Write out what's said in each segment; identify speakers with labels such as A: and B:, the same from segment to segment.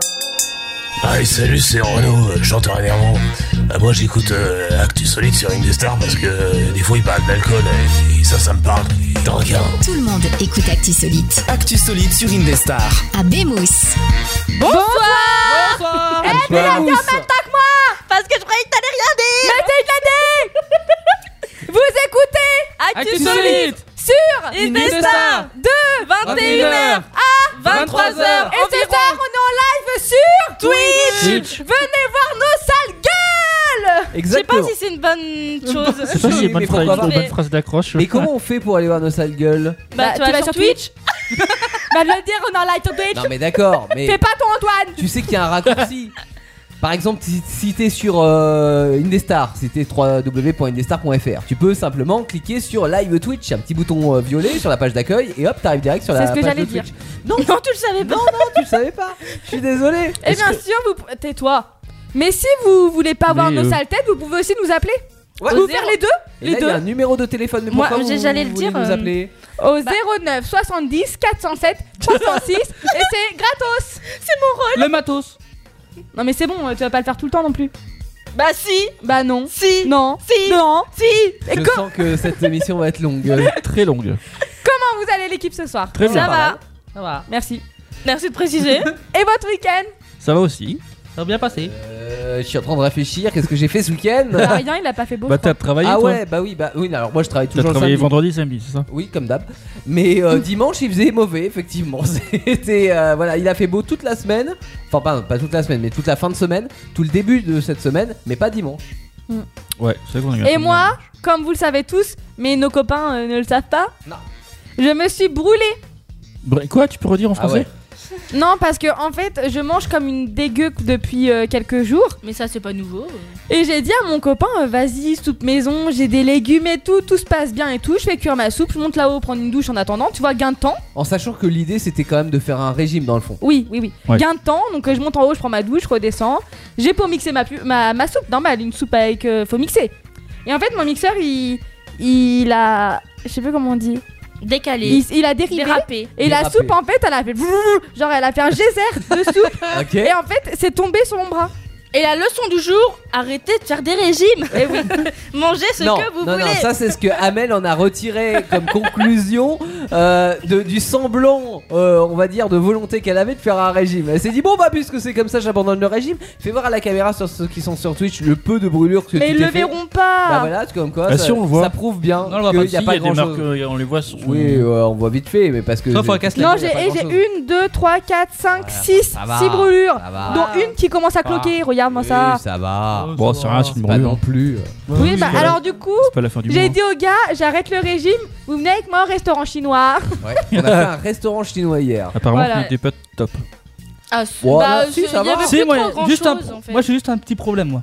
A: Hey, Ah salut, c'est Renaud, euh, chanteur énervant. Euh, moi, j'écoute euh, Actu Solide sur Indestar parce que euh, des fois, il parle d'alcool et, et ça, ça me parle. Tant qu'un.
B: Tout le monde écoute Actisolite.
C: Actu solide sur Indestar.
B: À Bémousse.
D: Bonsoir
E: Eh, Parce que je croyais que t'allais rien dire
D: Vous écoutez
E: Actu
D: Solide sur
E: Indestar.
D: de
E: 21h
D: à
E: 23h
D: Et c'est tard, on est en live sur Twitch.
F: Twitch.
D: Venez voir nos sales gueules
E: Je sais pas
F: Exactement.
E: si c'est une bonne chose.
F: Je sais pas s'il y a
G: Mais
F: pas de
G: pourquoi
F: phrase-
E: pas
F: pas de phrase d'accroche.
G: Mais comment on fait pour aller voir nos sales gueules
E: Bah, tu vas sur Twitch
D: Bah, de le dire, on est en live sur Twitch.
G: Non mais d'accord,
D: Fais
G: mais
D: pas ton Antoine
G: tu sais qu'il y a un raccourci. Par exemple, si- si t'es sur euh, Indestar, si t'es www.indestar.fr, tu peux simplement cliquer sur Live Twitch, un petit bouton euh, violet sur la page d'accueil, et hop, t'arrives direct sur
D: C'est
G: la
D: ce que
G: page de
D: j'allais dire.
G: Twitch.
D: Non, tu le savais pas.
G: Non, non, tu le savais pas. Je suis désolé.
D: Et Eh bien sûr, vous. pou- Tais-toi. Mais si vous voulez pas voir
F: Mais,
D: nos
F: euh,
D: sales têtes, vous pouvez aussi nous appeler.
G: Ouais.
D: Vous
E: Au
D: faire
E: zéro.
D: les deux
G: Et
D: les
G: là, il y
D: deux.
G: a un numéro de téléphone, mais
E: Moi,
G: pourquoi vous,
E: j'allais le
G: voulez
E: dire,
G: nous
E: euh,
G: appeler
D: au 09 70 407 306 et c'est gratos.
F: Le matos.
D: Non mais c'est bon, tu vas pas le faire tout le temps non plus.
E: Bah si
D: Bah non.
E: Si
D: Non.
E: Si
D: Non.
E: Si
D: Et
G: Je
D: comment
G: sens que cette émission va être longue.
F: Très longue.
D: vous allez l'équipe ce soir
F: Très
E: Ça
F: bien.
E: va
F: Ça va.
D: Merci.
E: Merci de préciser.
D: Et votre week-end
F: Ça va aussi. Ça va bien passé.
G: Euh, je suis en train de réfléchir, qu'est-ce que j'ai fait ce week-end
D: Bah rien, il a pas fait beau.
F: Bah
D: je crois.
F: t'as travaillé
G: Ah
F: toi.
G: ouais, bah oui, bah oui, alors moi je travaille
F: T'as
G: toujours le
F: travaillé
G: samedi.
F: vendredi, samedi, c'est ça
G: Oui, comme d'hab. Mais euh, dimanche, il faisait mauvais, effectivement. C'était euh, voilà, il a fait beau toute la semaine. Enfin, pas, pas toute la semaine, mais toute la fin de semaine, tout le début de cette semaine, mais pas dimanche.
F: Ouais, c'est vrai qu'on a eu un
D: Et
F: peu de
D: moi,
F: mal.
D: comme vous le savez tous, mais nos copains euh, ne le savent pas.
G: Non.
D: Je me suis brûlée.
F: Br- Quoi, tu peux redire en
G: Ah
F: français
D: Non, parce que en fait, je mange comme une dégueu depuis euh, quelques jours.
E: Mais ça, c'est pas nouveau.
D: Et j'ai dit à mon copain, euh, vas-y, soupe maison, j'ai des légumes et tout, tout se passe bien et tout. Je fais cuire ma soupe, je monte là-haut prendre une douche en attendant, tu vois, gain de temps.
G: En sachant que l'idée, c'était quand même de faire un régime dans le fond.
D: Oui, oui, oui.
F: Ouais.
D: Gain de temps, donc euh, je monte en haut, je prends ma douche, je redescends. J'ai pour mixer ma, pu- ma, ma soupe, normal, une soupe avec. euh, faut mixer. Et en fait, mon mixeur, il. Il a. Je sais plus comment on dit.
E: Décalé.
D: Il, il a dérivé.
E: Dérapé.
D: Et la
G: Dérapé.
D: soupe, en fait, elle a fait. Genre, elle a fait un geyser de soupe.
F: Ah.
G: Ok.
D: Et en fait, c'est tombé sur mon bras.
E: Et la leçon du jour, arrêtez de faire des régimes.
D: Et oui.
E: Mangez ce
G: non,
E: que vous
G: non,
E: voulez.
G: non, ça c'est ce que Amel en a retiré comme conclusion euh, de- du semblant, euh, on va dire, de volonté qu'elle avait de faire un régime. Elle s'est dit bon bah puisque c'est comme ça, j'abandonne le régime. Fais voir à la caméra sur ceux qui sont sur Twitch le peu de brûlures que
D: Mais
G: tu
D: ils
G: t'es
D: le
G: fait.
D: verront pas.
G: Bah voilà, c'est comme quoi.
F: Bah
G: ça,
F: si, on le voit.
G: ça prouve bien
F: Non, on le voit
G: qu'il
F: pas.
G: n'y a
F: Si,
G: pas
F: il y a des
G: grand
F: marques,
G: chose.
F: euh, on les voit sur.
G: Oui, euh, on voit vite fait, mais parce que.
F: Sauf
G: j'ai-
F: à casse
D: Non,
F: la
D: j'ai
F: gueule.
D: et j'ai
G: grand-chose.
D: une, deux, trois, quatre, cinq, six,
G: ça va,
D: six brûlures.
G: ça va.
D: Dont une qui commence à cloquer, regarde-moi
G: Oui,
D: ça.
G: Ça va.
F: Bon, c'est rien, c'est une
G: Pas non
F: brûlure.
G: plus.
D: Oui, bah
F: c'est pas-
D: alors du coup,
F: C'est pas la fin du
D: j'ai
F: monde.
D: dit au gars, j'arrête le régime, vous venez avec moi au restaurant chinois.
G: Ouais. On a fait un restaurant chinois hier.
F: Apparemment,
D: Voilà.
F: tu n'étais pas top.
E: Ah, si,
G: Ouais,
E: bah,
G: bah, si,
E: c'est-
G: ça
E: il y
G: va.
E: avait
G: Si,
E: plus
H: moi,
E: trop grand
H: juste un,
E: chose, en fait.
H: moi j'ai juste un petit problème moi.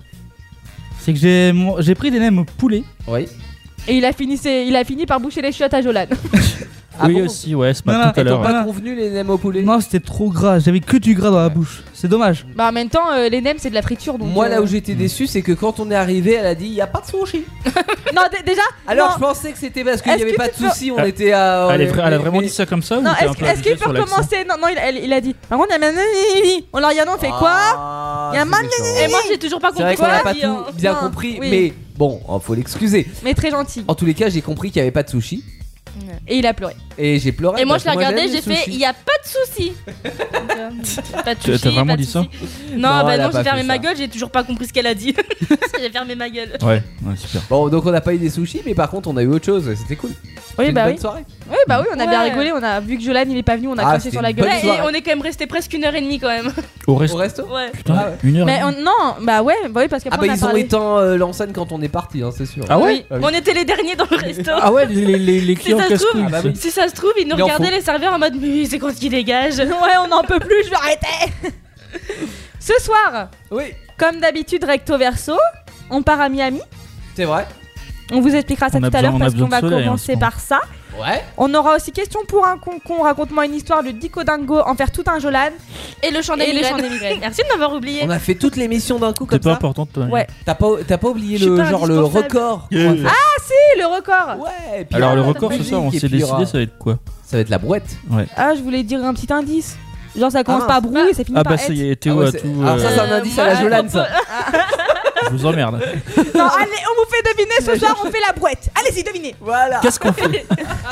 H: C'est que j'ai mon- j'ai pris des nems au poulet.
G: Oui.
D: Et il a fini, ses- il a fini par boucher les chiottes à Jolan.
G: Ah
F: oui,
G: bon
F: aussi, ouais, ce
H: Non,
F: matin
H: non,
F: tout à
H: et
F: l'heure.
H: ton
G: Pas
H: Ah.
G: convenu les nems au poulet.
H: Non, c'était trop gras, j'avais que du gras dans la
G: Ouais.
H: bouche. C'est dommage.
D: bah en même temps, euh, les nems c'est de la friture donc.
G: Moi
D: euh,
G: là où j'étais
F: Mm.
G: déçu, c'est que quand on est arrivé, elle a dit il y a pas de sushi.
D: Non, dé- déjà,
G: Alors
D: Non.
G: je pensais que c'était parce qu'il n'y
D: Est-ce
G: avait
D: que
G: pas de
D: tu peux-
G: sushi, on
F: Ah,
G: était à.
F: Elle, est vra- elle a
G: mais-
F: vraiment
G: mais-
F: dit ça comme ça ou
D: non,
F: t'es un
D: est-ce
F: peu
D: est-ce qu'il
F: obligé
D: peut
F: sur l'accent
D: recommencer Non, non, il, elle- il a dit. Par contre, il y a un- on l'a regardé, on fait quoi
G: Ah,
D: Il y a
G: c'est
D: mal-
G: méchant.
E: Et moi, j'ai toujours pas
G: C'est vrai
E: compris.
G: qu'on n'a
E: quoi,
G: pas
E: dit,
G: tout
E: hein.
G: bien
D: Non,
G: compris,
D: oui.
G: mais Oh. bon, oh, faut l'excuser.
D: Mais très gentil.
G: En tous les cas, j'ai compris qu'il n'y avait pas de sushi
D: Et il a pleuré.
G: et j'ai pleuré.
E: Et moi,
G: parce
E: je l'ai
G: que
E: regardé,
G: j'aime
E: j'ai
G: les
E: fait,
G: sushis.
E: il y a pas de souci. pas de
F: T'as-
E: souci.
F: t'as vraiment
E: pas de
F: dit ça
E: souci.
G: Non,
E: Non, bah
G: elle a
E: non,
G: pas
E: j'ai fermé
G: fait
E: ma
G: ça.
E: gueule, j'ai toujours pas compris ce qu'elle a dit. Parce que j'ai fermé ma gueule.
F: Ouais, ouais, super.
G: Bon, donc on n'a pas eu des sushis, mais par contre, on a eu autre chose. C'était cool. C'était
D: Oui,
G: une
D: bah
G: bonne
D: oui.
G: soirée.
D: Oui, bah oui, on a bien
E: Ouais.
D: rigolé. On a vu que Jolan il est pas venu, on a
G: Ah,
D: craché
G: c'était
D: sur la
G: une
D: gueule.
G: bonne
E: Ouais,
G: soirée.
E: et on est quand même resté presque une heure et demie quand même.
F: Au reste,
G: Au resto
E: Ouais.
F: putain,
G: Ah ouais.
F: une heure. et
D: Mais
F: demie.
D: on- non, bah ouais, bah oui, parce
G: Ah,
D: qu'après
G: bah
D: on a
G: ils ont
D: parlé.
G: éteint euh, l'enseigne quand on est parti, hein, c'est sûr.
F: Ah ouais
E: Oui. On était les derniers dans le resto.
F: Ah ouais, les, les- les- les clients
E: ça se
F: casse-couilles.
G: trouve- Ah bah oui.
E: Si ça se trouve, ils nous
G: Il en
E: regardaient
G: faut.
E: les serveurs en mode mais c'est quand qu'ils dégagent.
D: Ouais, on n'en peut plus, je vais arrêter. Ce soir,
G: Oui,
D: comme d'habitude, recto verso, on part à Miami.
G: c'est vrai.
D: On vous expliquera ça
F: On
D: tout
F: a
D: à
F: besoin-
D: l'heure
F: on a
D: parce qu'on
F: besoin de
D: va
E: hein,
F: soleil en ce
D: commencer
F: moment.
D: par ça.
G: Ouais.
D: On aura aussi question pour un concon, raconte-moi une histoire, le dico dingo, en faire tout un Jolan.
E: Et le chant des
D: Et le
E: migraines.
D: chant des migraines.
E: Merci de m'avoir oublié.
G: On a fait toute l'émission d'un coup
F: T'es
G: comme
F: pas
G: ça.
F: importante, toi.
D: Ouais.
G: T'as pas, t'as pas oublié
E: Je suis
G: le
E: pas
G: genre le
E: indispensable.
G: record.
F: Yeah.
G: qu'on va faire.
D: Et le record
G: Ouais. et puis
F: Alors,
G: il y
F: le
G: aura
F: record
G: la
F: ce soir, on
G: musique, et euh,
F: s'est
G: puis il y aura-
F: décidé, ça va être quoi
G: Ça va être la brouette.
D: Ah, je voulais dire un petit indice. Genre ça commence
G: Ah,
D: par brou et ça finit
F: Ah
D: par
F: bah ça y est, Théo
G: ouais,
F: a
G: c'est-
F: tout.
G: Alors ça,
F: euh,
G: c'est un indice à la
E: moi,
G: Jolane, ça.
F: Je vous emmerde.
D: être. Non, allez, on vous fait deviner ce soir, on fait la brouette. Allez-y, devinez.
G: Voilà.
F: Qu'est-ce qu'on fait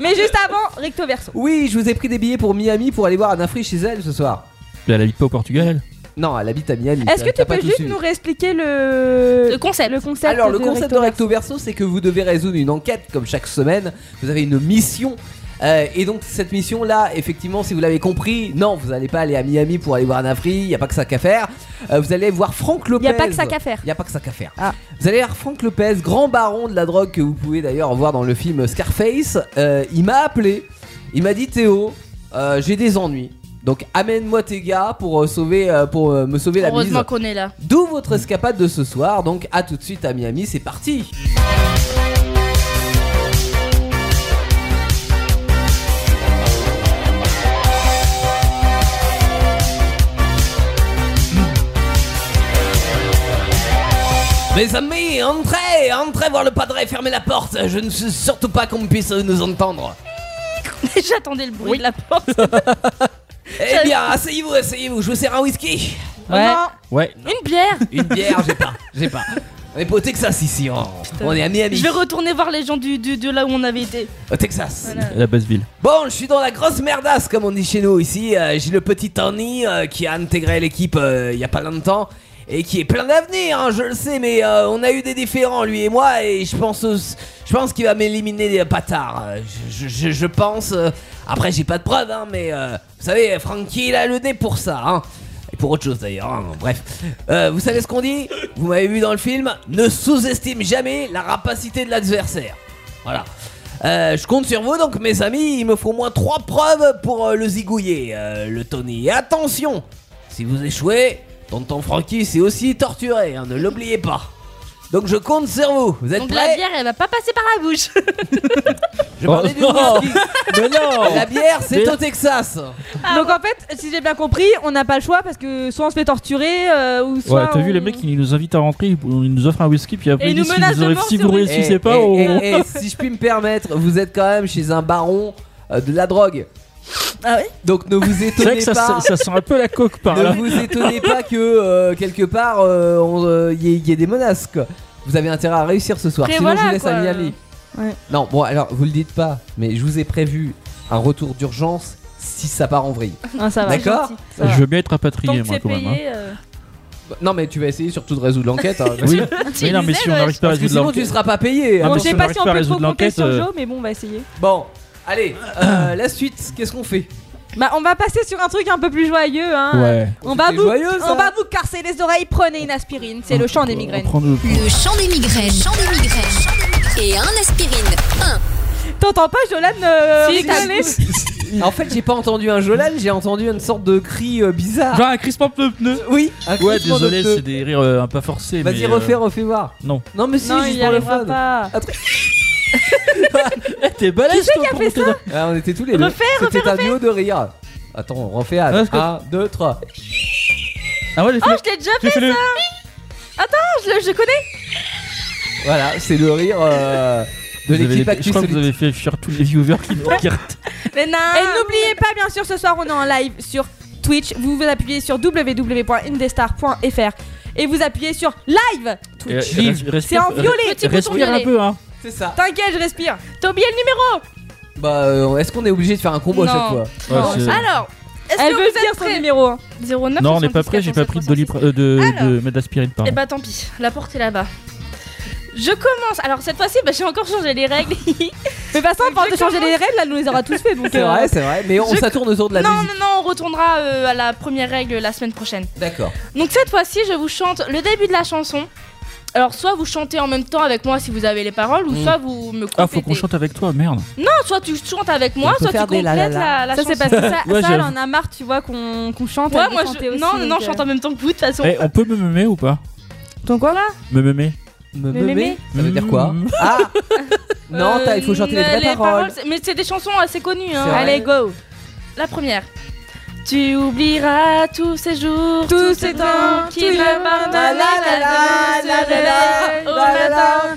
D: Mais juste avant, recto verso.
G: Oui, je vous ai pris des billets pour Miami pour aller voir Anna Free chez elle ce soir.
F: Mais Elle habite pas au Portugal.
G: Non, elle habite à Miami.
D: Est-ce
G: t'as-
D: que
G: t'as
D: tu
G: pas
D: peux
G: tout
D: juste
G: suivi.
D: nous réexpliquer le...
E: Le concept.
D: le concept
G: Alors le
D: de
G: concept de Recto Verso, c'est que vous devez résoudre une enquête comme chaque semaine. Vous avez une mission. Euh, et donc cette mission là, effectivement, si vous l'avez compris, non, vous n'allez pas aller à Miami pour aller voir Anafri, il n'y a pas que ça qu'à faire. Euh, vous allez voir Franck Lopez.
D: Y a pas que ça qu'à faire.
G: Il n'y a pas que ça qu'à faire.
D: Ah.
G: Vous allez voir Franck Lopez, grand baron de la drogue que vous pouvez d'ailleurs voir dans le film Scarface. Euh, il m'a appelé, il m'a dit Théo, euh, j'ai des ennuis. Donc amène-moi tes gars pour, euh, sauver, euh, pour euh, me sauver la mise.
E: Heureusement qu'on est là.
G: D'où votre escapade de ce soir, donc à tout de suite à Miami, c'est parti Mes amis, entrez, entrez voir le padre, fermez la porte, je ne suis surtout pas qu'on puisse nous entendre.
E: J'attendais le bruit de la porte.
G: Eh bien, asseyez-vous, asseyez-vous, je vous sers un whisky.
E: Ouais.
F: Ouais.
E: Une bière.
G: Une bière, j'ai pas, j'ai pas. On est pas au Texas ici, on, on est à Miami.
E: Je vais retourner voir les gens du, du- de là où on avait été.
G: au Texas.
F: La basse ville.
G: Bon, je suis dans la grosse merdasse, comme on dit chez nous ici. Euh, J'ai le petit Tony euh, qui a intégré l'équipe euh, il y a pas longtemps et qui est plein d'avenir, hein, je le sais, mais euh, on a eu des différends, lui et moi, et je pense, euh, je pense qu'il va m'éliminer des patards. Euh, Je, je- je pense. euh, après, j'ai pas de preuves, hein, mais euh, vous savez, Frankie, il a le nez pour ça. Hein. Et pour autre chose d'ailleurs, hein, bref. Euh, vous savez ce qu'on dit Vous m'avez vu dans le film Ne sous-estime jamais la rapacité de l'adversaire. Voilà. Euh, je compte sur vous donc mes amis, il me faut au moins trois preuves pour euh, le zigouiller, euh, le Tony. Et attention, si vous échouez, tonton Frankie c'est aussi torturé, hein, ne l'oubliez pas. Donc je compte sur vous, vous êtes
E: Donc la
G: prêts
E: bière, elle va pas passer par la bouche.
G: Je parlais du
F: Oh, non.
G: whisky.
F: Mais non
G: La bière c'est au Texas
D: Donc en fait, si j'ai bien compris, on n'a pas le choix parce que soit on se fait torturer euh, ou soit.
F: Ouais, t'as vu
D: on-
F: les mecs qui nous invitent à rentrer, ils ils nous offrent un whisky, puis après
D: Et
F: ils
D: ils nous
F: disent si
D: menacent
F: vous,
D: de
F: aurez-
D: mort
F: si
D: sur
F: vous
D: le-
F: réussissez
G: Eh,
F: pas, oh.
G: eh,
F: on...
G: eh, eh, si je puis me permettre, vous êtes quand même chez un baron euh, de la drogue.
E: Ah oui
G: Donc ne vous
F: C'est vrai
G: étonnez
F: que ça,
G: pas.
F: ça- ça sent un peu la coque par
G: Ne
F: là.
G: vous étonnez pas que euh, quelque part euh, on, euh, y ait- y ait des menaces quoi. Vous avez intérêt à réussir ce soir,
D: Après,
G: sinon je
D: voilà,
G: vous laisse à
D: quoi.
G: Miami.
D: Ouais.
G: Non, bon alors vous le dites pas, mais je vous ai prévu un retour d'urgence si ça part en vrille.
D: Ah, ça va.
G: D'accord
D: gentil, ça va.
F: Je veux bien être
E: Tant
F: rapatrié,
E: que
F: moi,
E: c'est
F: quand même. hein.
E: payé. euh,
G: Bah, Non mais tu vas essayer surtout de résoudre l'enquête. hein.
F: Oui,
E: tu
F: mais non, mais
E: disais,
F: si on
E: ouais,
F: n'arrive pas à
G: Parce que
F: résoudre
G: sinon tu
F: l'enquête.
G: seras pas payé. hein.
F: Ah,
D: Bon,
F: mais
D: je sais
F: si on
D: pas
F: arrive
D: si on
F: pas
D: peut trop
F: à résoudre
D: compter sur
F: l'enquête, euh,
D: Joe, mais bon, on va essayer.
G: Bon, allez, euh, la suite, qu'est-ce qu'on fait
D: Bah, on va passer sur un truc un peu plus joyeux. Hein.
F: Ouais.
D: On va,
G: C'était hein.
D: vous,
G: joyeux, ça.
D: on va vous carcer les oreilles, prenez une aspirine, c'est le chant des migraines.
F: On prend le-
B: Le chant des migraines. Chant des migraines. Et un aspirine. Un.
D: T'entends pas, Jolane euh,
E: Si,
D: rigoler
G: En fait, j'ai pas entendu un Jolan, j'ai entendu une sorte de cri euh, bizarre.
F: Genre un crispant de pneus.
G: Oui, un
F: Ouais,
G: crissement de
F: désolé,
G: pneus.
F: c'est des rires euh, un peu forcés.
G: Vas-y,
F: mais, euh,
G: refais, refais voir.
F: Non.
G: Non, mais si,
D: Non, il
G: juste
D: y
G: pour le
D: arrivera
G: fun.
D: pas.
F: T'es balèze, toi, pour monter dans-
G: Ah, on était tous les deux.
E: Refais,
G: C'était un duo de rire. Attends, on refait à
F: Ah, parce que-
G: 1, 2, 3.
F: Ah ouais, les
E: Oh,
F: flics,
E: je l'ai déjà
F: j'ai fait le-
E: fait, je, le- je connais.
G: Voilà, c'est le rire euh, de
F: Vous avez-
G: l'équipe
F: Je
G: Actu
F: crois que vous
G: Solide.
F: avez fait fuir tous les viewers qui qui-
E: Mais non.
D: Et n'oubliez pas, bien sûr, ce soir, on est en live sur Twitch. Vous vous appuyez sur www.indestar.fr et vous appuyez sur live
F: Et- et
D: Twitch.
F: res-
D: C'est en
F: respire-
D: violet.
E: Petit bouton
F: Respire un
E: violet.
F: peu, hein.
G: C'est ça.
D: T'inquiète, je respire.
E: T'as oublié le numéro.
G: Bah, euh, est-ce qu'on est obligé de faire un combo à
E: Non.
G: chaque fois
F: Ouais,
D: Non,
F: c'est-
E: Alors, est-ce
D: Elle
E: que
D: veut
E: vous
D: dire
E: êtes
D: son
E: prêts
D: numéro. hein.
E: 09
F: Non, on n'est pas prêt, j'ai pas pris de doliprane. Euh, de,
E: Alors.
F: de- mais d'aspirine,
E: Et
F: pardon.
E: bah tant pis, la porte est là-bas. Je commence. Alors cette fois-ci, bah, j'ai encore changé les règles.
D: Mais de toute façon, avant de
E: Je
D: changer les règles, là, elle nous les aura tous fait. donc,
G: C'est
D: euh,
G: vrai, c'est vrai, mais on
E: je-
G: ça tourne autour de la
E: non,
G: musique.
E: non, non, on retournera euh, à la première règle la semaine prochaine.
G: D'accord.
E: Donc cette fois-ci, je vous chante le début de la chanson. Alors soit vous chantez en même temps avec moi si vous avez les paroles, ou
G: Mm.
E: soit vous me complétez.
F: Ah, faut qu'on chante avec toi, merde.
E: Non, soit tu chantes avec
G: On
E: moi,
G: peut
E: soit tu
G: faire des
E: complètes
G: la la
E: la,
G: la.
E: la
D: Ça,
E: chanson.
D: c'est parce que ça,
F: Ouais,
D: ça,
F: j'avoue.
D: elle en a marre, tu vois, qu'on qu'on chante.
E: Ouais,
D: elle
E: moi
D: veut chanter
E: je.
D: aussi,
E: Non, non, non,
D: donc,
E: je
D: euh,
E: chante en même temps que vous de toute façon.
F: Eh, on peut me mémer ou pas
D: Donc voilà.
F: Me mémer
G: Me
D: Me mémer.
G: Ça veut dire quoi
F: Mmh.
G: Ah Non,
E: Euh,
G: t'as- il faut chanter les
E: mais
G: vraies paroles.
E: c'est- mais c'est des chansons assez connues. hein.
G: C'est vrai.
E: Allez,
D: Allez, go.
E: la première. Tu oublieras tous ces jours, tous ces temps qui
D: tous
E: ne
D: les moments.
E: pardonnent la la la la au matin.
G: La la la la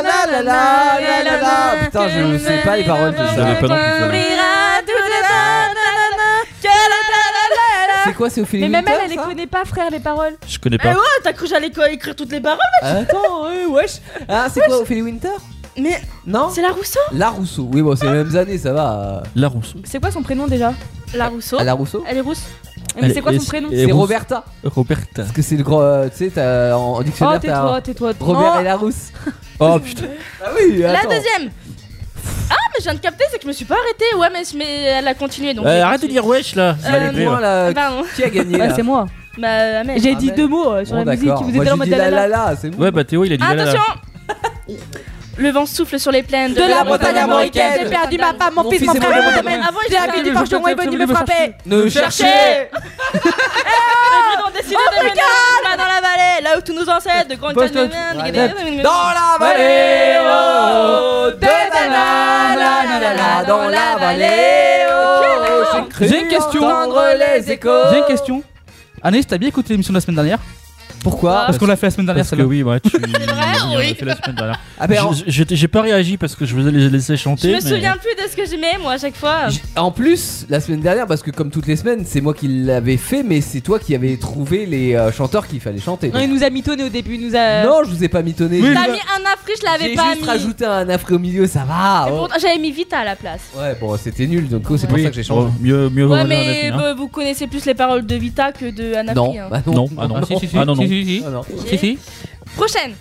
G: la la la la la. Putain, je sais pas les paroles de
E: Euh,
F: J'avais
G: ça.
F: pas non plus, celle-là.
E: Tu oublieras tous les temps, na, na, na,
G: C'est quoi, c'est Ophélie
D: Mais même
G: Winter,
D: elle, elle les
G: ça
D: connaît pas, frère, les paroles.
F: Je connais pas.
E: Ah, t'as cru que j'allais quoi, écrire toutes les paroles
G: Attends, ouais, wesh. Ah, c'est quoi, Ophélie Winter
E: Mais
G: Non
E: c'est la Rousseau
G: La Rousseau. Oui, bon, c'est les mêmes années, ça va.
F: La rousse.
D: C'est quoi son prénom déjà
E: La Rousseau
G: Ah, la Rousseau
D: Elle est rousse. Mais
F: Elle
D: c'est quoi
F: est-
D: son prénom
F: elle est
G: C'est
F: Rousse.
G: Roberta.
F: Roberta.
G: Parce que c'est le grand. euh, tu sais, t'as- en, en
D: Oh,
G: dictionnaire, t'as.
D: tais-toi, tais-toi.
G: Robert
D: Non.
G: et la Rousse.
F: Oh putain.
G: Ah oui,
E: La
G: attends.
E: deuxième Ah, mais je viens de capter, c'est que je me suis pas arrêtée. Ouais, mais, mais elle a continué donc.
F: Euh,
E: j'ai
F: arrête de
E: continué.
F: dire wesh là. Ça va
E: Euh,
F: les plaire.
G: Moi, là,
E: Pardon.
G: qui a gagné
D: Ouais,
G: là
D: c'est moi.
E: Bah, merde.
D: J'ai
G: Ah,
D: dit
G: mais-
D: deux mots euh, sur
G: Bon,
D: la musique.
G: d'accord.
D: Vous
G: Moi,
D: étiez
G: j'ai
D: en mode
G: dit la
D: dalala.
G: la la, c'est bon.
F: Ouais, bah Théo il a dit là, là, là.
E: Ah, Attention Le vent souffle sur les plaines de,
D: De la
G: Bretagne
D: montagne américaine,
G: américaine.
D: j'ai perdu ma femme, mon
G: Mon
D: fils,
G: fils
D: mon
G: et mon
D: frère,
G: ami.
D: mon
E: Mais
D: domaine.
E: avant,
D: J'ai
E: j'étais là,
D: appris du
E: je
D: parchemin et il
F: cherchais, je
D: me
F: voulais me
D: frappait.
G: Ne cherchez
E: Les grands décidés de venir là-bas dans la vallée, Eh, oh, là où tous nos ancêtres de grandes
G: Poste-
E: cannes
G: dans la vallée oh, de la la la la dans la vallée oh,
E: Ok, d'accord.
G: cru
H: J'ai une question.
G: entendre les échos.
H: J'ai une question. Anaïs, t'as bien écouté l'émission de la semaine dernière
G: Pourquoi
H: Parce qu'on l'a fait la semaine dernière,
F: Parce que
H: celle-là.
F: oui, ouais, tu. on l'a fait la semaine dernière.
G: Ah ben, en-
F: Je- je- J'ai pas réagi parce que je vous ai laissé
E: Je
F: chanter.
E: me
F: mais-
E: souviens plus de ce que j'aimais, moi, à chaque fois.
G: j- en plus, la semaine dernière, parce que comme toutes les semaines, c'est moi qui l'avais fait, mais c'est toi qui avais trouvé les euh, chanteurs qu'il fallait chanter.
D: Non,
G: Donc-
D: il nous a mitonné au début, il nous a.
G: Non, je vous ai pas mitonné.
F: Oui,
E: T'as mis un afri, je l'avais
G: J'ai
E: pas
G: juste
E: mis.
G: rajouté un afro au milieu, ça va.
E: Et
G: oh.
E: pourtant, J'avais mis Vita à la place.
G: Ouais, bon, c'était nul, donc oh, c'est pour
F: Oui,
G: ça que j'ai changé.
F: bon, mieux, mieux vaut
E: Ouais,
F: un
E: mais
F: Anafri, hein.
E: bah, vous connaissez plus les paroles de Vita que de
G: Non,
E: Anafri. hein.
G: bah non,
F: Non, ah non.
H: Ah, si, si, si.
F: Ah, non, non.
H: Si, si, si.
G: Ah, non.
H: Si, si.
E: Prochaine.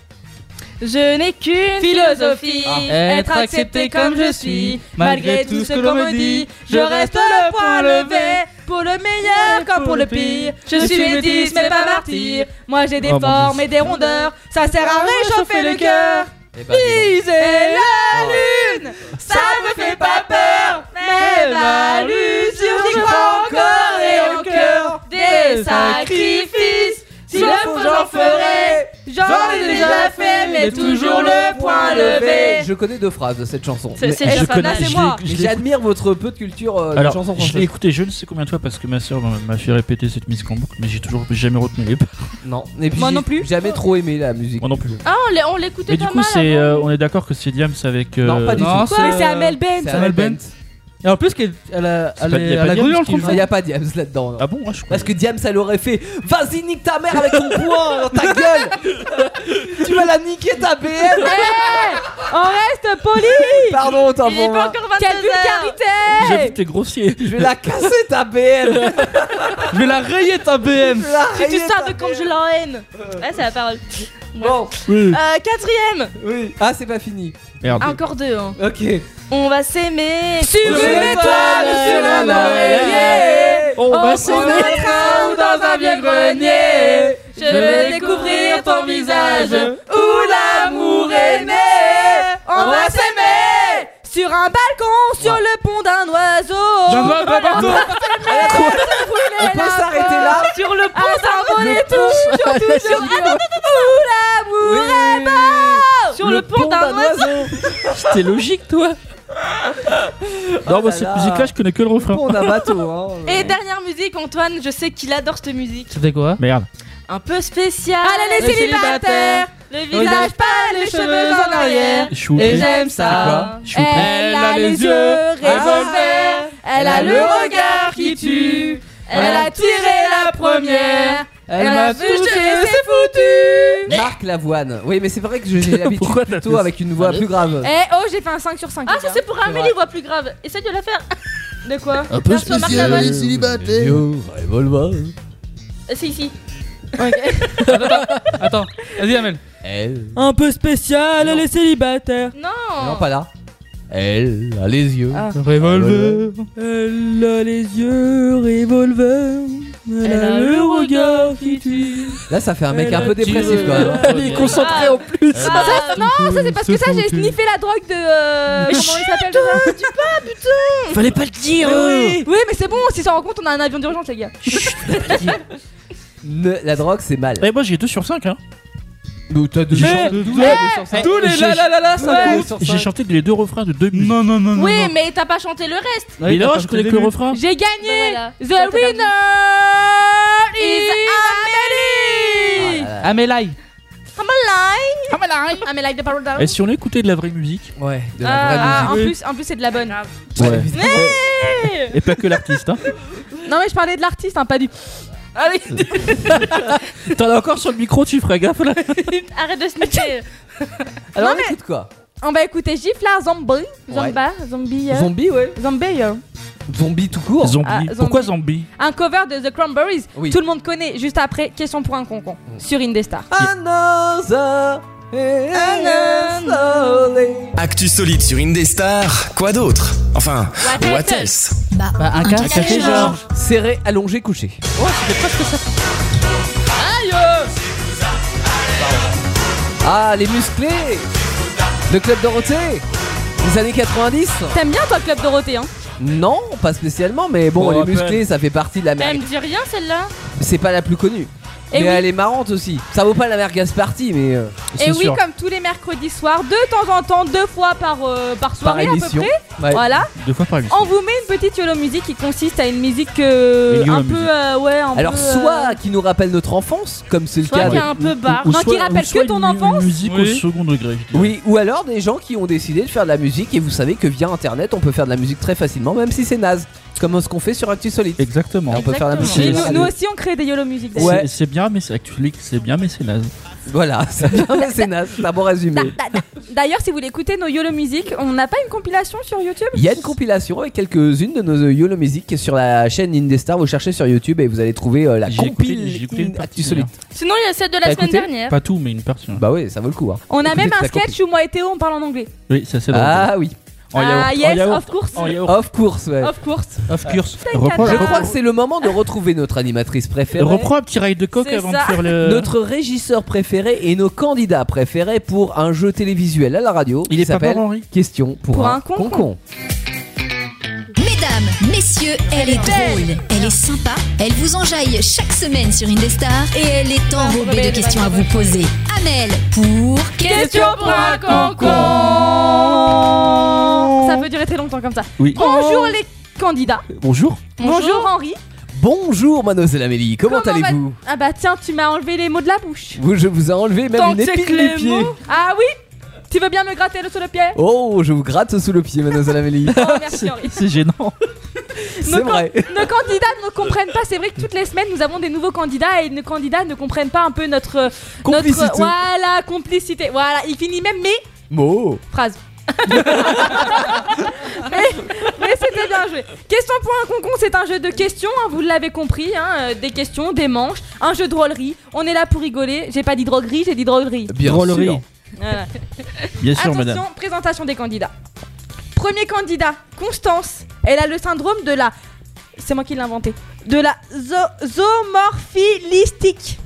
E: Je n'ai qu'une philosophie.
D: Philosophie, être accepté comme je suis, malgré tout ce qu'on me dit, je reste le point levé, pour le meilleur comme pour le pire. Je suis métisse mais pas martyr, moi j'ai des
F: Oh, mon
D: formes
F: Dieu.
D: et des rondeurs, ça sert à réchauffer le cœur.
G: Eh ben, dis donc. Ah,
D: Viser la lune, Oh. ça me fait pas peur, mais ma l'usure j'y crois encore et au cœur des sacrifices. S'il le faut, j'en ferai. J'en ai déjà fait, mais toujours le point levé.
G: Je connais deux phrases de cette chanson.
E: C'est-
G: Mais-
E: c'est
G: mais
E: la
F: Je
E: fin
F: connais,
D: c'est
F: je
D: moi.
F: l'ai- je l'ai-
G: J'admire votre peu de culture euh, de chanson
F: Alors, je l'ai
G: française.
F: écouté je ne sais combien de fois parce que ma soeur m'a fait répéter cette mise en boucle, mais j'ai toujours jamais retenu les paroles.
G: Non, et puis
D: Moi
G: j'ai
D: non plus.
G: Jamais trop aimé la musique.
F: Moi non plus.
E: Ah, on l'é- on l'écoutait
F: Mais du
E: pas
F: coup,
E: mal.
F: c'est,
E: avant.
F: euh, on est d'accord que c'est Diams avec. euh,
G: Non, pas du
H: Non,
G: tout.
D: Mais c'est
H: euh,
D: Amel Ben.
G: C'est
H: Amel
G: Amel
H: Bent. Et en plus, qu'elle- elle a
F: C'est pas- y a pas
H: elle a
F: Diams
H: grillé dans le
F: qui-
H: trompe.
G: Il n'y a pas Diams là-dedans. non.
F: Ah bon, ouais, je crois.
G: Parce que Diams, elle aurait fait Vas-y, nique ta mère avec ton poing dans ta gueule Tu vas la niquer ta BM
D: On reste poli.
G: Pardon, autant
F: euh,
E: Il est
G: pour
E: pas
G: moi.
E: encore 22
D: Quelle
E: heures.
F: J'avoue que
D: vulgarité
F: t'es grossier.
G: Je vais la casser ta BM
H: Je vais la rayer ta BM.
E: Si tu sors de comme je la haine. Ouais, c'est la parole.
G: Bon,
F: Oui.
E: Euh, quatrième.
G: oui. Ah, c'est pas fini.
F: Merde.
E: Ah, Encore deux. hein.
G: Ok.
E: On va s'aimer.
D: Sur une étoile, sur un oreiller,
F: On va
D: on
F: s'aimer.
D: mettra ou dans un vieux grenier. Je veux découvrir ton visage où l'amour est né. On va s'aimer sur un balcon, sur le pont d'un
F: Ah,
H: J'en
D: oiseau.
F: bah,
H: vois pas partout.
G: On peut s'arrêter là
D: Sur le
E: Ah,
D: pont d'un volet tout, surtout sur où l'amour est beau.
E: Sur le, pont d'un oiseau.
F: C'était logique, toi. Non,
G: Oh là
F: bah, cette
G: là.
F: musique-là, je connais que le refrain.
G: On a bateau, hein.
E: Et dernière musique, Antoine, je sais qu'il adore cette musique.
H: C'était quoi
F: Merde.
E: Un peu spéciale.
D: Allez les
H: Les
D: célibataires,
H: célibataires,
E: Le visage.
D: visage pâle, les cheveux en arrière.
F: Je suis
D: Et
F: outré.
D: j'aime
H: quoi
D: ça.
F: Je suis outré.
D: Elle a les yeux revolver. Elle a le regard qui tue. Elle a tiré la première. Elle m'a touché, c'est foutu.
G: Marc Lavoine. Oui, mais c'est vrai que je- j'ai l'habitude
F: Pourquoi t'as
G: plutôt
F: fait
G: avec une voix plus grave.
D: Eh oh, j'ai fait un 5 sur 5.
E: Ah, ça c'est pour
G: vrai.
E: Amélie, voix plus grave. Essaye de la faire.
D: de quoi
A: Un peu
E: Merci, Marc
A: spécial,
E: Lavoine.
A: les célibataires.
G: revolver.
E: Euh, C'est ici.
H: Attends, vas-y Amel.
G: Elle.
D: Un peu spécial,
G: Non.
D: les célibataires.
E: Non.
G: Non, pas là. Elle a les yeux.
D: Ah.
H: Revolver.
D: Elle a les yeux revolver. Elle
E: a le
D: regard qui tue.
G: Là, ça fait un mec
D: Elle
G: un
D: a
G: peu dépressif quand même.
H: Elle est
E: concentré en
D: non,
E: plus.
D: ça c'est parce que ça j'ai sniffé la drogue de. euh, comment il s'appelle déjà
H: Fallait pas le dire.
D: Oui, oui, mais c'est bon, si ça rend compte, on a un avion d'urgence, les gars.
G: Ne- la drogue, c'est mal.
F: Eh, moi, j'ai 2 sur 5. Hein.
G: t'as deux
F: J'ai
G: chances.
F: chanté-
H: Tous les la la la la
G: Eh,
H: ça compte.
F: J'ai chanté les deux refrains de 2 minutes.
H: non non non.
E: Oui, mais t'as pas chanté le reste.
F: Mais non, je connais que le refrain.
D: J'ai gagné
E: Bah voilà. Toi,
D: The
E: t'as perdu.
D: winner
E: Is
D: is
G: Ah
D: Amélie
H: Amélai.
E: Ah, mais like de parole
F: Et Eh, si on écoutait de la vraie musique
G: Ouais, de la
D: Ah,
G: vraie
D: ah, en plus, en plus c'est de la bonne.
F: Ouais. Et pas que l'artiste, hein.
D: Non, mais je parlais de l'artiste, hein, pas du. Allez,
H: T'en as encore sur le micro, tu ferais gaffe là.
E: Arrête de sniffer.
G: Alors
D: Non, mais-
G: écoute quoi
D: on va écouter Gifla Zombie.
E: Zomba, zombie. euh,
G: Zombie, ouais.
D: Zombie. euh.
G: Zombie tout court.
F: Zombie.
D: Ah, zombie.
F: Pourquoi zombie
D: Un cover de The Cranberries.
G: Oui. Mm.
D: Tout le monde connaît. Juste après, question pour un concon. Sur Indestar.
G: Another.
C: Actu solide sur Indestar, quoi d'autre Enfin,
E: What
C: what
E: else
C: else
H: Bah, un
B: cas, ça fait genre.
G: Serré, allongé, couché. Ah, les musclés Le club Dorothée Les années 90
D: T'aimes bien, toi, le Club Dorothée, hein
G: Non, pas spécialement, mais bon,
H: Bon,
G: les
H: rappel.
G: musclés, ça fait partie de la
E: Elle
G: mer.
E: me dit rien celle-là.
G: C'est pas la plus connue.
D: Et
G: mais
D: Eh oui.
G: elle est marrante aussi. Ça vaut pas la merguez party, mais euh,
D: Et
H: C'est
D: oui,
H: sûr.
D: comme tous les mercredis soirs, de temps en temps, deux fois par, euh, par
G: par
D: soirée à peu
G: émission.
D: près.
G: Ouais.
D: Voilà,
F: Deux fois par émission.
D: on vous met une petite YOLO musique qui consiste à une musique euh,
F: Une YOLO
D: un peu.
F: musique.
D: euh, ouais, un
G: Alors,
D: peu, euh,
G: soit qui nous rappelle notre enfance, comme c'est le
E: Toi
G: cas
E: qui est
G: de
E: un peu barre.
D: Non, qui rappelle
F: soit
D: que ton
F: une-
D: enfance.
F: Une musique au
H: Oui.
F: second degré. je dirais.
G: Oui, ou alors des gens qui ont décidé de faire de la musique et vous savez que via internet on peut faire de la musique très facilement, même si c'est naze. Comme ce qu'on fait sur Actu Solide.
F: Exactement.
G: On peut faire de la
E: Exactement.
G: musique.
D: Et
F: C'est-
G: naze.
D: nous, nous aussi, on crée des YOLO musiques.
F: C'est-
D: d'ailleurs.
G: Ouais.
F: C'est bien, mais c'est actuel, c'est bien, mais c'est naze.
G: Voilà, c'est bien, mais c'est naze. C'est un bon résumé.
D: Da- da- D'ailleurs, si vous voulez écouter nos YOLO musiques, on n'a pas une compilation sur YouTube
G: Il y a une compilation avec quelques-unes de nos euh, YOLO Music qui est sur la chaîne Indestar. Vous cherchez sur YouTube et vous allez trouver euh, la
F: J'ai écouté- j'ai
G: compile
F: écouté une
G: In- Actu
F: partie,
G: Solide.
E: Sinon, il y a celle de la
G: T'as
E: semaine
G: écouté
E: dernière.
F: Pas tout, mais une partie. hein.
G: Bah oui, ça vaut le coup. hein.
D: On a
G: Écoutez,
D: même un
G: la
D: sketch où moi et Théo on parle en anglais.
F: Oui, ça c'est drôle.
G: Ah oui,
F: En yaourt,
D: ah
F: en
D: yes,
F: yaourt,
D: of course.
F: en yaourt.
G: off course, ouais.
D: Of course.
H: Of course.
F: Reprends,
G: Je
D: Ah.
G: crois que c'est le moment de retrouver notre animatrice préférée.
F: reprends un petit rail de coke
D: C'est
F: avant
D: ça.
F: de faire le.
G: Notre régisseur préféré et nos candidats préférés pour un jeu télévisuel à la radio
F: Il
G: qui
F: est pas
G: s'appelle
F: mort, Henri.
G: Question pour,
D: Pour
G: un,
D: un concon.
G: concon.
B: Mesdames, messieurs, elle est drôle, elle est sympa, elle vous enjaille chaque semaine sur Indestar et elle est enrobée de questions à vous poser. Amel pour
E: Question pour un
D: concon. Ça peut durer très longtemps comme ça.
F: Oui. Euh,
D: Bonjour
G: Oh.
D: les candidats.
F: Bonjour.
D: Bonjour,
E: Bonjour.
D: Henri.
G: Bonjour Mademoiselle Amélie, comment,
D: Comment
G: allez-vous
D: Ah bah tiens, tu m'as enlevé les mots de la bouche.
G: Vous, je vous ai enlevé même
E: Tant
G: une
E: que c'est
G: épine du pied.
D: Ah oui Tu veux bien me gratter le sous le pied
G: Oh, je vous gratte sous le pied, Mademoiselle Amélie.
D: Oh merci Henri.
F: C'est gênant.
G: C'est
D: Nos can-
G: vrai.
D: Nos candidats ne comprennent pas. C'est vrai que toutes les semaines, nous avons des nouveaux candidats et nos candidats ne comprennent pas un peu notre.
G: Complicité.
D: Notre, voilà, complicité. Voilà, il finit même mes
G: Mo.
D: phrases. mais mais c'était bien joué. Question pour un concon, c'est un jeu de questions, hein, vous l'avez compris. hein, euh, des questions, des manches, un jeu de drôlerie. On est là pour rigoler. J'ai pas dit droguerie, j'ai dit drôlerie.
G: Bien
F: Drôlerie.
G: sûr.
D: Voilà.
F: Euh, Bien sûr,
D: Attention,
F: madame.
D: présentation des candidats. Premier candidat, Constance. Elle a le syndrome de la. C'est moi qui l'ai inventé. De la zo- zoomorphilistique.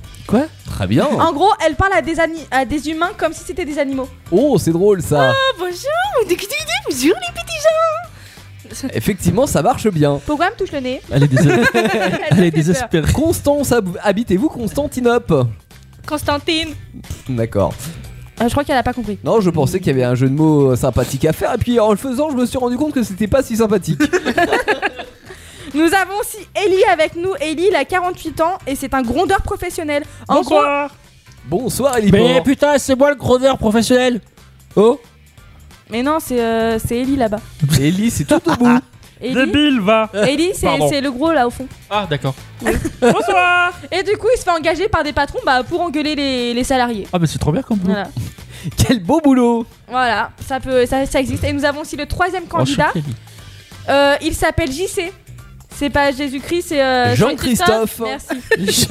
G: Très bien.
F: Oh.
D: En gros, elle parle à des, ani- à des humains comme si c'était des animaux.
G: Oh, c'est drôle ça.
D: Ah,
E: Bonjour, bonjour les petits gens.
G: Effectivement, ça marche bien.
D: Pourquoi elle me touche le nez
F: Elle est, dés-
D: Elle m'a
F: elle est
D: fait peur.
F: désespérée.
G: Constance, hab- habitez-vous Constantinople
D: Constantine.
G: D'accord.
D: Euh, je crois qu'elle a pas compris.
G: Non, je pensais qu'il y avait un jeu de mots euh, sympathique à faire, et puis en le faisant, je me suis rendu compte que c'était pas si sympathique.
D: Nous avons aussi Ellie avec nous. Ellie, elle a 48 ans et c'est un grondeur professionnel. En gros,
G: Bonsoir, Elie.
H: Mais
G: Port.
H: Eh, putain, c'est moi le grondeur professionnel.
G: Oh,
D: mais non, c'est euh, c'est Ellie là-bas.
G: Ellie, c'est tout au bout.
D: Ellie,
F: Débile, va.
D: Ellie, c'est
F: Pardon.
D: c'est le gros là au fond.
H: Ah, d'accord.
F: Bonsoir.
D: Et du coup, il se fait engager par des patrons bah, pour engueuler les, les salariés.
F: Ah, mais c'est trop bien comme boulot.
D: Voilà.
G: Quel beau boulot.
D: Voilà, ça peut, ça, ça existe. Et nous avons aussi le troisième
F: Oh,
D: candidat.
F: Enchanté, Ellie.
D: Euh, il s'appelle JC. C'est pas Jésus-Christ, c'est euh,
G: Jean-Christophe.
D: Merci.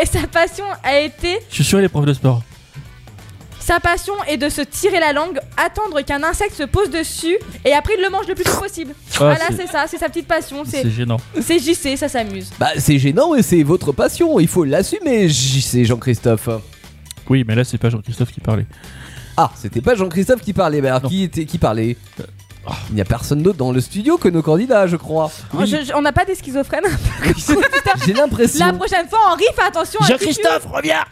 D: Et sa passion a été
F: Je suis sûr, il est prof de sport.
D: Sa passion est de se tirer la langue, attendre qu'un insecte se pose dessus et après il le mange le plus tôt possible.
F: Ah,
D: voilà, c'est
F: c'est-
D: ça, c'est sa petite passion, c'est
F: C'est gênant.
D: c'est JC, ça s'amuse.
G: Bah, c'est gênant et c'est votre passion, il faut l'assumer, J- c'est Jean-Christophe.
F: Oui, mais là, c'est pas Jean-Christophe qui parlait.
G: Ah, c'était pas Jean-Christophe qui parlait, mais alors
F: Non.
G: qui, était, qui parlait Oh, Il n'y a personne d'autre dans le studio que nos candidats, je crois.
D: Oh, je- je- on n'a pas des schizophrènes.
G: J'ai l'impression.
D: La prochaine fois, Henri, fais attention à qui tu-
F: reviens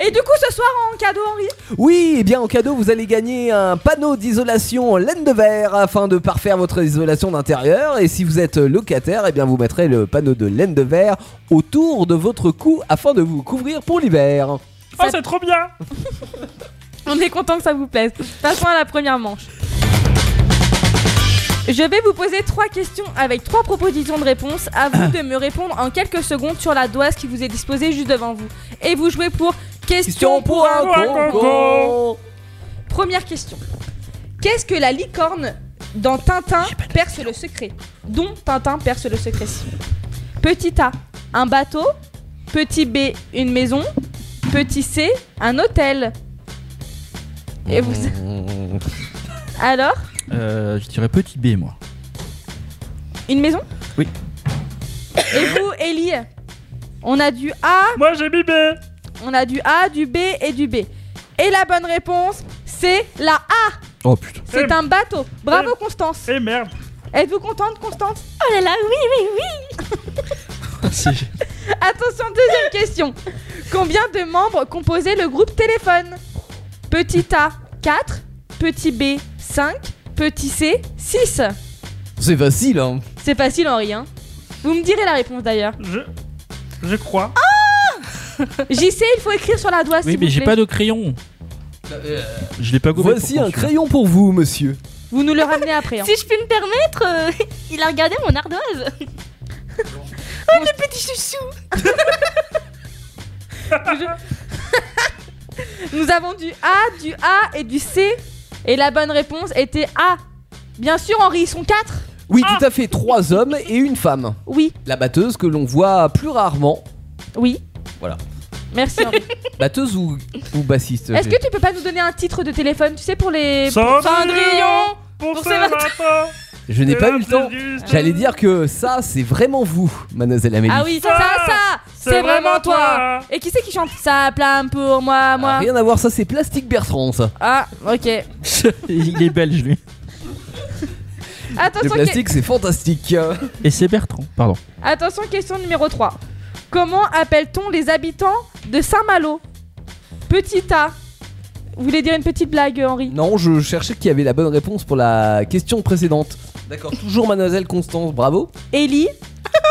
D: Et du coup, ce soir, en cadeau, Henri
G: Oui, eh bien en cadeau, vous allez gagner un panneau d'isolation en laine de verre afin de parfaire votre isolation d'intérieur. Et si vous êtes locataire, eh bien vous mettrez le panneau de laine de verre autour de votre cou afin de vous couvrir pour l'hiver.
D: Oh,
F: c'est trop bien
D: On est content que ça vous plaise. Passons à la première manche. Je vais vous poser trois questions avec trois propositions de réponse. À vous de me répondre en quelques secondes sur la doise qui vous est disposée juste devant vous. Et vous jouez pour question
G: Question pour un concours.
D: Première question. Qu'est-ce que la licorne dans Tintin perce le secret Dont Tintin perce le secret. Petit A, un bateau. Petit B, une maison. Petit C, un hôtel. Et vous... mmh, Alors
F: Euh, je dirais petit B, moi.
D: Une maison
F: Oui.
D: Et vous, Ellie On a du A. Moi, j'ai du B. On a du A, du B et du B. Et la bonne réponse, c'est la A.
G: Oh putain.
D: C'est un bateau. Bravo, Constance.
F: Eh merde
D: Êtes-vous contente, Constance Oh là là, oui, oui, oui. Attention, deuxième question. Combien de membres composaient le groupe téléphone Petit A, 4. Petit B, 5. Petit C, 6.
G: C'est facile, hein.
D: C'est facile, Henri. Hein vous me direz la réponse d'ailleurs.
F: Je... Je crois.
D: JC, il faut écrire sur la doigt,
F: oui,
D: s'il
F: mais
D: vous
F: j'ai
D: plaît.
F: pas de crayon. Je l'ai pas gommé.
G: Voici
F: pourtant,
G: un
F: celui-là.
G: crayon pour vous, monsieur.
D: Vous nous le ramenez après. hein.
I: Si je puis me permettre, euh, il a regardé mon ardoise.
D: Nous avons du A, du A et du C. Et la bonne réponse était A. Bien sûr, Henri, ils sont quatre.
G: Oui,
D: Ah.
G: tout à fait. Trois hommes et une femme.
D: Oui,
G: La batteuse que l'on voit plus rarement.
D: oui.
G: Voilà.
D: Merci. Henri.
G: Batteuse ou, ou bassiste
D: Est-ce
G: j'ai-
D: que tu peux pas nous donner un titre de téléphone, tu sais, pour les.
F: Cendrillon
D: Pour Sébastien
G: Je n'ai pas eu le temps. J'allais dire que ça, c'est vraiment vous, mademoiselle Amélie.
D: Ah oui, ça, ça, c'est vraiment toi. Et qui c'est qui chante Ça plane pour moi,
G: Ah,
D: moi.
G: rien à voir, ça c'est Plastique Bertrand, ça.
D: Ah, ok.
F: Il est belge, lui.
G: Le
D: Attention, que-
G: plastique, c'est fantastique. Euh,
F: Et c'est Bertrand, pardon.
D: Attention, question numéro 3. Comment appelle-t-on les habitants de Saint-Malo Petit A. Vous voulez dire une petite blague, Henri
G: Non, je cherchais qui avait la bonne réponse pour la question précédente. D'accord. Toujours mademoiselle Constance, bravo.
D: Ellie.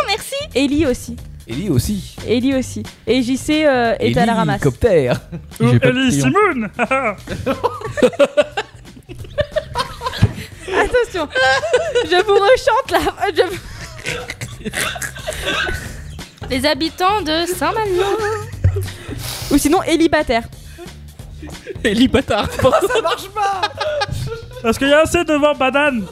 I: Merci.
D: Ellie aussi.
G: Ellie aussi.
D: Ellie aussi. Et JC euh, est à
G: Ellie,
D: la ramasse.
G: Copter.
J: Oh,
F: J'ai pas de crayon.
D: Attention, je vous rechante Euh, la. je vous-
I: Les habitants de Saint-Malo.
D: Ou sinon, Ellie Bataire.
F: Ellie bâtard
J: Parce qu'il y a assez devant banane.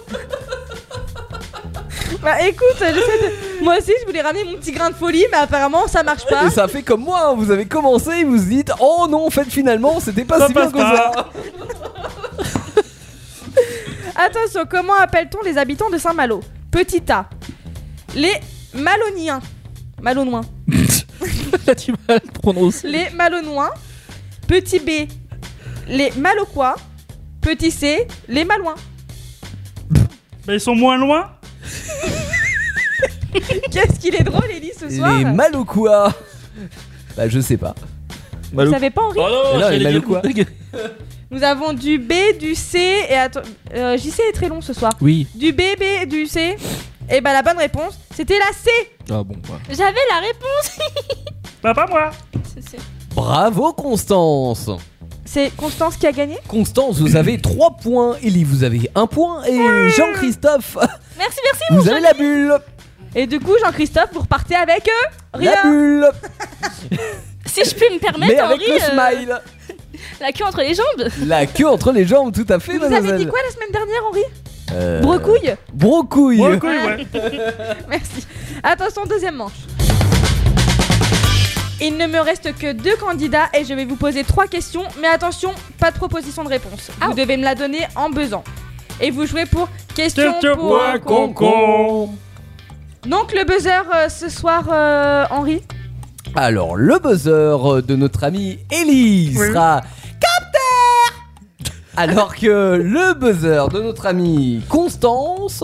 D: Bah écoute, j'essaie de- moi aussi je voulais ramener mon petit grain de folie, mais apparemment ça marche pas.
G: Et ça fait comme moi, hein, vous avez commencé et vous vous dites Oh non, en fait finalement, c'était pas
J: Ça
G: si bien
J: passe
G: que
J: pas.
G: ça.
D: Attention, comment appelle-t-on les habitants de Saint-Malo Petit A. Les Maloniens. Malonouins.
F: Là, tu vas le prononcer.
D: les Malonois. Petit B, les Maloquois. Petit C, les Malouins.
J: Mais ils sont moins loin.
D: Qu'est-ce qu'il est drôle, Ellie, ce soir
G: Les maloquois. Bah, je sais pas.
D: Vous savez pas, Henri
F: Oh
G: là, il a le quoi
D: Nous avons du B, du C et attends. euh, JC est très long ce soir.
F: Oui.
D: Du B, B, du C. Et bah, la bonne réponse, c'était la C.
F: Ah bon, bah.
I: J'avais la réponse.
J: Bah pas moi.
G: Bravo, Constance.
D: C'est Constance qui a gagné
G: Constance, vous avez 3 points. Ellie, vous avez 1 point. Et Jean-Christophe,
I: Merci, merci.
G: vous avez la bulle.
D: Et du coup, Jean-Christophe, vous repartez avec eux
G: La
D: Rien
G: bulle.
I: Si je puis me permettre,
G: Mais avec
I: Henri,
G: le
I: euh,
G: smile.
I: la queue entre les jambes.
G: La queue entre les jambes, tout à fait,
D: Vous avez dit
G: mademoiselle.
D: quoi la semaine dernière, Henri
G: Euh,
D: Brocouille
G: Brocouille.
J: Moi, couille, ouais.
D: Merci. Attention, deuxième manche. Il ne me reste que deux candidats et je vais vous poser trois questions, mais attention, pas de proposition de réponse. Vous devez me la donner en besant. Et vous jouez pour question
J: Question
D: pour
J: pour un con. Concon.
D: Donc le buzzer euh, ce soir, euh, Henri.
G: Alors, le buzzer de notre amie Ellie sera Capter Alors que le buzzer de notre amie Constance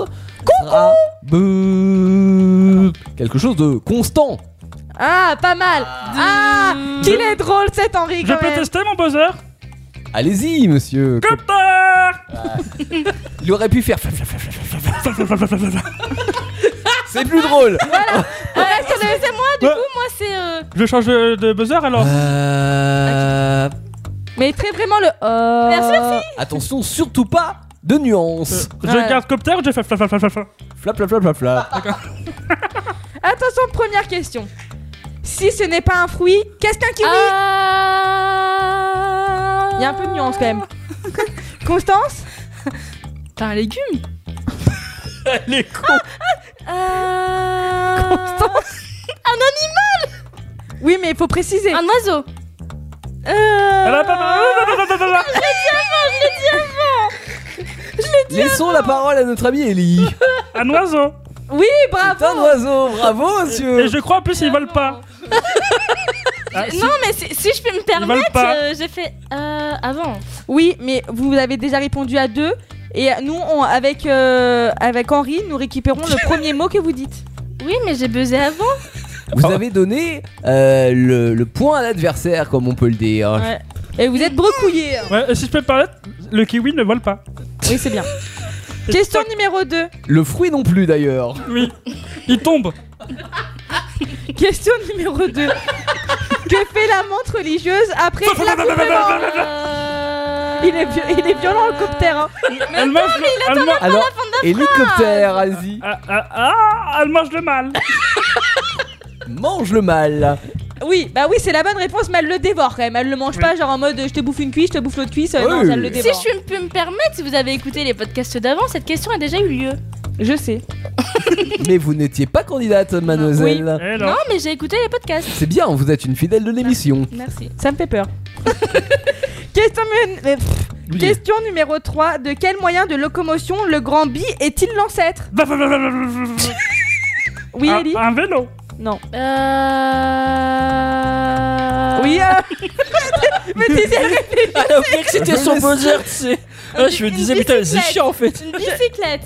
G: sera Boup. quelque chose de constant.
D: Ah, pas mal. Ah, qu'il est drôle cet Henri
J: Je
D: quand
J: peux
D: même.
J: tester mon buzzer
G: Allez-y, monsieur.
J: Copter
G: Il aurait pu faire. C'est plus drôle.
I: Ouais, c'est c'est moi, du
J: Ouais.
I: coup, moi, c'est. euh,
J: Je change de de buzzer alors
G: Euh,
D: Mais très vraiment le. euh,
I: Merci, merci.
G: Attention, surtout pas de nuances.
J: Je garde copter, je fais flap flap flap flap, flap.
G: Flap, flap, flap, flap, flap.
D: Attention, première question. Si ce n'est pas un fruit, qu'est-ce qu'un kiwi Il y a un peu de nuance quand même. Constance
I: T'as un légume
J: Elle est con.
I: Ah.
D: Constance Ah. Un animal Oui, mais il faut préciser.
I: Un oiseau Euh.
J: Elle a pas mal.
G: Laissons la parole à notre ami Ellie.
J: Un oiseau.
D: Oui, bravo
G: Putain d'oiseau, bravo
J: Et
G: monsieur.
J: je crois en plus ils volent pas. Ah, si.
I: Non, mais si, si je peux me
J: veulent
I: permettre,
J: pas.
I: euh, j'ai fait euh, avant.
D: Oui, mais vous avez déjà répondu à deux. Et nous, on- avec, euh, avec Henri, nous récupérons le premier mot que vous dites.
I: Oui, mais j'ai buzzé avant.
G: Vous avez donné euh, le, le point à l'adversaire, comme on peut le dire.
D: Ouais. Et vous êtes brecouillés. hein.
J: Ouais, et si je peux me parler, le kiwi ne vole pas.
D: Oui, c'est bien. Question numéro 2.
G: Le fruit non plus d'ailleurs.
J: Oui. Il tombe.
D: Question numéro 2. que fait la menthe religieuse après l'accouplement
I: Euh.
D: il est, vi- il est violent le copter. hein.
J: Elle mange le- elle mange-
G: Alors, hélicoptère, Asie,
J: Ah, ah, ah, elle mange le mal.
G: mange le mal.
D: Oui, bah oui, c'est la bonne réponse, mais elle le dévore quand même. Elle le mange pas, genre en mode je te bouffe une cuisse, je te bouffe l'autre cuisse. euh, Non,
G: Oui.
D: ça elle le
G: Si
I: Si
D: dévore.
I: je peux me permettre, si vous avez écouté les podcasts d'avant, cette question a déjà eu lieu.
D: Je sais.
G: Mais vous n'étiez pas candidate, mademoiselle.
J: Eh
I: Non,
J: non.
I: mais j'ai écouté les podcasts.
G: C'est bien, vous êtes une fidèle de l'émission.
I: Merci.
D: Ça me fait peur. Question, mu- euh, pff, question numéro 3. De quel moyen de locomotion le grand bi est-il l'ancêtre Oui, Ellie
G: Ah,
J: Un, un vélo.
D: Non.
G: ah.
I: Euh...
D: Oui, euh, mais tu sais,
K: Ah, oublié que c'était
G: Je
K: son
G: laisse-
K: buzzer, tu sais. Ah, je me
I: Une
K: disais, putain, c'est
I: bicyclette.
K: chiant en fait.
I: Une bicyclette.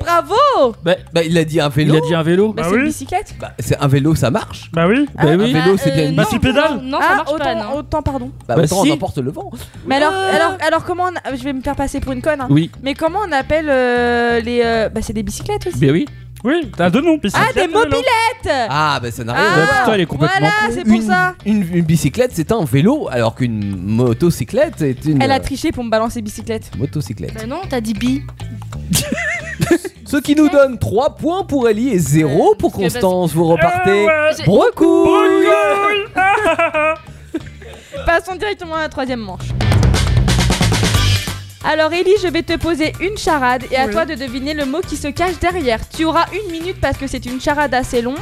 D: bravo
K: Bah,
G: Bah, il a dit un
F: Il
G: vélo.
F: a dit un vélo
D: Bah,
J: Bah
D: c'est une
J: oui.
D: bicyclette
G: Bah, c'est un vélo, ça marche.
J: Bah oui.
F: Bah oui.
G: vélo,
E: Euh,
G: c'est bien une
I: non,
J: bicyclette. Tu pédales
I: Non, non,
E: Ah,
I: ça marche
D: Ah, autant,
I: pas, non.
D: autant, pardon. Euh,
G: Bah,
F: Bah,
G: autant
F: si.
G: on emporte le vent.
D: Mais alors, alors, alors comment on a- Je vais me faire passer pour une conne. hein.
F: Oui.
D: Mais comment on appelle euh, les... euh, Bah c'est des bicyclettes aussi.
F: Bah oui.
J: Oui, t'as deux noms. bicyclette,
D: Ah, des
J: vélo.
D: mobilettes.
G: Ah, bah ça n'a
D: Ah,
G: rien. à voir.
F: Putain, il est complètement
D: Voilà, c'est pour
G: une,
D: ça.
G: Une, une bicyclette, c'est un vélo, alors qu'une motocyclette est une
D: Elle
G: euh,
D: a triché pour me balancer bicyclette.
G: motocyclette.
I: Bah non, t'as dit bi.
G: Ce qui nous donne 3 points pour Ellie et 0 pour
I: Parce que-
G: Constance.
D: Euh,
G: Vous
J: Eh
G: repartez.
J: ouais.
I: J'ai-
G: Brocouille
J: Brocouille. Ah, ah, ah.
D: Passons directement à la troisième manche. Alors Ellie, je vais te poser une charade et à toi de deviner le mot qui se cache derrière. Tu auras une minute parce que c'est une charade assez longue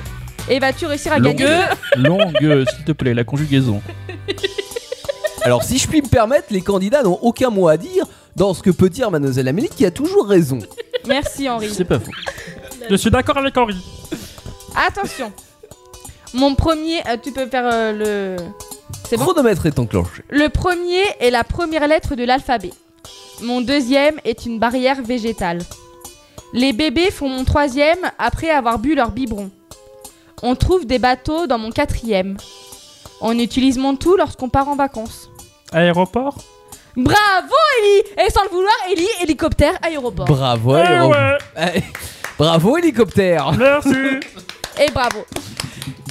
D: et vas-tu réussir à
F: Longue,
D: gagner
F: longue, euh, s'il te plaît, la conjugaison.
G: Alors, si je puis me permettre, les candidats n'ont aucun mot à dire dans ce que peut dire Mademoiselle Amélie qui a toujours raison.
D: Merci Henri.
F: C'est pas faux.
J: Je suis d'accord avec Henri.
D: Attention. Mon premier, euh, tu peux faire euh, le... C'est
G: Le
D: bon
G: chronomètre est enclenché.
D: Le premier est la première lettre de l'alphabet. Mon deuxième est une barrière végétale. Les bébés font mon troisième après avoir bu leur biberon. On trouve des bateaux dans mon quatrième. On utilise mon tout lorsqu'on part en vacances.
J: Aéroport.
D: Bravo Ellie Et sans le vouloir, Ellie, hélicoptère, aéroport.
G: Bravo,
J: Eh
G: hélico-
J: ouais.
G: Bravo hélicoptère
J: Merci.
D: Et bravo.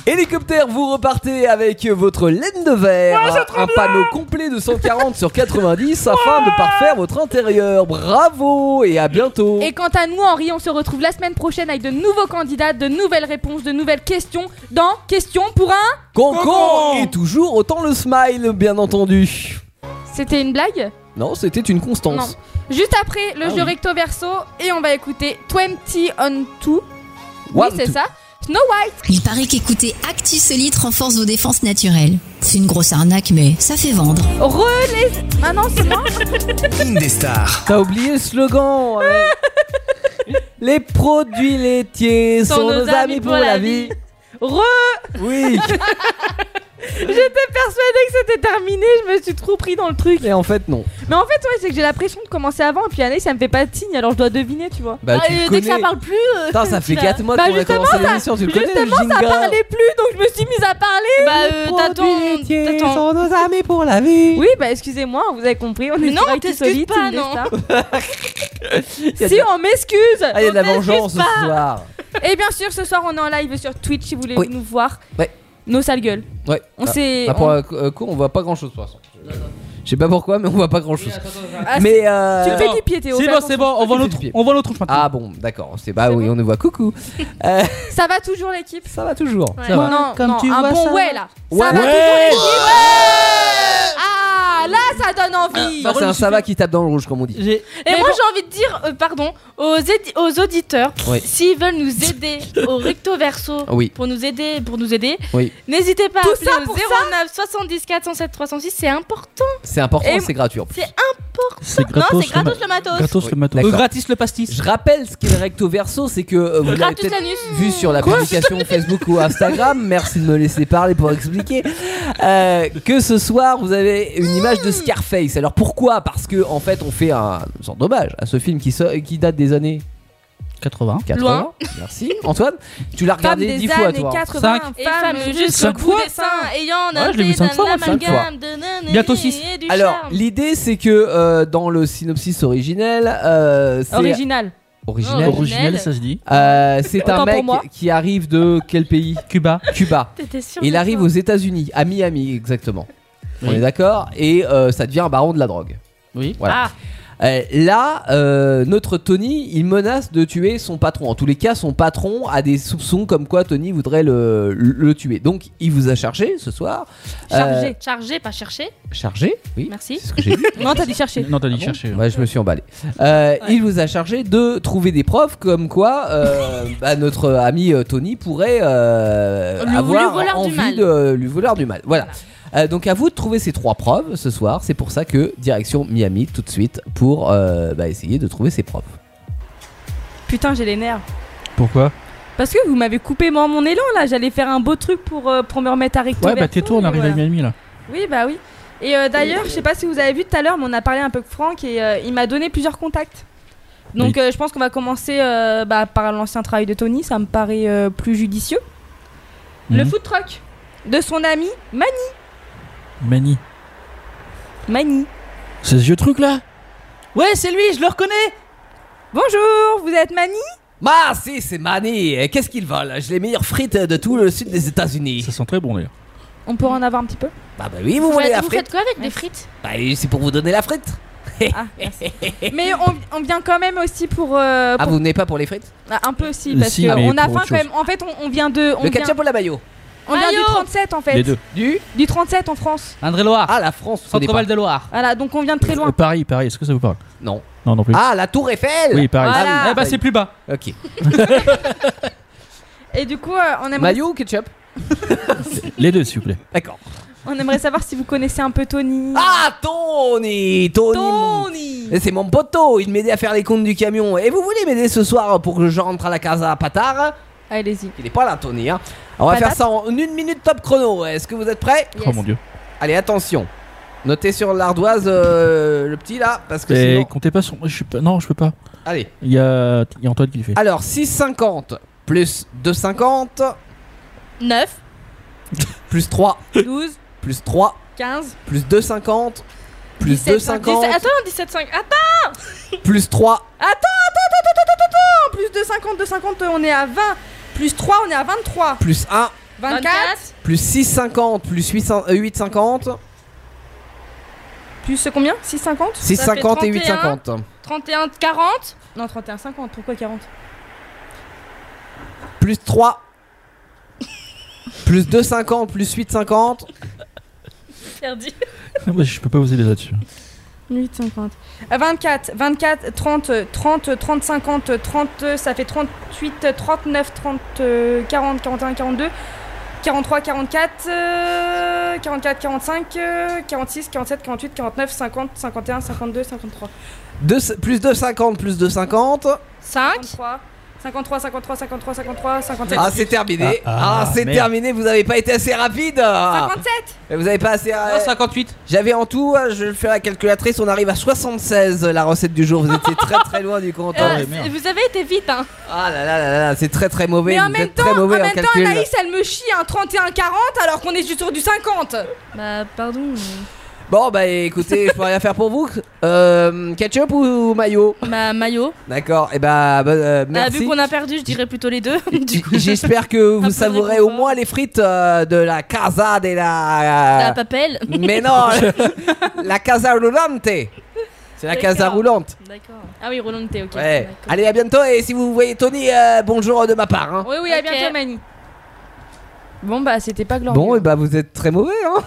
G: Hélicoptère, vous repartez avec votre laine de verre, un panneau complet de 140 sur 90 afin de parfaire votre intérieur. Bravo et à bientôt.
D: Et quant à nous, Henri, on se retrouve la semaine prochaine avec de nouveaux candidats, de nouvelles réponses, de nouvelles questions dans Question pour un...
G: Concon et toujours autant le smile, bien entendu.
D: C'était une blague
G: Non, c'était une constance.
D: Juste après le
G: Ah
D: jeu
G: oui.
D: recto verso et on va écouter 20 on 2. Oui,
G: One,
D: c'est
G: two.
D: ça. Snow White.
B: Il paraît qu'écouter Actu Solide renforce vos défenses naturelles. C'est une grosse arnaque, mais ça fait vendre.
D: Relais. Ah non, c'est moi.
C: Indestar.
G: T'as oublié le slogan. ouais. Les produits laitiers sont, nos amis, pour la vie.
D: Re.
G: Oui.
D: J'étais persuadée que c'était terminé. Je me suis trop pris dans le truc.
G: Et en fait non.
D: Mais en fait, ouais, c'est que j'ai la pression de commencer avant. Et puis, année, ça me fait pas de signe. Alors, je dois deviner, tu vois.
G: Bah
I: Ah,
G: tu le
I: euh,
G: connais.
I: dès que ça parle plus. euh,
G: Putain, ça fait
I: tu
G: 4 mois
D: Bah,
G: qu'on a
D: justement,
G: commencé
D: ça-
G: l'émission, tu le connais le
D: Justement, ça
G: jingle
D: parlait plus. Donc, je me suis mise à
E: Eh
D: parler.
I: Bah, euh, t'attends. t'attends.
G: nos amis pour la vie.
D: Oui, bah, excusez-moi. Vous avez compris. On
I: Mais
D: est
I: non,
D: sur Actu
I: t'excuses
D: Solide,
I: pas,
D: Team
I: non.
D: Destin.
G: Il y a de
D: hein. Si,
G: la-
D: on m'excuse.
G: Ah, il y a de la
I: on t'excuse
G: vengeance ce soir.
D: Et bien sûr, ce soir, on est en live sur Twitch si vous voulez
G: Oui.
D: nous voir.
G: Ouais.
D: Nos sales gueules.
G: Ouais.
D: On s'est.
G: Ah,
D: on-
G: pour un coup, on voit pas grand chose, de toute façon. Je sais pas pourquoi, mais on voit pas grand chose. mais euh,
D: Ah, Tu le fais du pied, Théo.
H: C'est
D: fais
H: bon,
D: attention.
H: c'est bon, on voit l'autre, on voit l'autre maintenant.
G: Ah bon, d'accord, c'est bah oui, on nous voit. Coucou. Euh,
D: Ça va toujours l'équipe
G: ça va toujours.
D: Ouais.
G: Ça va.
D: Non,
H: Comme
D: non,
H: tu
D: un
H: vois,
D: bon
H: ça
D: ouais
H: va.
D: là.
G: Ouais.
D: Ça va toujours
G: Ouais.
D: l'équipe. Ah, là ça donne envie.
G: Ça, c'est un ça va qui tape dans le rouge, comme on dit.
H: J'ai-
E: Et moi j'ai envie de dire, euh, pardon, aux, édi- aux auditeurs,
G: Oui. Ah
E: s'ils veulent nous aider au recto verso,
G: Oui.
E: pour nous aider, pour nous aider,
G: Oui,
E: n'hésitez pas
D: Tout
E: à appeler
D: ça
E: au
D: pour
E: 09 70 407 306, c'est important.
G: c'est important,
E: Et-
G: c'est gratuit. en plus.
F: C'est
E: non,
F: gratos, euh,
E: c'est gratos le matos.
F: gratos
G: Oui,
F: le matos.
G: d'accord.
H: Le gratis, le pastis.
G: Je rappelle ce qu'est le recto verso, c'est que euh, vous l'avez
E: Gratus
G: peut-être
E: l'anus.
G: vu sur la publication Facebook ou Instagram. Merci de me laisser parler pour expliquer Euh, que ce soir vous avez une image de Scarface. Alors pourquoi Parce que en fait on fait un sorte d'hommage à ce film qui, so- qui date des années
H: 80.
G: 80.
E: Loin.
G: Merci Antoine. Tu l'as
D: Femme
G: regardé
D: des
G: dix fois
D: années
G: toi.
D: 80,
E: Et
D: femme
E: femme
D: jusqu'au
E: jusqu'au
F: cinq
E: bout
D: bout
E: des seins, ayant
F: Ouais, je l'ai vu
E: noté
F: cinq fois,
E: d'un
F: moi, cinq
E: amalgame de nanani
H: Bientôt six.
E: et du
G: Alors
E: charme.
G: l'idée c'est que euh, dans le synopsis originel, euh, c'est
D: Original.
G: original.
E: Origi-
F: Originel, ça se dit.
G: Euh, c'est
D: Oh. Autant
G: un
D: pour
G: mec
D: moi.
G: qui arrive de quel pays
H: Cuba.
G: Cuba.
E: T'étais sûre
G: Il
E: de
G: arrive
E: toi.
G: aux États-Unis, à Miami exactement. On
F: Oui.
G: est d'accord Et euh, ça devient un baron de la drogue.
F: Oui.
G: Voilà. Euh, là, euh, notre Tony, il menace de tuer son patron. En tous les cas, son patron a des soupçons comme quoi Tony voudrait le, le tuer. Donc, il vous a chargé ce soir.
E: Chargé, chargé, pas cherché.
G: Euh, chargé, oui.
E: Merci.
G: C'est ce que j'ai dit.
D: Non, t'as dû chercher.
F: Non, t'as dit chercher.
G: Ouais, je me suis emballé. Euh, Il vous a chargé de trouver des preuves comme quoi euh, bah, notre ami euh, Tony pourrait euh,
E: Le- le
G: avoir
E: voleur du
G: envie
E: mal.
G: de lui voleur du mal. Voilà. Euh, donc à vous de trouver ces trois preuves ce soir. C'est pour ça que direction Miami tout de suite pour euh, bah, essayer de trouver ces preuves.
D: Putain, j'ai les nerfs.
F: Pourquoi
D: Parce que vous m'avez coupé mon, mon élan là, j'allais faire un beau truc pour, euh, pour me remettre à recto
F: Ouais, bah
D: verso,
F: t'es toi, on
D: mais
F: arrive à
D: voilà.
F: Miami là.
D: Oui, bah oui. Et euh, d'ailleurs, je sais pas si vous avez vu tout à l'heure, mais on a parlé un peu avec Franck et euh, il m'a donné plusieurs contacts. Donc euh, je pense qu'on va commencer euh, bah, par l'ancien travail de Tony, ça me paraît euh, plus judicieux. Le
F: Mhm.
D: food truck de son ami Mani.
F: Mani.
D: Mani.
F: C'est ce vieux truc là
H: Ouais, c'est lui, je le reconnais.
D: Bonjour, vous êtes Mani
G: Bah si, c'est Manny. Qu'est-ce qu'ils veulent J'ai les meilleures frites de tout le sud des États-Unis.
F: Ça sent très bon d'ailleurs.
D: On peut en avoir un petit peu
G: Bah, bah oui, vous voulez
E: faites-
G: la
E: vous
G: frite
E: faites quoi avec des frites
G: Bah c'est pour vous donner la frite.
D: Ah, merci. Mais on, on vient quand même aussi pour, euh,
G: Ah
D: pour-
G: vous venez pas pour les frites
D: Ah, un peu aussi
F: Le
D: parce
F: si,
D: que
F: mais
D: on a faim
F: pour autre
D: quand
F: chose.
D: même. En fait, on, on vient de on
G: Le
D: vient,
G: ketchup ou la mayo
D: on vient du
E: Mayo
D: 37 en fait.
F: Les deux.
G: Du
D: Du 37 en France.
H: André-Loire.
G: Ah la France. on est pas-
H: Centre-Val de Loire.
D: Voilà, donc on vient de très
F: Euh,
D: loin.
F: Paris, Paris, est-ce que ça vous parle
G: Non.
F: Non, non plus.
G: Ah, la Tour Eiffel Ah
F: oui, Paris.
D: Voilà.
H: Eh bah, c'est plus bas.
G: Ok.
D: Et du coup, euh, on aimerait
G: Mayo ou ketchup
F: Les deux, s'il vous plaît.
G: D'accord.
D: On aimerait savoir si vous connaissez un peu Tony.
G: Ah, Tony Tony mon-
D: Tony
G: Mais C'est mon poteau, il m'aidait à faire les comptes du camion. Et vous voulez m'aider ce soir pour que je rentre à la casa à Patard
D: Allez-y.
G: Il est pas là, Tony. Hein. On va
D: Patate.
G: faire ça en une minute top chrono. Est-ce que vous êtes prêts
F: Oh mon dieu.
G: Allez, attention. Notez sur l'ardoise euh, le petit là, parce que
F: Et
G: sinon.
F: comptez pas sur. moi, Je suis pas... Non, je peux pas.
G: Allez.
F: Il y a... il y a Antoine qui le
E: Ah.
F: fait.
G: Alors, 6,50 plus 2,50
E: 9.
G: plus 3
D: 12,
G: plus 3
D: 15,
G: plus 2,50 plus
E: 17,
G: 2,50
E: attends, 17,5. Attends,
G: plus 3
D: en plus de 50, de 50, on est à 20. Plus 3, on est à 23.
G: plus 1
D: 24,
E: 24.
G: plus 6,50 plus 800 euh, 8,50
D: plus euh, combien 6,50
G: 6,50 et
E: 31.
G: 8,50
E: 31, 40.
D: Non, 31, 50. Pourquoi 40
G: plus 3 plus 2,50 plus 8,50
E: Perdu.
F: Moi, je peux pas vous aider là-dessus.
D: 8, 50. 24, 24, 30, euh, 30, euh, 30, 50, euh, 30, euh, ça fait 38, euh, 39, 30, euh, 40, 41, 42, 43, 44, euh, 44, 45, euh, 46, 47, 48, 49, 50, 51, 52, 53.
G: Deux- plus 2,50 plus 2,50
E: 5.
D: 53, 53, 53, 53, 53, 57.
G: ah c'est terminé ah,
F: Ah,
G: c'est
F: merde.
G: terminé vous avez pas été assez rapide
D: 57
G: vous avez pas assez euh,
H: Ah, 58.
G: j'avais en tout hein, je vais le faire à la calculatrice on arrive à 76 la recette du jour vous étiez très très loin du compte
E: Euh,
G: hein.
F: ouais, merde.
E: vous avez été vite, hein.
G: ah là là là là, là c'est très très mauvais
D: Mais en
G: vous
D: même
G: êtes très
D: temps, en
G: mauvais
D: même temps,
G: calcul
D: Anaïs, elle me chie un 31-40 alors qu'on est sur du 50.
I: euh,
E: Bah, pardon.
G: Bon, bah écoutez, je peux rien faire pour vous. Euh, ketchup ou maillot
I: Bah, maillot.
G: D'accord, et bah, bah, euh,
I: Ah,
G: merci.
I: vu qu'on a perdu, je dirais plutôt les deux. du coup,
G: J'espère que vous savourez au moins les frites euh, de la Casa de la. euh,
I: la papelle.
G: Mais non, la Casa Roulante. C'est la Casa
I: D'accord.
G: Roulante.
I: D'accord. Ah oui, Roland, t'es ok.
G: Ouais. Allez, à bientôt et si vous voyez Tony, euh, bonjour de ma part. hein.
D: Oui, oui, à bientôt, Mani. Bon, bah, c'était pas glorieux.
G: Bon, et bah vous êtes très mauvais, hein.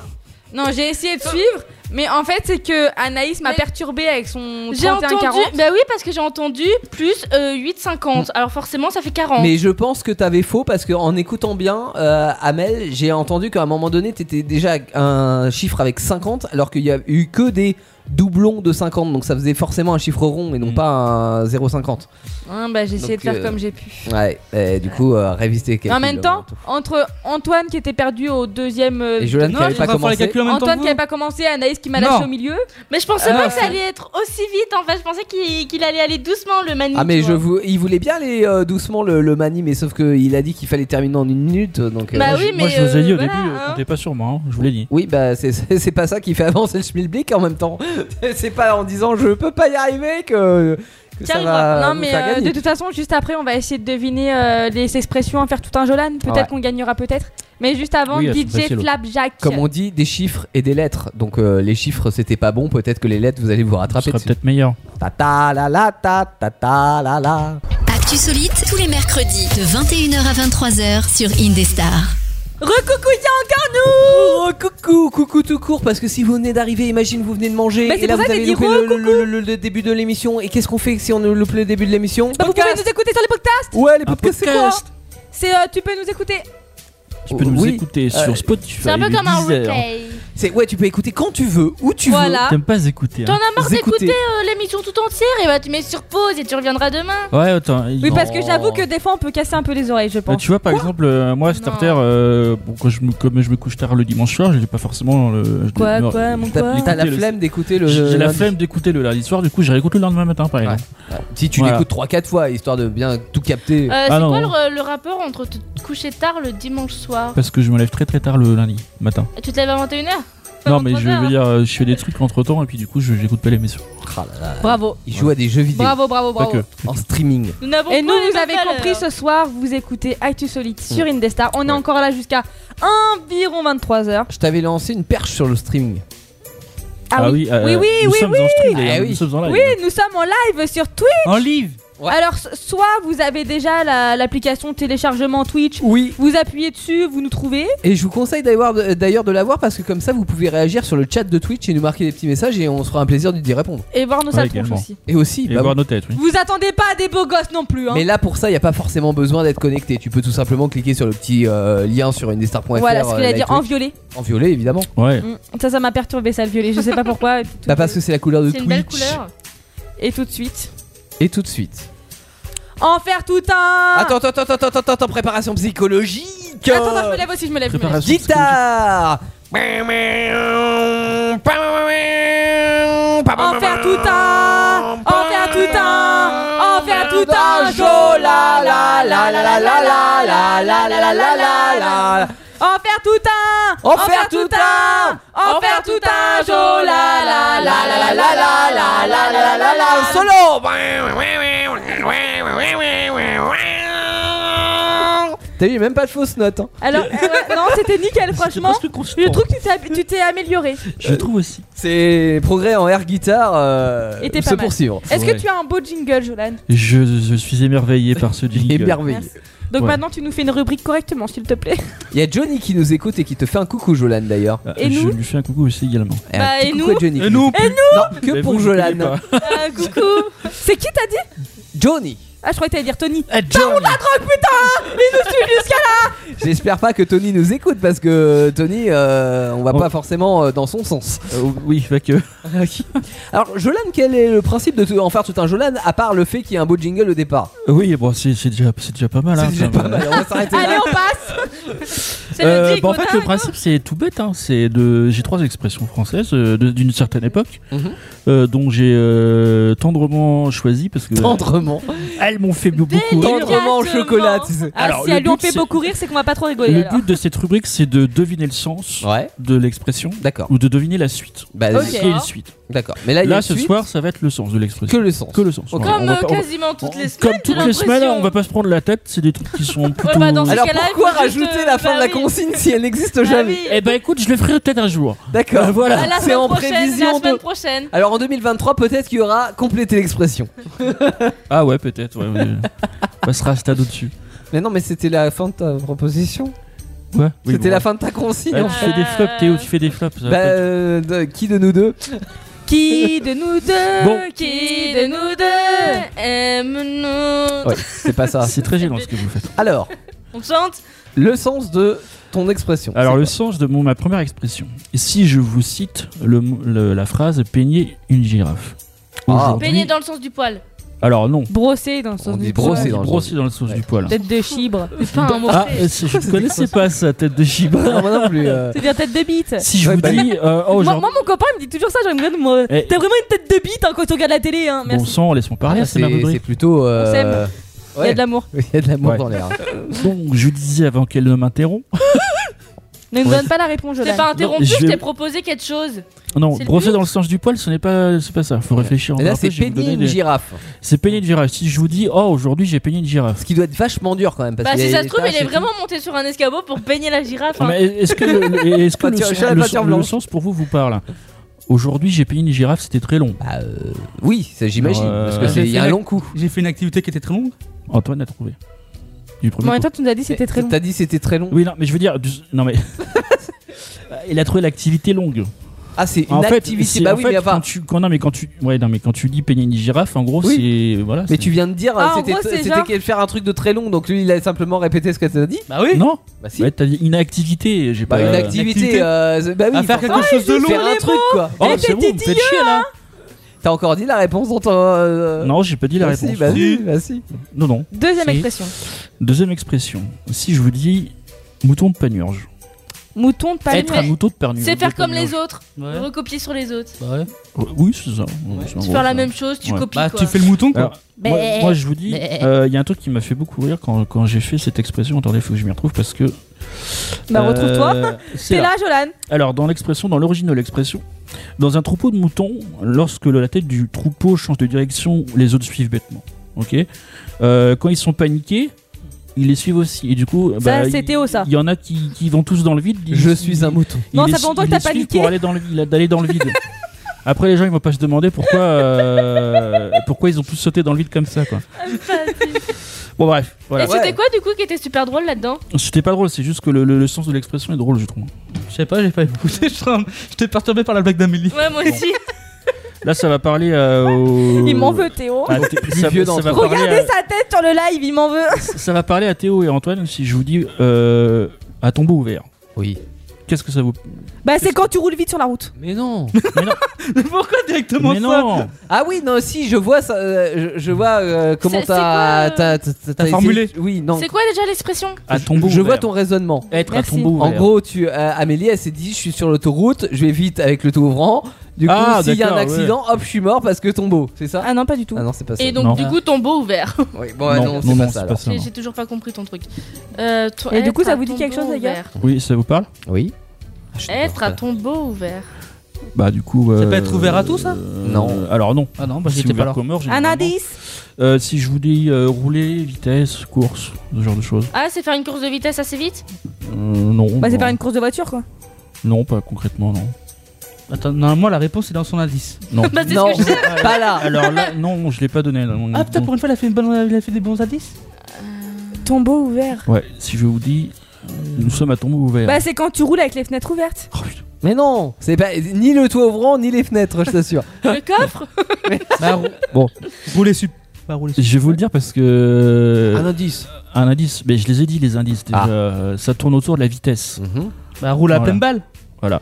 D: Non, j'ai essayé de suivre, mais en fait, c'est que Anaïs m'a perturbée avec son
I: J'ai entendu.
D: 31-40.
I: Bah oui, parce que j'ai entendu plus euh, 8,50. Alors forcément, ça fait 40.
G: Mm. Mais je pense que t'avais faux parce que en écoutant bien, euh, Amel, j'ai entendu qu'à un moment donné, t'étais déjà à un chiffre avec 50, alors qu'il y a eu que des doublons de 50, donc ça faisait forcément un chiffre rond et non pas un 0,50.
D: Hein, bah, j'ai essayé
G: Donc,
D: de faire
G: euh,
D: comme j'ai pu.
G: Ouais, et du coup, euh, révise tes calculs,
D: en même temps, entre Antoine qui était perdu au deuxième. euh,
G: Et Jolane qui
D: tournoi,
G: avait pas commencé.
D: Antoine qui avait pas commencé, Anaïs qui m'a
G: Non. Ah,
D: lâché au milieu.
I: Mais je pensais pas que ça allait être aussi vite. En fait, je pensais qu'il qu'il allait aller doucement le mani.
G: Ah mais
I: tu
G: je
I: vois.
G: vous, il voulait bien aller euh, doucement le, le mani, mais sauf que il a dit qu'il fallait terminer en une minute, donc.
I: Bah
F: Moi,
I: oui,
F: je-
I: mais,
F: Moi, je vous ai dit au
I: euh,
F: début,
I: voilà,
F: euh,
I: hein.
F: comptez pas sur moi, hein, je vous l'ai dit.
G: Oui, bah c'est- c'est c'est pas ça qui fait avancer le schmilblick en même temps. c'est pas en disant je peux pas y arriver que, que ça va
D: non
G: nous
D: mais
G: faire
D: euh,
G: gagner.
D: de toute façon juste après on va essayer de deviner euh, les expressions, faire tout un Jolan, peut-être
G: Ouais.
D: qu'on gagnera peut-être. Mais juste avant
G: Oui, elles sont
D: DJ
G: faciles.
D: Flapjack.
G: Comme on dit, des chiffres et des lettres. Donc euh, les chiffres c'était pas bon, peut-être que les lettres vous allez vous rattraper. C'est peut-être
F: meilleur.
G: Ta ta la la ta ta ta la la.
B: Actu Solite, tous les mercredis, de 21h à 23h sur Indestar.
D: Recoucou, il
G: y a encore nous Oh, Coucou, coucou tout court, parce que si vous venez d'arriver, imagine vous venez de manger
D: Bah, c'est
G: et là
D: pour
G: vous
D: ça qu'elle
G: avez
D: dit
G: loupé le, le- le- le- le début de l'émission. Et qu'est-ce qu'on fait si on loupe le début de l'émission
D: Bah, vous pouvez nous écouter sur les podcasts
G: Ouais, les podcasts,
D: c'est quoi C'est euh, tu peux nous écouter
F: Tu peux nous écouter sur Spotify.
D: Euh,
G: bah,
D: C'est un peu
F: le
D: comme un
F: Deezer.
D: replay.
G: C'est ouais, tu peux écouter quand tu veux, où tu
I: Voilà.
F: T'aimes pas écouter.
I: T'en
F: hein.
I: as marre d'écouter
F: Écouter.
I: euh, l'émission tout entière et bah tu mets sur pause et tu reviendras demain.
F: Ouais, attends.
D: Oui parce que
F: non.
D: j'avoue que des fois on peut casser un peu les oreilles, je
F: Bah,
D: pense.
F: tu vois, par exemple, euh, moi, Starter, euh, bon, quand je me, comme je me couche tard le dimanche soir, je n'ai pas forcément le. je
D: Quoi,
F: me-
D: quoi, mon
F: je tape
D: quoi
F: l'écouter
D: T'as la
F: le-
G: flemme d'écouter le-
F: J'ai j'ai la
G: lundi.
F: flemme d'écouter le lundi soir, du coup, je réécoute le lendemain matin, par exemple.
G: Si tu
F: Voilà.
G: l'écoutes 3-4 fois, histoire de bien tout capter.
I: Euh, c'est quoi le, le rapport entre te coucher tard le dimanche soir
F: Parce que je me lève très très tard le lundi matin.
I: Et Tu te lèves à 21h
F: Non, mais je
I: heures.
F: veux dire, euh, je fais des trucs entre temps et puis du coup, je j'écoute pas l'émission.
D: Bravo.
G: Il joue à des jeux vidéo.
D: Bravo, bravo,
F: Pas
D: bravo.
F: que.
G: En streaming.
I: Nous n'avons
D: Et nous,
I: pas les
D: vous
I: mêmes
D: avez
I: valeurs.
G: euh
D: compris ce soir, vous écoutez Actu Solide sur Indestar. On est encore là jusqu'à environ 23h.
G: Je t'avais lancé une perche sur le streaming.
D: Ah Ah oui. oui, euh, Oui, oui, nous oui, sommes oui. en stream,
F: hein.
D: d'ailleurs.
G: Ah oui.
D: Nous sommes en live. Oui, nous sommes en live sur Twitch.
F: En live.
D: Alors, so- soit vous avez déjà la- l'application téléchargement Twitch.
G: Oui.
D: Vous appuyez dessus, vous nous trouvez.
G: Et je vous conseille d'avoir- d'ailleurs de l'avoir parce que comme ça vous pouvez réagir sur le chat de Twitch et nous marquer des petits messages et on se fera un plaisir d'y répondre.
D: Et voir nos
G: ça
D: sales tronches aussi.
G: Et aussi, bah
F: voir
G: oui.
F: nos têtes, oui.
D: Vous attendez pas à des beaux gosses non plus. Hein.
G: Mais là pour ça, il n'y a pas forcément besoin d'être connecté. Tu peux tout simplement cliquer sur le petit euh, lien sur indestar.fr.
D: Voilà ce qu'il a
G: euh,
D: dit,
G: like
D: en
G: Twitch.
D: violet.
G: En violet, évidemment.
F: Ouais.
D: Mm. Ça, ça m'a perturbé, ça, le violet. Je sais pas pourquoi.
G: Bah parce que c'est la couleur de Twitch.
D: Et tout de suite.
G: Et tout de suite.
D: En faire tout un.
G: Attends, attends, attends, attends, attends, attends, préparation psychologique.
D: Ah. Attends, attends, je me lève aussi, je me lève. je me lève.
G: Guitare.
I: Bah,
D: En faire tout un, en faire tout un, en faire tout un, jola la la la la la la la la la la la la la.
I: bah.
D: En faire tout un, en faire tout un, en faire tout un, jola la la la la la la la la la la la.
G: Solo. T'as vu, même pas de fausses notes. hein.
D: Alors, euh, ouais, non, c'était nickel, franchement. Je trouve que tu t'es- tu t'es amélioré.
F: Je trouve aussi.
G: C'est progrès en air guitare euh,
D: Et t'es pas
G: se
D: mal.
G: poursuivre.
D: Est-ce
F: Ouais.
D: que tu as un beau jingle, Jolan
F: Je, je suis émerveillé par ce jingle.
G: Émerveillé. Merci.
D: Donc
F: Ouais.
D: maintenant, tu nous fais une rubrique correctement, s'il te plaît.
G: Il y a Johnny qui nous écoute et qui te fait un coucou, Jolan d'ailleurs.
D: Et je nous
F: Ah, lui fais un coucou aussi également.
G: Eh,
D: Bah, et nous
G: Johnny.
D: Et nous Et nous
G: Non, que
D: Mais
G: pour
D: vous, vous
G: Jolan.
D: Euh, coucou C'est qui t'as dit
G: Johnny.
D: Ah, je croyais que t'allais dire Tony.
H: Eh, Bah,
D: Baron de la drogue, putain Il nous suit jusqu'à là
G: J'espère pas que Tony nous écoute parce que Tony, euh, on va pas forcément euh, dans son sens.
F: oui, fait que. Euh,
G: Alors, Jolan, quel est le principe de te- en faire tout un Jolan à part le fait qu'il y a un beau jingle au départ
F: Oui, bon, c'est c'est déjà, c'est déjà pas mal. hein,
G: C'est déjà
F: quand
G: pas
F: même.
G: mal, on va s'arrêter là.
D: Allez, on passe
I: C'est le
F: Euh,
I: digue
F: bah, en
I: au
F: fait,
I: taco.
F: le principe, c'est tout bête. hein. C'est de, j'ai trois expressions françaises euh, de- d'une certaine époque, euh, dont j'ai euh, tendrement choisi parce que
G: Tendrement.
F: Elles m'ont fait beaucoup rire.
G: Tendrement au chocolat, tu sais.
I: Ah,
F: Alors,
I: si
F: le
I: elle lui en
F: but,
I: fait
F: c'est-
I: beaucoup rire, c'est qu'on va pas trop rigoler.
F: Le
I: alors.
F: but de cette rubrique, c'est de deviner le sens
G: Ah.
F: de l'expression, ou de deviner la suite.
G: Bah,
I: Ok.
F: Est-ce qu'il y a une suite.
G: D'accord. Mais là, il y a une
F: ce
G: suite.
F: soir, ça va être le sens de l'expression.
G: Que le sens.
F: Que le sens.
G: Ok.
F: voilà.
G: Comme,
F: On va
G: euh,
F: pas- on va-
I: Quasiment toutes les semaines.
F: Comme
I: j'ai
F: toutes les semaines,
I: l'impression.
F: on va pas se prendre la tête. C'est des trucs qui sont plutôt.
I: bah, dans ce
G: Alors
I: cas-là, il faut
G: pourquoi
I: juste,
G: rajouter
I: euh,
G: la fin
I: bah
G: de la
I: oui.
G: consigne si elle n'existe jamais
E: Ah
F: Eh ben écoute, je le ferai peut-être un jour.
G: D'accord,
I: À
G: voilà.
I: Bah, la
G: C'est
I: semaine
G: en
I: prochaine,
G: prévision
I: la semaine
G: de.
I: prochaine.
G: Alors en 2023, peut-être qu'il y aura complété l'expression.
F: Ah ouais, peut-être. ouais, ouais. On passera à ce stade au-dessus.
G: Mais non, mais c'était la fin de ta proposition.
F: Ouais. Oui,
G: C'était
F: bon.
G: la fin de ta consigne.
F: Ah,
G: en
F: tu
G: fait.
F: fais
I: Euh,
F: des flops, Théo, tu fais des flops. ça va
G: Bah,
F: pas être-
G: euh, de- qui de nous deux
I: Qui de nous deux
D: Euh,
F: Bon.
I: Qui de nous deux aime nous
G: Ouais, c'est pas ça.
F: C'est très gênant ce que vous faites.
G: Alors,
I: On chante
G: le sens de ton expression.
F: Alors le sens de mon, ma première expression. Si je vous cite le, le- la phrase peigner une girafe.
G: Ah.
F: Aujourd'hui-
E: Peigner dans le sens du poil.
F: Alors non.
I: Brosser dans le sens du
F: brosser
I: poil.
F: dans, le sens du poil.
I: Tête de chibre. C'est pas un mot.
F: Ah, euh, je ne connaissais pas ça, tête de chibre.
G: Non, moi non plus. euh.
I: C'est-à-dire tête de bite.
F: Si je
G: bah,
F: vous dis, euh, oh,
I: moi,
F: genre-
I: moi, mon copain, il me dit toujours ça. J'aime bien. moi,
F: Eh.
I: T'as vraiment une tête de bite hein, quand tu regardes la télé. Hein.
F: bon
I: Merci.
F: sang, laisse-moi parler,
G: Ah,
F: c'est ma
G: c'est-
F: rubrique.
G: c'est plutôt, euh, On s'aime.
I: Il y a de l'amour.
G: Il y a de l'amour
F: Ouais.
G: dans l'air.
F: Donc je disais avant qu'elle ne m'interrompt.
I: Ne nous
F: Ouais.
I: donne pas la réponse,
E: Je
I: Jolan.
E: t'ai pas interrompu,
F: je
E: je
F: vais-
E: t'ai proposé quelque chose.
F: Non,
E: C'est le
F: brosser
E: but.
F: dans le sens du poil, ce n'est pas, c'est pas ça. Faut réfléchir.
G: Et là,
F: encore un peu,
G: c'est
F: je vais vous
G: peigner
F: donner
G: une
F: des-
G: girafe.
F: C'est peigner une girafe. Si je vous dis, oh aujourd'hui j'ai peigné une girafe.
G: Ce qui doit être vachement dur quand même. Parce
I: Bah,
G: qu'il y
I: si
G: a
I: ça se
G: des
I: trouve, il
G: taches et
I: est
G: tout.
I: vraiment monté sur un escabeau pour peigner la girafe.
F: Non,
I: hein.
F: Ah, mais est-ce que le, le- est-ce que le
G: Peinture-
F: sens-
G: j'ai la
F: le
G: peinture
F: sens- le
G: blanche.
F: sens pour vous vous parle Aujourd'hui, j'ai payé une girafe, c'était très long.
G: Bah, euh, oui, ça, j'imagine.
F: Alors, euh,
G: Parce que
F: j'ai
G: c'est il y
F: fait
G: a un
F: la-
G: long coup.
H: J'ai fait une activité qui était très longue.
F: Antoine a trouvé. Du premier
I: Bon, et
F: coup.
I: toi, tu nous as dit que c'était très long.
G: T'as dit c'était très long.
F: Oui, non, mais je veux dire, du- non mais il a trouvé l'activité longue.
G: Ah, c'est une
F: en fait,
G: activité.
F: c'est-
G: Bah
F: en
G: oui,
F: fait,
G: mais
F: quand
G: enfin.
F: tu, quand, non, mais quand tu, ouais, non, mais quand tu dis peigner une girafe, en gros, c'est voilà.
G: Mais
F: c'est-
G: tu viens de dire,
I: Ah, en
G: c'était
I: gros, c'est
G: c'était
I: genre-
G: qu'elle faire un truc de très long, donc lui il a simplement répété ce que t'as dit.
H: Bah oui.
F: non,
G: Bah si.
F: Ouais, t'as dit une activité. J'ai
G: Bah,
F: pas.
G: une activité.
H: activité.
G: euh, c'est- bah oui,
H: À faire
G: forcément.
H: quelque chose de long.
G: Faire un truc quoi.
F: Oh, c'est bon, vous me faites chier là.
G: hein. T'as encore dit la réponse dont t'as, euh,
F: Non, j'ai pas dit la
G: bah
F: réponse.
G: Si, bah si, bah si.
F: Non, non.
I: Deuxième
F: Si.
I: expression.
F: Deuxième expression. Si je vous dis mouton de panurge.
I: Mouton de palmier.
F: Être un mouton de panurge.
E: C'est faire
F: de
E: comme les
F: panurge.
E: autres. Recopier sur les autres.
H: Bah, ouais.
F: Oui, c'est ça. C'est en
E: Tu
F: gros
E: fais
F: ça.
E: la même Bah, chose, tu
F: Ouais.
E: copies
H: Bah,
E: quoi.
H: tu fais le mouton quoi.
F: Alors,
I: Eh,
F: moi, moi, je vous dis, euh,
E: bah.
F: il y a un truc qui m'a fait beaucoup rire quand, quand j'ai fait cette expression. Attendez, faut que je m'y retrouve parce que. euh,
I: Bah, retrouve-toi.
F: c'est
I: T'es
F: là.
I: là, Jolan.
F: Alors, dans l'expression, dans l'origine de l'expression, dans un troupeau de moutons, lorsque le- la tête du troupeau change de direction, les autres suivent bêtement. Ok Euh, Quand ils sont paniqués, ils les suivent aussi. Et du coup,
I: Ça,
F: bah,
I: c'est
F: il-
I: Théo, ça.
F: Il y en a qui, qui vont tous dans le vide. Ils-
G: Je suis un
F: ils-
G: mouton.
F: ils
I: Non,
F: les-
I: ça fait longtemps
F: ils
I: que t'as
F: les suivent
I: paniqué.
F: Pour aller dans le, vide- d'aller dans le vide. Après, les gens ils vont pas se demander pourquoi, euh, pourquoi ils ont tous sauté dans le vide comme ça. Quoi.
I: Ah,
F: Bon, bref,
E: Et
F: voilà.
E: c'était quoi du coup qui était super drôle là-dedans
F: C'était pas drôle, c'est juste que le, le- le sens de l'expression est drôle, je trouve.
H: Je sais pas, j'ai pas écouté. je crois. J'étais perturbé par la blague d'Amélie.
E: Ouais, moi aussi.
F: Là, ça va parler euh, au.
I: Il m'en veut, Théo.
F: Ah, t-
G: Plus
F: ça,
G: vieux
F: ça va
G: d'entre
F: parler euh,
I: Regardez
F: à,
I: sa tête sur le live, il m'en veut.
F: ça va parler à Théo et Antoine si je vous dis euh, à tombeau ouvert.
G: Oui.
F: Qu'est-ce que ça vous
I: Bah, c'est quand tu roules vite sur la route.
G: Mais non.
H: Pourquoi directement
F: Mais
H: ça
F: non
G: Ah oui, non, si, je vois ça, euh, je, je vois euh, comment
E: C'est-
G: t'as
E: c'est quoi,
G: t'as-
E: euh,
G: t'as- t'as essayé-
H: formulé.
G: Oui, non.
E: C'est quoi déjà l'expression
F: À
G: Je-
F: tombeau
G: Je
F: ouvert.
G: vois ton raisonnement.
F: Être
I: Merci.
F: à tombeau ouvert.
G: En gros, tu, euh, Amélie, elle s'est dit, je suis sur l'autoroute, je vais vite avec le taux ouvrant. Du coup,
F: Ah,
G: s'il y a un
F: d'accord, ouais.
G: accident, hop, je suis mort parce que tombeau. C'est ça
I: Ah non, pas du tout.
G: Ah non, c'est pas ça.
E: Et donc
F: Non.
E: du coup tombeau ouvert.
G: Oui, bon, ouais, non,
F: non,
G: c'est pas
F: non,
G: ça.
F: c'est pas
G: alors.
F: ça.
E: J'ai
F: non.
E: j'ai toujours pas compris ton truc. Euh, to-
I: Et du coup,
E: être
I: ça
E: à
I: vous dit quelque
E: tombeau
I: chose, les gars
E: ouvert.
F: Oui, ça vous parle
G: Oui. Ah,
E: Être à tombeau ouvert.
F: Bah du coup.
H: peut être ouvert à tout, ça
F: euh,
G: Non.
F: Alors non.
H: Ah non, bah
F: Si
H: j'étais
F: ouvert
H: pas là.
F: qu'aux morts,
I: Un
F: généralement.
I: indice.
F: Euh, si je vous dis euh, rouler, vitesse, course, ce genre de choses.
E: Ah, c'est faire une course de vitesse assez vite
F: Euh, non.
I: Bah, c'est
F: non.
I: pas une course de voiture, quoi.
F: Non, pas concrètement, non.
H: Attends, normalement la réponse est dans son indice.
F: Non.
E: Bah, c'est ce
G: Non,
E: que je sais.
G: pas là.
F: Alors là, non, je l'ai pas donné. là, non,
H: Ah putain,
F: non.
H: pour une fois, elle a fait, une bonne... elle a fait des bons indices
I: Tombeau ouvert.
F: Ouais, si je vous dis, nous sommes à tombeau ouvert.
I: Bah, c'est quand tu roules avec les fenêtres ouvertes.
F: Oh, putain.
G: Mais non, c'est pas ni le toit ouvrant ni les fenêtres, je t'assure.
E: Le coffre
H: Bah, rou-
F: Bon.
H: Rouler sup. Bah, rouler sup.
F: je vais vous le dire parce que.
G: Un indice.
F: Un indice, mais je les ai dit les indices déjà.
G: Ah.
F: Euh, Ça tourne autour de la vitesse.
H: Bah, roule à
F: Voilà.
H: pleine balle.
F: Voilà.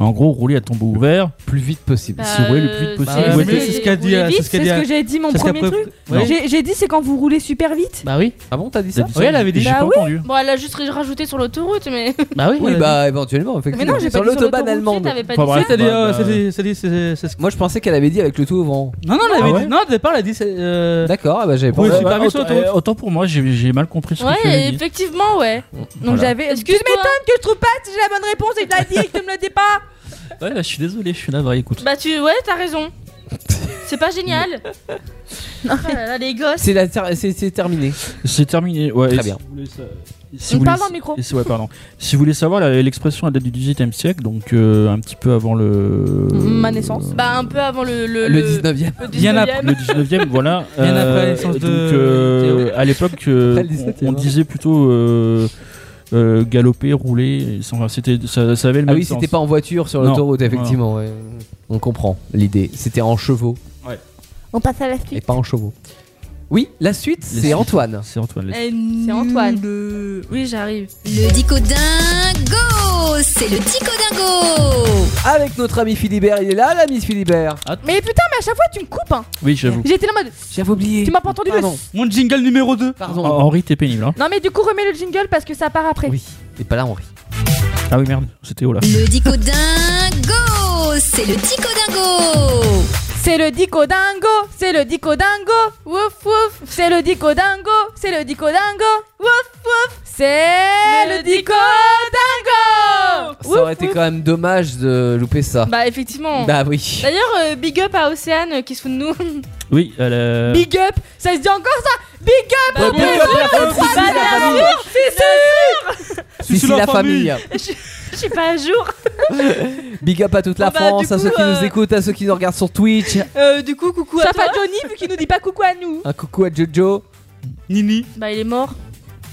F: En gros, rouler à tombeau ouvert.
G: Plus vite
E: Euh,
G: possible.
F: Si vous roulez le plus vite possible.
H: ouais, mais c'est ce qu'a dit,
D: Roulez
H: c'est
D: vite,
H: ce qu'a
D: C'est
H: dit,
D: ce que j'ai dit, mon
H: c'est ce qu'a
D: premier
H: preuve-
D: truc.
H: Ouais.
D: J'ai j'ai dit, c'est quand vous roulez super vite.
H: Bah oui.
G: Ah bon, t'as dit
H: ça Oui, elle avait dit.
D: Bah oui.
E: Bon, elle a juste rajouté sur l'autoroute, mais.
H: Bah oui.
G: Oui, bah éventuellement,
E: Mais
G: effectivement.
E: non, j'ai pas
G: Sur
E: dit sur
G: l'autobahn
E: l'autoroute,
G: allemande.
E: t'avais pas
H: Enfin, dit bref. ça. T'as dit,
G: Bah,
H: euh,
G: bah,
H: c'est des- c'est des- c'est- c'est ce
G: Moi, je pensais qu'elle avait dit avec le tout au vent.
H: Non, non, elle avait
G: Ah ouais
H: dit. Non, elle a dit. c'est, euh,
G: D'accord, ah bah, j'avais pas.
H: Oui,
G: Ouais,
H: c'est
G: bah,
H: pas avec
G: autant-
H: ça, toi.
G: euh,
F: Autant pour moi, j'ai j'ai mal compris ce que tu
E: Ouais,
F: avais dit.
E: effectivement, ouais.
D: Donc
F: Bah, Voilà.
D: j'avais. Tu m'étonnes que je trouve pas si j'ai la bonne réponse et que tu l'as dit et que tu me le dis pas.
F: Ouais, bah, je suis désolé, je suis navré, écoute.
E: Bah, tu. Ouais, t'as raison. C'est pas génial. non, Ah les gosses.
G: C'est la ter- c'est- c'est terminé.
F: C'est terminé, ouais.
G: Très
F: et
G: bien.
F: si vous voulez sa- si
E: On
F: vous
E: parle
F: voulez-
E: dans le micro.
F: et si- ouais, pardon. Si vous voulez savoir, la- l'expression elle date du 18 e siècle, donc euh, un petit peu avant le.
D: Ma naissance.
E: Bah, un peu avant le. Le,
F: Le
G: 19e.
E: le
H: Bien
E: 19e.
F: Le 19 e voilà.
H: Bien après la naissance
F: donc,
H: de
F: euh, à l'époque, euh,
G: Après le 17e,
F: on, on
G: hein.
F: disait plutôt euh, euh, galoper, rouler. et ça- enfin, c'était, ça, ça avait le
G: Ah
F: même
G: oui,
F: sens.
G: c'était pas en voiture sur
F: Non.
G: l'autoroute,
F: Voilà.
G: effectivement. ouais. On comprend l'idée. C'était en chevaux
D: On passe à la
G: et
D: suite.
G: pas en chevaux. Oui, la suite, c'est
F: suites.
G: Antoine.
F: C'est Antoine. laisse-
E: C'est Antoine. Oui, j'arrive.
B: Le dicodingo C'est le dicodingo
G: Avec notre ami Philibert, il est là, l'ami Philibert.
D: Mais putain, mais à chaque fois
E: Ah,
D: tu me coupes. Hein.
F: Oui, j'avoue.
E: eh,
D: J'étais là en mode.
G: J'avais oublié.
D: Tu m'as pas entendu le.
G: Pardon.
H: Mon jingle numéro 2.
F: Ah,
G: Pardon.
F: Henri, t'es pénible. Hein
D: Non mais du coup remets le jingle parce que ça part après.
G: Oui, et pas là, Henri.
F: ah oui, merde, c'était où là
B: Le dicodingo C'est le dicodingo
D: C'est le dico dingo, c'est le dico dingo, wouf wouf. C'est le dico dingo, c'est le dico dingo, wouf wouf. C'est le dico dingo.
G: Ça
D: Wouf,
G: aurait été
D: wouf.
G: quand même dommage de louper ça.
E: Bah, effectivement.
G: Bah oui.
E: D'ailleurs, euh, big up à Océane euh, qui se fout de nous.
F: Oui, elle. euh,
D: Big up, ça se dit encore ça. Big
G: Bah,
D: up,
G: big up la famille.
D: c'est ça.
G: Si, si, la famille.
E: Je suis pas à jour.
G: Big up à toute la
E: Bon, bah, du
G: France, à
E: coup,
G: ceux qui
E: euh,
G: nous écoutent, à ceux qui nous regardent sur Twitch.
E: Euh, du coup, coucou à
D: Ça
E: toi.
D: fait Johnny vu qu'il nous dit pas coucou à nous.
G: Un coucou à Jojo.
H: Nini.
E: Bah, il est mort.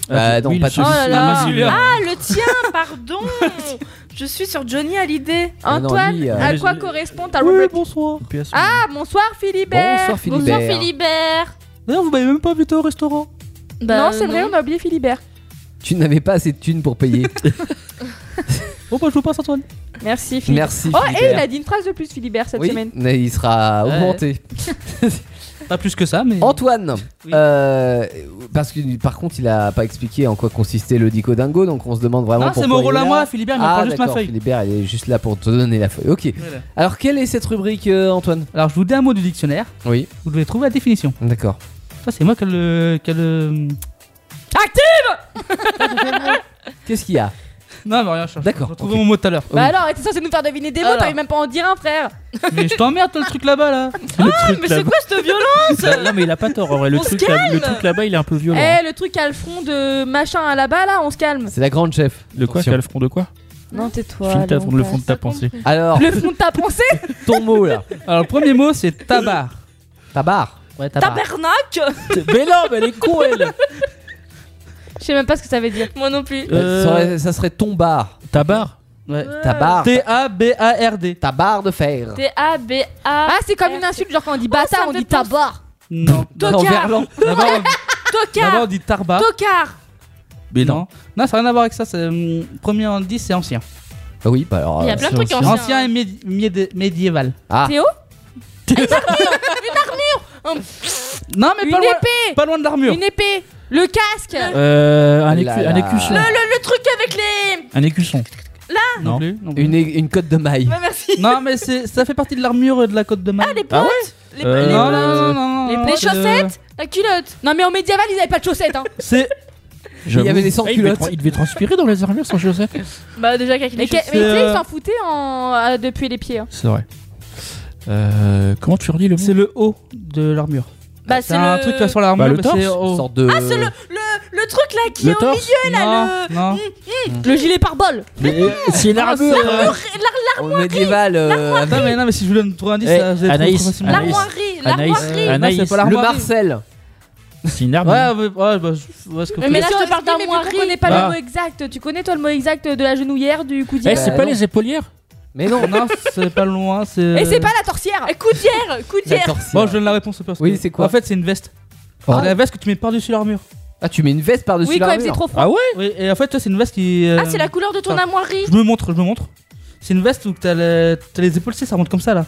G: Bah,
F: oui,
G: non,
F: le
G: pas de
F: chef-
E: Oh là là.
F: Ah,
H: Ah,
E: Ah, le tien, pardon. Je suis sur Johnny Hallyday.
G: Ah non,
D: Antoine,
G: lui, euh,
D: à
F: mais
D: quoi
F: je-
D: correspond
H: Ah,
D: ta rubrique
H: bonsoir.
F: PS,
D: Ah bonsoir Philibert.
G: Bonsoir Philibert.
E: Bonsoir Philibert.
H: D'ailleurs, vous m'avez même pas invité au restaurant.
E: Bah,
D: non c'est vrai on a oublié Philibert.
G: Tu n'avais pas assez de thunes pour payer.
H: Bon, bah, je vous passe, Antoine.
D: Merci Philibert.
G: Merci.
D: Oh et il
G: Philibert.
D: a dit une phrase de plus Philibert cette
G: Oui,
D: semaine.
G: mais il sera
H: Ouais.
G: augmenté.
H: Pas plus que ça, mais.
G: Antoine,
H: Oui.
G: euh, parce que par contre, il a pas expliqué en quoi consistait le dico dingo, donc on se demande vraiment
H: Non,
G: pourquoi.
H: Ah, c'est mon rôle
G: il est
H: à
G: là.
H: moi, Philibert, il me
G: Ah,
H: prend juste ma
G: d'accord,
H: feuille.
G: Philibert, il est juste là pour te donner la feuille. Ok.
H: Voilà.
G: Alors, quelle est cette rubrique, euh, Antoine
H: Alors, je vous dis un mot du dictionnaire.
G: Oui.
H: Vous devez trouver la définition.
G: D'accord.
H: Ça, c'est moi qui ai le. qui ai le-
G: Qu'est-ce qu'il y a
H: Non, mais rien, je cherche.
G: D'accord,
H: Je retrouve
G: ok.
H: mon mot tout à l'heure.
D: Bah alors t'es censé nous faire deviner des mots
H: Alors.
D: t'arrives même pas à en dire un frère.
H: Mais je t'emmerde, toi, le truc là-bas, là.
F: le truc
E: Mais c'est
F: là-bas.
E: quoi cette violence
F: Bah, non, mais il a pas tort. en vrai. Le,
E: On se
F: truc, là, le truc là-bas, il est un peu
D: Eh
F: violent.
D: le truc à le front de machin à là-bas là on se calme.
G: C'est la grande chef.
F: le quoi
G: Attention.
F: T'as le front de quoi
D: Non tais-toi.
F: File ta-
D: non,
F: le fond de ta
E: Ça compte.
F: pensée.
G: Alors,
D: Le fond de ta pensée
G: ton mot là,
H: Alors, le premier mot, c'est tabar.
G: ta barre.
H: Ouais, tabar.
E: Tabernacle
G: mais non, mais elle est con elle.
D: Je sais même pas ce que ça veut dire.
E: Moi non plus.
F: Euh,
G: Ça, serait, ça serait ton bar,
F: Tabar
H: Ouais.
G: ta barre,
H: T-A-B-A-R-D.
G: ta barre de fer.
E: T-A-B-A.
D: Ah Oh, c'est comme une insulte genre quand on dit bâtard
E: ça
D: on
E: me
D: dit
E: fait penser.
D: tabar.
H: Non.
G: Non, Verlan.
H: D'abord, on- d'abord,
E: Tocard
H: on dit tarba.
E: Tocard
F: Mais non.
H: Non. Non, ça n'a rien à voir avec ça. c'est, hum, Premier indice, c'est ancien.
G: Bah oui, bah alors.
E: Il y a
G: euh,
E: plein de
F: c'est
E: trucs
F: ancien.
E: anciens.
H: Ancien et médi- médi- médiéval.
G: Ah,
D: Théo
H: Non, mais
D: Une
H: pas loin,
D: épée
H: pas loin de l'armure.
D: Une épée Le casque
F: Euh, un,
G: Là,
F: écu-
G: là.
F: un écusson.
E: Le, le, le truc avec les.
F: Un écusson. Là
H: Non
F: Non.
H: plus, non plus.
G: une, une cote de maille.
E: Bah, merci.
H: Non, mais c'est- ça fait partie de l'armure euh, de la côte de Maille. Ah, les
F: Ah ouais
E: Les,
F: Euh,
E: les-
H: Non, non, non, non,
E: les-
H: non,
E: les
H: c'est de-
E: chaussettes, la culotte.
D: Non mais au médiéval ils avaient pas de chaussettes hein
H: C'est
F: J'avoue.
G: Il y avait des sans
F: Eh, il devait
G: culottes.
F: tra- Il devait transpirer dans les armures sans chaussettes.
E: Bah, déjà, qu'avec
D: Mais,
E: les
D: que- mais tu
E: chaussettes.
D: sais
H: euh,
D: ils s'en foutaient en...
E: euh,
D: ah, depuis les pieds hein.
F: C'est vrai. Euh, comment tu redis le mot
H: c'est le haut de l'armure.
E: Bah,
H: C'est un
E: le-
H: truc euh, sur l'armure,
F: Bah, le
H: mais
F: torse.
H: c'est haut.
G: Sorte de.
E: Ah, c'est le, le, le truc là qui est
F: Le
E: au
F: torse
E: milieu là.
H: Non, non.
D: Le gilet pare-balles
F: C'est l'armure
G: euh, Au médiéval. euh,
H: Attends, mais non, mais si je vous donne trois indices,
F: Eh,
H: ça, vous allez
F: Anaïs,
H: trouver
E: Le...
H: facilement.
F: Anaïs.
E: L'armoirie.
F: Anaïs,
G: Euh.
E: L'armoirie.
F: Anaïs,
H: Non, c'est pas
G: le
H: l'armoire.
G: Marcel.
F: c'est une arme.
H: Ouais, ouais, ouais, bah, je vois ce que vous
E: Mais
D: Mais
E: là,
D: là
E: je te parle d'un
D: mais vu
E: moiré.
D: qu'on connaît pas
F: Bah.
D: le mot exact Tu connais toi le mot exact de la genouillère du coup
F: Eh,
D: d'hier
F: c'est
G: Bah,
F: pas
G: non.
F: les épaulières
G: Mais non.
H: Non, c'est pas loin, c'est.
D: Et c'est pas la torsière
E: Coup d'hier. Coup
G: La
E: d'hier.
G: torsière.
H: Bon, je donne la réponse au perso.
G: Oui, c'est quoi
H: En fait, c'est une veste.
G: Ah.
H: C'est La veste que tu mets par-dessus l'armure.
G: Ah, tu mets une veste par-dessus
D: Oui quand même
G: l'armure.
D: c'est trop froid
F: Ah ouais
H: Oui, et en fait, toi, c'est une veste qui. euh,
E: Ah, c'est la couleur de ton
H: Ah.
E: armoirie.
H: Je me montre, je me montre. C'est une veste où t'as le- t'as les épaules, tu sais, ça remonte comme ça là.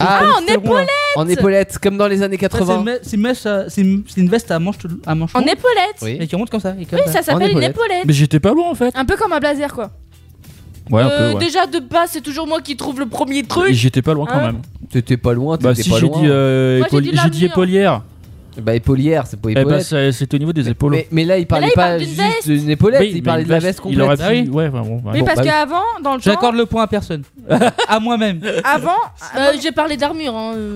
G: Ah,
H: Comme
G: en
H: ce rond, là.
G: épaulette En épaulette, comme dans les années 80.
H: Ouais, c'est une me- c'est une mèche à- C'est une c'est une veste à manche à manche
E: En
H: longue.
E: épaulette.
H: Et qui remonte comme ça. et comme
E: Oui, ça s'appelle une épaulette.
F: Mais j'étais pas loin en fait.
E: Un peu comme un blazer quoi.
G: Ah,
F: Ouais, un
E: Euh,
F: peu, ouais.
E: Déjà de base, c'est toujours moi qui trouve le premier truc.
F: J'étais pas loin quand
E: Hein
F: même.
G: T'étais pas loin,
F: Bah,
G: t'étais
F: si
G: pas
F: j'ai
G: loin.
F: dit, euh,
E: Moi, j'ai
F: épaul-
E: dit
F: j'ai dit
E: l'armure.
F: épaulière.
G: Bah, épaulière, c'est pas
F: Eh bah,
G: épaulette.
F: c'est- c'était au niveau des épaules.
G: Mais, mais là, il parlait
E: il
G: pas
E: parle d'une
G: juste
E: veste.
G: d'une épaulette,
F: Oui, mais
G: il parlait
F: une
G: de la
F: veste,
G: veste
F: il
G: complète.
F: aurait pu- ouais, bah, bon, bah,
E: Oui,
F: bon,
E: parce
F: bah,
E: qu'avant, dans le temps,
H: J'accorde le point à personne. à moi-même.
E: avant, euh, j'ai parlé d'armure. hein, euh.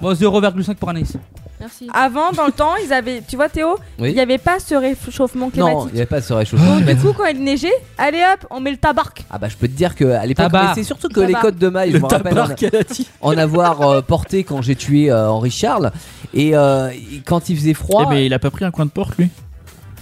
H: Bon, 0,5 pour Anaïs.
E: Merci.
D: Avant, dans le temps, ils avaient, tu vois, Théo,
G: Oui.
D: il n'y avait pas ce réchauffement
F: Ah
G: Non,
D: climatique.
G: il n'y avait pas ce réchauffement.
D: Du coup, quand il neigeait, allez hop, on met le tabarque.
G: Ah bah je peux te dire que à l'époque,
F: bah.
H: Tabac.
G: mais c'est surtout que
E: Ah
D: Tabac.
E: bah.
G: les codes de maille, je me rappelle en, en avoir euh, porté quand j'ai tué euh, Henri Charles et euh, il- quand il faisait froid.
F: Eh, mais il a pas pris un coin de porte lui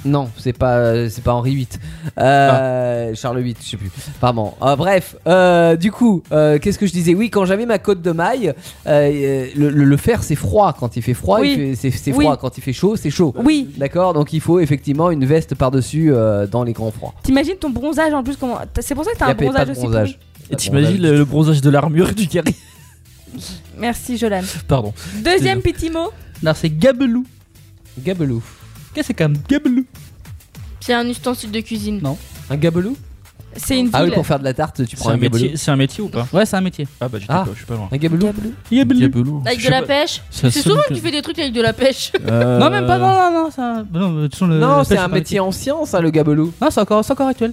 G: Non, c'est pas euh, c'est pas Henri VIII,
F: Ah.
G: Euh, Charles VIII, je sais plus. Pardon. Ah, bref, euh, du coup, euh, qu'est-ce que je disais Oui, quand j'avais ma cote de maille, euh, le, le- le fer c'est froid quand il fait froid,
D: Oui.
G: il fait- c'est c'est
D: Oui.
G: froid quand il fait chaud, c'est chaud.
D: Oui.
G: D'accord, donc il faut effectivement une veste par-dessus euh, dans les grands froids.
D: T'imagines ton bronzage en plus comment t'as- C'est pour ça que t'as
G: Il y
D: un
G: a pas
D: bronzage
G: de
D: aussi.
G: bronzage.
F: Et
G: bah,
F: t'imagines le, le bronzage de l'armure du guerrier
D: pourri. Merci Jolan.
F: Pardon.
D: Deuxième petit mot.
H: Non, c'est gabelou.
G: Gabelou.
H: Qu'est-ce que c'est quand même gabelou
E: C'est un ustensile de cuisine.
H: Non.
G: Un gabelou
D: C'est une
G: Ah oui,
D: ville.
G: pour faire de la tarte, tu
F: C'est
G: prends
F: un,
G: un gabelou.
F: métier, c'est un métier ou pas
H: Ouais, c'est un métier.
F: Ah bah j'étais
G: Ah.
F: pas, je suis pas loin.
G: Un gabelou
H: Gabelou.
F: Gabelou. Je
E: Avec de
F: sais
E: la
F: pas.
E: pêche.
F: Ça
E: C'est
F: sonne
E: souvent
F: que-
E: qui fait des trucs avec de la pêche.
F: Euh,
H: Non, même pas, non, non, non. c'est un- bah non, de toute façon, le-
G: Non,
H: la
G: c'est
H: pêche,
G: un métier ancien, ça, le gabelou.
H: Non, c'est encore, c'est encore actuel.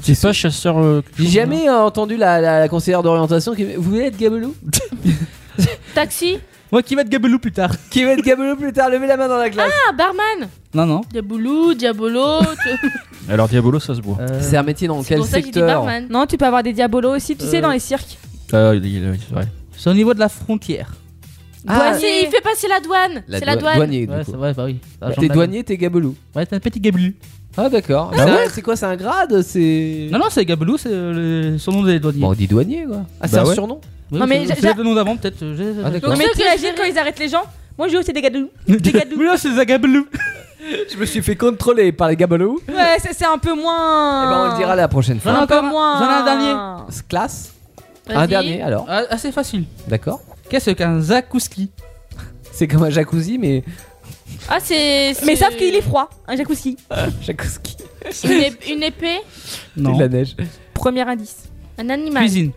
F: C'est pas chasseur. euh, quelque
G: J'ai
F: chose,
G: jamais euh, entendu la, la- la conseillère d'orientation qui Vous voulez être gabelou
E: Taxi.
H: Moi qui va être gabelou plus tard.
G: Qui veut être gabelou plus tard Levez la main dans la classe.
E: Ah, barman.
H: Non, non.
E: Diaboulou, Diabolo. tu-
F: non Alors Diabolo, ça se boit.
H: Euh,
G: Ah, C'est un métier dans
E: C'est
G: quel
E: pour ça que j'ai dit
G: secteur
E: barman.
D: Non, tu peux avoir des diabolos aussi, tu
G: Euh.
D: sais, dans les cirques.
F: Ah, il- il- oui, c'est vrai.
H: Euh, C'est au niveau de la frontière.
G: Ah,
E: Douanier, il fait passer la douane.
G: la
E: C'est la
G: doi-
E: douane.
G: douanier, du
H: Ouais,
G: coup.
H: c'est vrai, bah oui. Agent
G: T'es
H: de la-
G: douanier, t'es gabelou.
H: Ouais, t'es un petit gabelou.
G: Ah, d'accord. C'est un- c'est quoi C'est un grade C'est.
H: Non, non, c'est gabelou, c'est euh, le- son nom des douaniers.
G: Bon, on dit douanier, quoi. Ah, c'est
F: Bah
G: un
F: ouais.
G: surnom
H: Oui,
E: Non, mais
H: c'est-
E: j'ai-
H: c'est le nom d'avant, peut-être. euh, j'ai-
G: Ah,
D: Non,
G: d'accord.
E: Donc,
D: mais
E: ceux que
D: t'imagines
E: j'ai-
D: quand ils arrêtent les gens Bonjour, oh, c'est des gadous. Des gadous.
H: Mais là, c'est un gabelou.
G: Je me suis fait contrôler par les gabelous.
D: Ouais, c'est c'est un peu
G: Eh
E: Ah.
D: moins.
G: ben, on le dira la prochaine
H: J'en ai
G: fois.
D: Un peu
H: encore un-
D: moins.
H: J'en ai un dernier.
G: Classe. Un
E: Vas-y.
G: dernier, alors.
H: Ah, Assez facile.
G: D'accord.
H: Qu'est-ce qu'un zakouski
G: C'est comme un jacuzzi, mais.
E: Ah, c'est. c'est-
D: Mais sauf qu'il est froid, un jacuzzi.
G: Jacuzzi.
E: Une ép- une épée.
G: C'est
H: Non.
G: de la neige.
D: Premier indice.
E: Un animal.
H: Cuisine.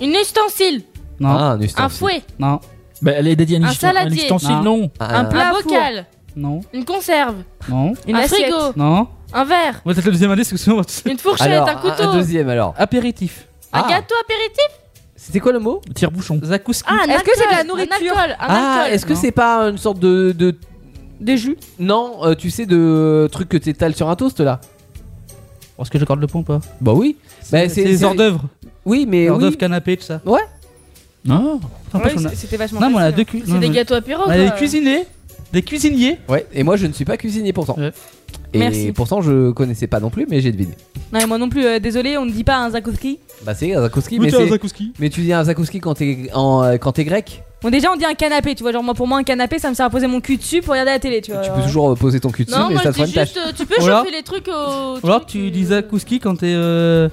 E: Une ustensile.
H: Non.
G: Ah, un ustensile.
E: Un fouet.
H: Non.
F: Bah, elle est dédiée à une
E: Un
F: histoire- un
E: saladier.
F: ustensile,
H: Non.
F: non
E: Un
G: Ah,
E: plat. Un
D: Un four.
E: bocal.
H: Non.
E: Une conserve.
H: Non.
D: Une
E: un
D: assiette.
E: frigo.
H: Non.
E: Un verre.
H: On va peut-être le deuxième indice, parce que sinon on va tous-
E: Une fourchette.
G: Alors,
E: un couteau. Un,
G: deuxième, alors.
H: Apéritif.
G: Ah.
E: gâteau apéritif.
G: C'était quoi le mot
F: Tire-bouchon.
H: Zakouski.
E: Ah, un
D: Est-ce que c'est de la
E: alcool,
D: nourriture
E: Un alcool. Un
G: Ah,
E: alcool.
G: est-ce que
H: non.
G: c'est pas une sorte de. de-
D: Des jus.
G: Non, euh, tu sais, de euh, truc que t'étales sur un toast là
H: Oh, Est-ce que j'accorde le point ou pas
G: Bah oui. Bah,
H: C'est les hors d'œuvre.
G: Oui, mais.
H: Hors
G: oui.
H: d'œuvre, canapé, tout ça.
F: Non.
H: Non,
D: Ouais,
H: parce qu'on a-
D: c'est- C'était vachement.
H: Non, mais on a
D: facile,
H: deux cu-
E: C'est
H: non,
E: des
H: mais-
E: gâteaux apéro.
H: On
E: quoi.
H: a des cuisiniers. Des cuisiniers.
G: Ouais, et moi je ne suis pas cuisinier pourtant.
H: Ouais.
G: Et
D: Merci.
G: pourtant je connaissais pas non plus, mais j'ai deviné.
D: hein. Non, mais moi non plus, euh, désolé, on ne dit pas un zakouski.
G: Bah c'est un zakouski, mais c'est. Mais tu dis un zakouski quand t'es en, euh, quand t'es grec,
D: Bon, déjà, on dit un canapé, tu vois. Genre, moi, pour moi, un canapé, ça me sert à poser mon cul dessus pour regarder la télé, tu vois.
G: tu peux
D: genre.
G: toujours euh, poser ton cul dessus,
E: Non,
G: mais
E: moi
G: ça
E: je
G: te fera une
E: dis
G: tâche.
E: juste, euh, tu peux
H: Ou alors-
E: chauffer les trucs au.
H: Ou alors
E: truc, euh,
H: tu dis zakouski quand t'es euh,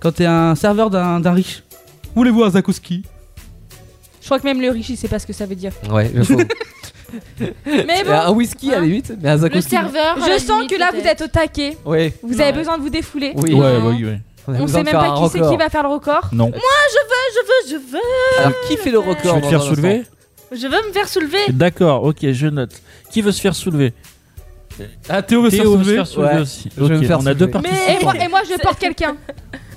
H: quand t'es un serveur d'un d'un riche. Voulez-vous un zakouski
D: Je crois que même le riche, il sait pas ce que ça veut dire.
G: Ouais, je faut-
D: Mais
G: Et Un
D: Eh bon, Hein
G: whisky à la limite, mais un
E: Le
G: zakouski.
E: serveur. à la
D: je sens
E: limite, euh.
D: que là, vous êtes
E: peut-être.
D: au taquet.
G: Ouais.
D: Vous avez
E: Ouais.
D: besoin de vous défouler.
G: bah Oui.
F: Ouais,
E: Non.
F: oui, oui.
G: a
D: On
G: besoin
D: sait
G: de
D: même
G: faire
D: pas
G: un
D: qui c'est
G: record.
D: qui va faire le record.
F: Non.
E: Ah, Je veux, je veux,
G: Alors qui fait le record
F: Tu veux te
G: dans
F: faire
G: un instant
F: soulever
E: je veux me faire
F: Eh
E: soulever.
F: D'accord, ok, je note. Qui veut se faire soulever
H: Ah Théo veut se faire
F: Théo veut se
H: soulever.
F: faire soulever
G: Ouais.
F: aussi.
G: Je vais
F: Ok,
G: me faire
F: on a deux
G: soulever.
D: Et
F: participants.
D: moi, et moi, je porte quelqu'un.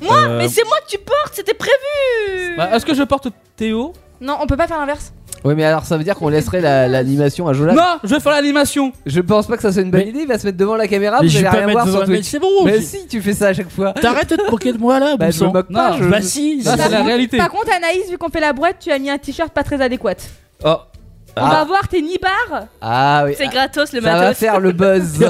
F: Euh,
E: Mais c'est moi que tu portes, c'était prévu.
H: Bah, Est-ce que je porte Théo
D: Non, on peut pas faire l'inverse.
G: Ouais, mais alors ça veut dire qu'on laisserait la- l'animation à Jolan.
H: Non, je vais faire l'animation.
G: Je pense pas que ça soit une bonne
F: Mais-
G: idée, il va se mettre devant la caméra,
F: mais
G: Ah, vous
F: je
G: allez
F: vais pas
G: rien
F: mettre
G: voir sur
F: devant- mais
G: Twitch.
F: c'est bon,
G: Mais
F: je-
G: si, tu fais ça à chaque fois.
F: t'arrêtes de te moquer de moi là,
G: Bah, je me
F: Bousson.
G: moque pas.
H: Non,
G: je-
F: Bah si, si,
H: Là, c'est
F: si.
H: la réalité.
D: Par contre, Anaïs, vu qu'on fait la brouette, tu as mis un t-shirt pas très adéquat.
G: Oh.
D: On
G: Ah.
D: va voir tes nibards.
G: Ah oui.
E: C'est gratos le
G: Ça va
E: matos.
G: faire le buzz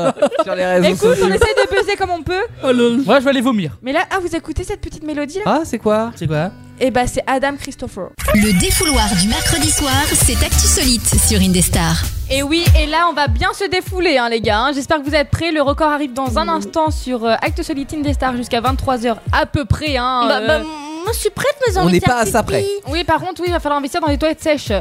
G: sur les réseaux
D: Écoute, on
G: sociaux.
D: essaye de buzzer comme on peut.
H: Moi je vais aller vomir.
D: Mais là, ah, vous écoutez cette petite mélodie là
G: Ah, c'est quoi
H: C'est quoi
D: Eh bah, c'est Adam Christopher.
B: Le défouloir du mercredi soir, c'est Actu Solite sur Indestar.
D: Et oui, et là, on va bien se défouler, hein, les gars. hein. J'espère que vous êtes prêts. Le record arrive dans un instant sur euh, Acte Solitine des Stars jusqu'à 23h à peu près. Hein,
E: Bah,
D: euh.
E: bah, moi
I: moi je suis prête, mais j'ai
G: On
I: envie
G: n'est
I: de faire
G: pas à ça près.
I: pipi.
L: Oui, par contre, oui, il va falloir investir dans des toilettes sèches.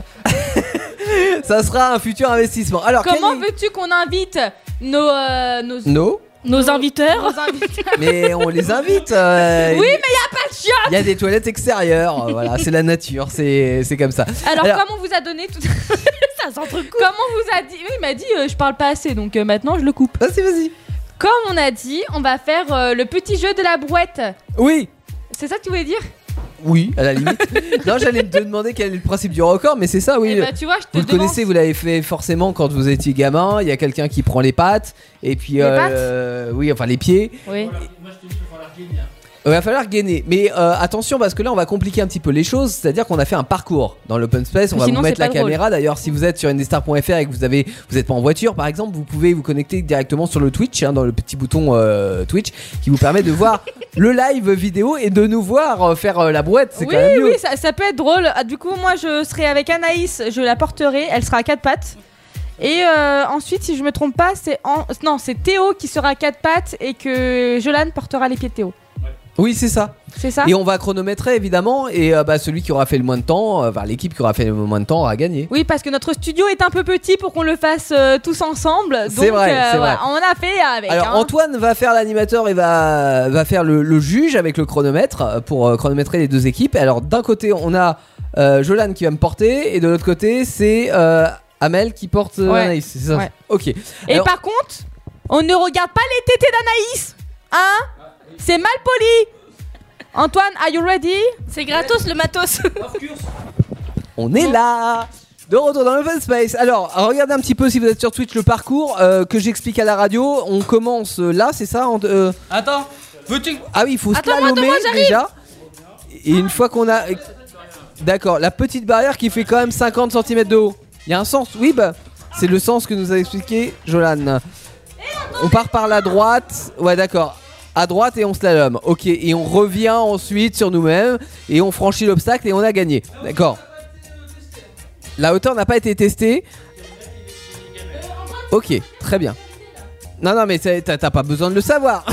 G: Ça sera un futur investissement. Alors,
L: Comment veux-tu qu'on invite nos, euh, nos...
G: quel- No
E: Nos inviteurs
L: nos invités
G: Mais on les invite. euh,
L: Oui, mais il a pas de chiottes
G: Il y a des toilettes extérieures. Voilà, c'est la nature, c'est c'est comme ça.
L: Alors, comme on vous a donné tout ça s'entrecoupe. Comme on vous a dit, oui, il m'a dit euh, je parle pas assez donc euh, maintenant je le coupe.
G: Vas-y, vas-y.
L: Comme on a dit, on va faire euh, le petit jeu de la brouette.
G: Oui,
L: C'est ça que tu voulais dire
G: oui, à la limite. non, j'allais te demander quel est le principe du record, mais c'est ça, oui.
D: ben,
G: euh,
L: Eh bah, tu vois, je te
G: vous le
L: devance.
G: connaissez, vous l'avez fait forcément quand vous étiez gamin. Il y a quelqu'un qui prend les pattes, et puis. euh, Oui, enfin les pieds.
L: Oui.
G: Il va falloir gainer. Mais euh, attention parce que là on va compliquer un petit peu les choses, c'est-à-dire qu'on a fait un parcours dans l'open space, on
L: Mais
G: va
L: sinon,
G: vous mettre
L: c'est
G: la
L: pas drôle.
G: caméra d'ailleurs si vous êtes sur indestar.fr et que vous avez vous êtes pas en voiture par exemple, vous pouvez vous connecter directement sur le Twitch hein, dans le petit bouton euh, Twitch qui vous permet de voir le live vidéo et de nous voir euh, faire euh, la brouette, c'est
D: Oui,
G: quand même mieux.
D: oui, ça, ça peut être drôle. Ah, du coup, moi, je serai avec Anaïs, je la porterai, elle sera à quatre pattes. Et euh, ensuite, si je me trompe pas, c'est en... non, c'est Théo qui sera à quatre pattes et que Jolane portera les pieds de Théo.
G: Oui, c'est ça.
D: C'est ça
G: Et on va chronométrer évidemment et euh, bah, celui qui aura fait le moins de temps, euh, enfin, l'équipe qui aura fait le moins de temps aura gagné.
D: Oui, parce que notre studio est un peu petit pour qu'on le fasse euh, tous ensemble. Donc, euh,
G: C'est vrai, c'est
D: voilà,
G: vrai.
D: on a fait avec.
G: Alors
D: hein.
G: Antoine va faire l'animateur et va, va faire le, le juge avec le chronomètre euh, pour euh, chronométrer les deux équipes. Alors d'un côté on a euh, Jolan qui va me porter et de l'autre côté c'est euh, Amel qui porte euh,
D: Ouais.
G: Anaïs. C'est ça
D: Ouais.
G: Ok.
D: Et
G: Alors,
D: par contre, on ne regarde pas les tétés d'Anaïs. Hein C'est mal poli. Antoine, are you ready
I: C'est gratos le matos.
G: on est là de retour dans l'open space. Alors, regardez un petit peu si vous êtes sur Twitch le parcours euh, que j'explique à la radio. On commence euh, là, c'est ça en- euh,
H: Attends, veux-tu.
G: Ah oui, il faut
H: Attends-moi,
G: slalomer
H: attends-moi, j'arrive.
G: déjà. Et une fois qu'on a. D'accord, la petite barrière qui fait quand même 50 cm de haut. Il y a un sens, oui, bah. C'est le sens que nous a expliqué Jolan. On part par la droite. Ouais, d'accord. À droite et on slalom. Ok, et on revient ensuite sur nous-mêmes et on franchit l'obstacle et on a gagné. D'accord. La hauteur n'a pas été testée. Ok, très bien. Non, non, mais c'est- t'as t'as pas besoin de le savoir.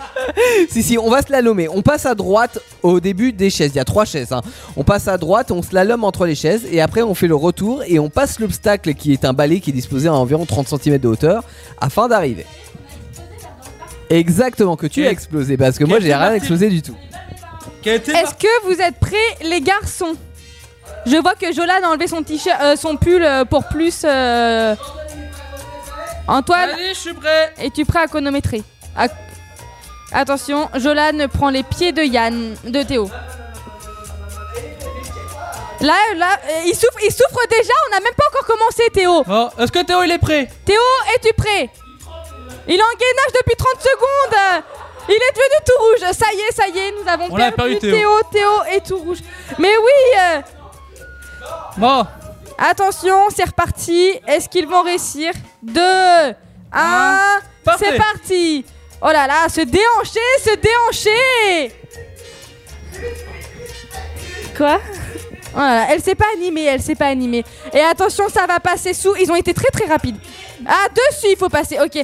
G: si, si, on va slalomer. On passe à droite au début des chaises. Il y a trois chaises. hein. On passe à droite, on slalome entre les chaises. Et après, on fait le retour et on passe l'obstacle qui est un balai qui est disposé à environ 30 cm de hauteur afin d'arriver. Exactement, que tu as explosé. Parce que moi, j'ai rien explosé du tout.
D: Est-ce que vous êtes prêts, les garçons Je vois que Jolan a enlevé son t-shirt, euh, son pull euh, pour plus. euh, Antoine.
H: Allez, je suis prêt.
D: Es-tu prêt à chronométrer À- Attention, Jolan prend les pieds de Yann, de Théo. Là, là, euh, il souffre, il souffre déjà. On n'a même pas encore commencé, Théo.
H: Est-ce que Théo il est prêt
D: Théo, es-tu prêt Il est en gainage depuis 30 secondes Il est devenu tout rouge Ça y est, ça y est, nous avons
H: On l'a perdu, Théo.
D: Théo, Théo est tout rouge Mais oui euh,
H: Bon.
D: Attention, c'est reparti Est-ce qu'ils vont réussir 2, 1, c'est
H: Parfait.
D: parti Oh là là, se déhancher, se déhancher Quoi Voilà, Oh elle s'est pas animée, elle s'est pas animée. Et attention, ça va passer sous. Ils ont été très très rapides. Ah, dessus, il faut passer. Ok. Et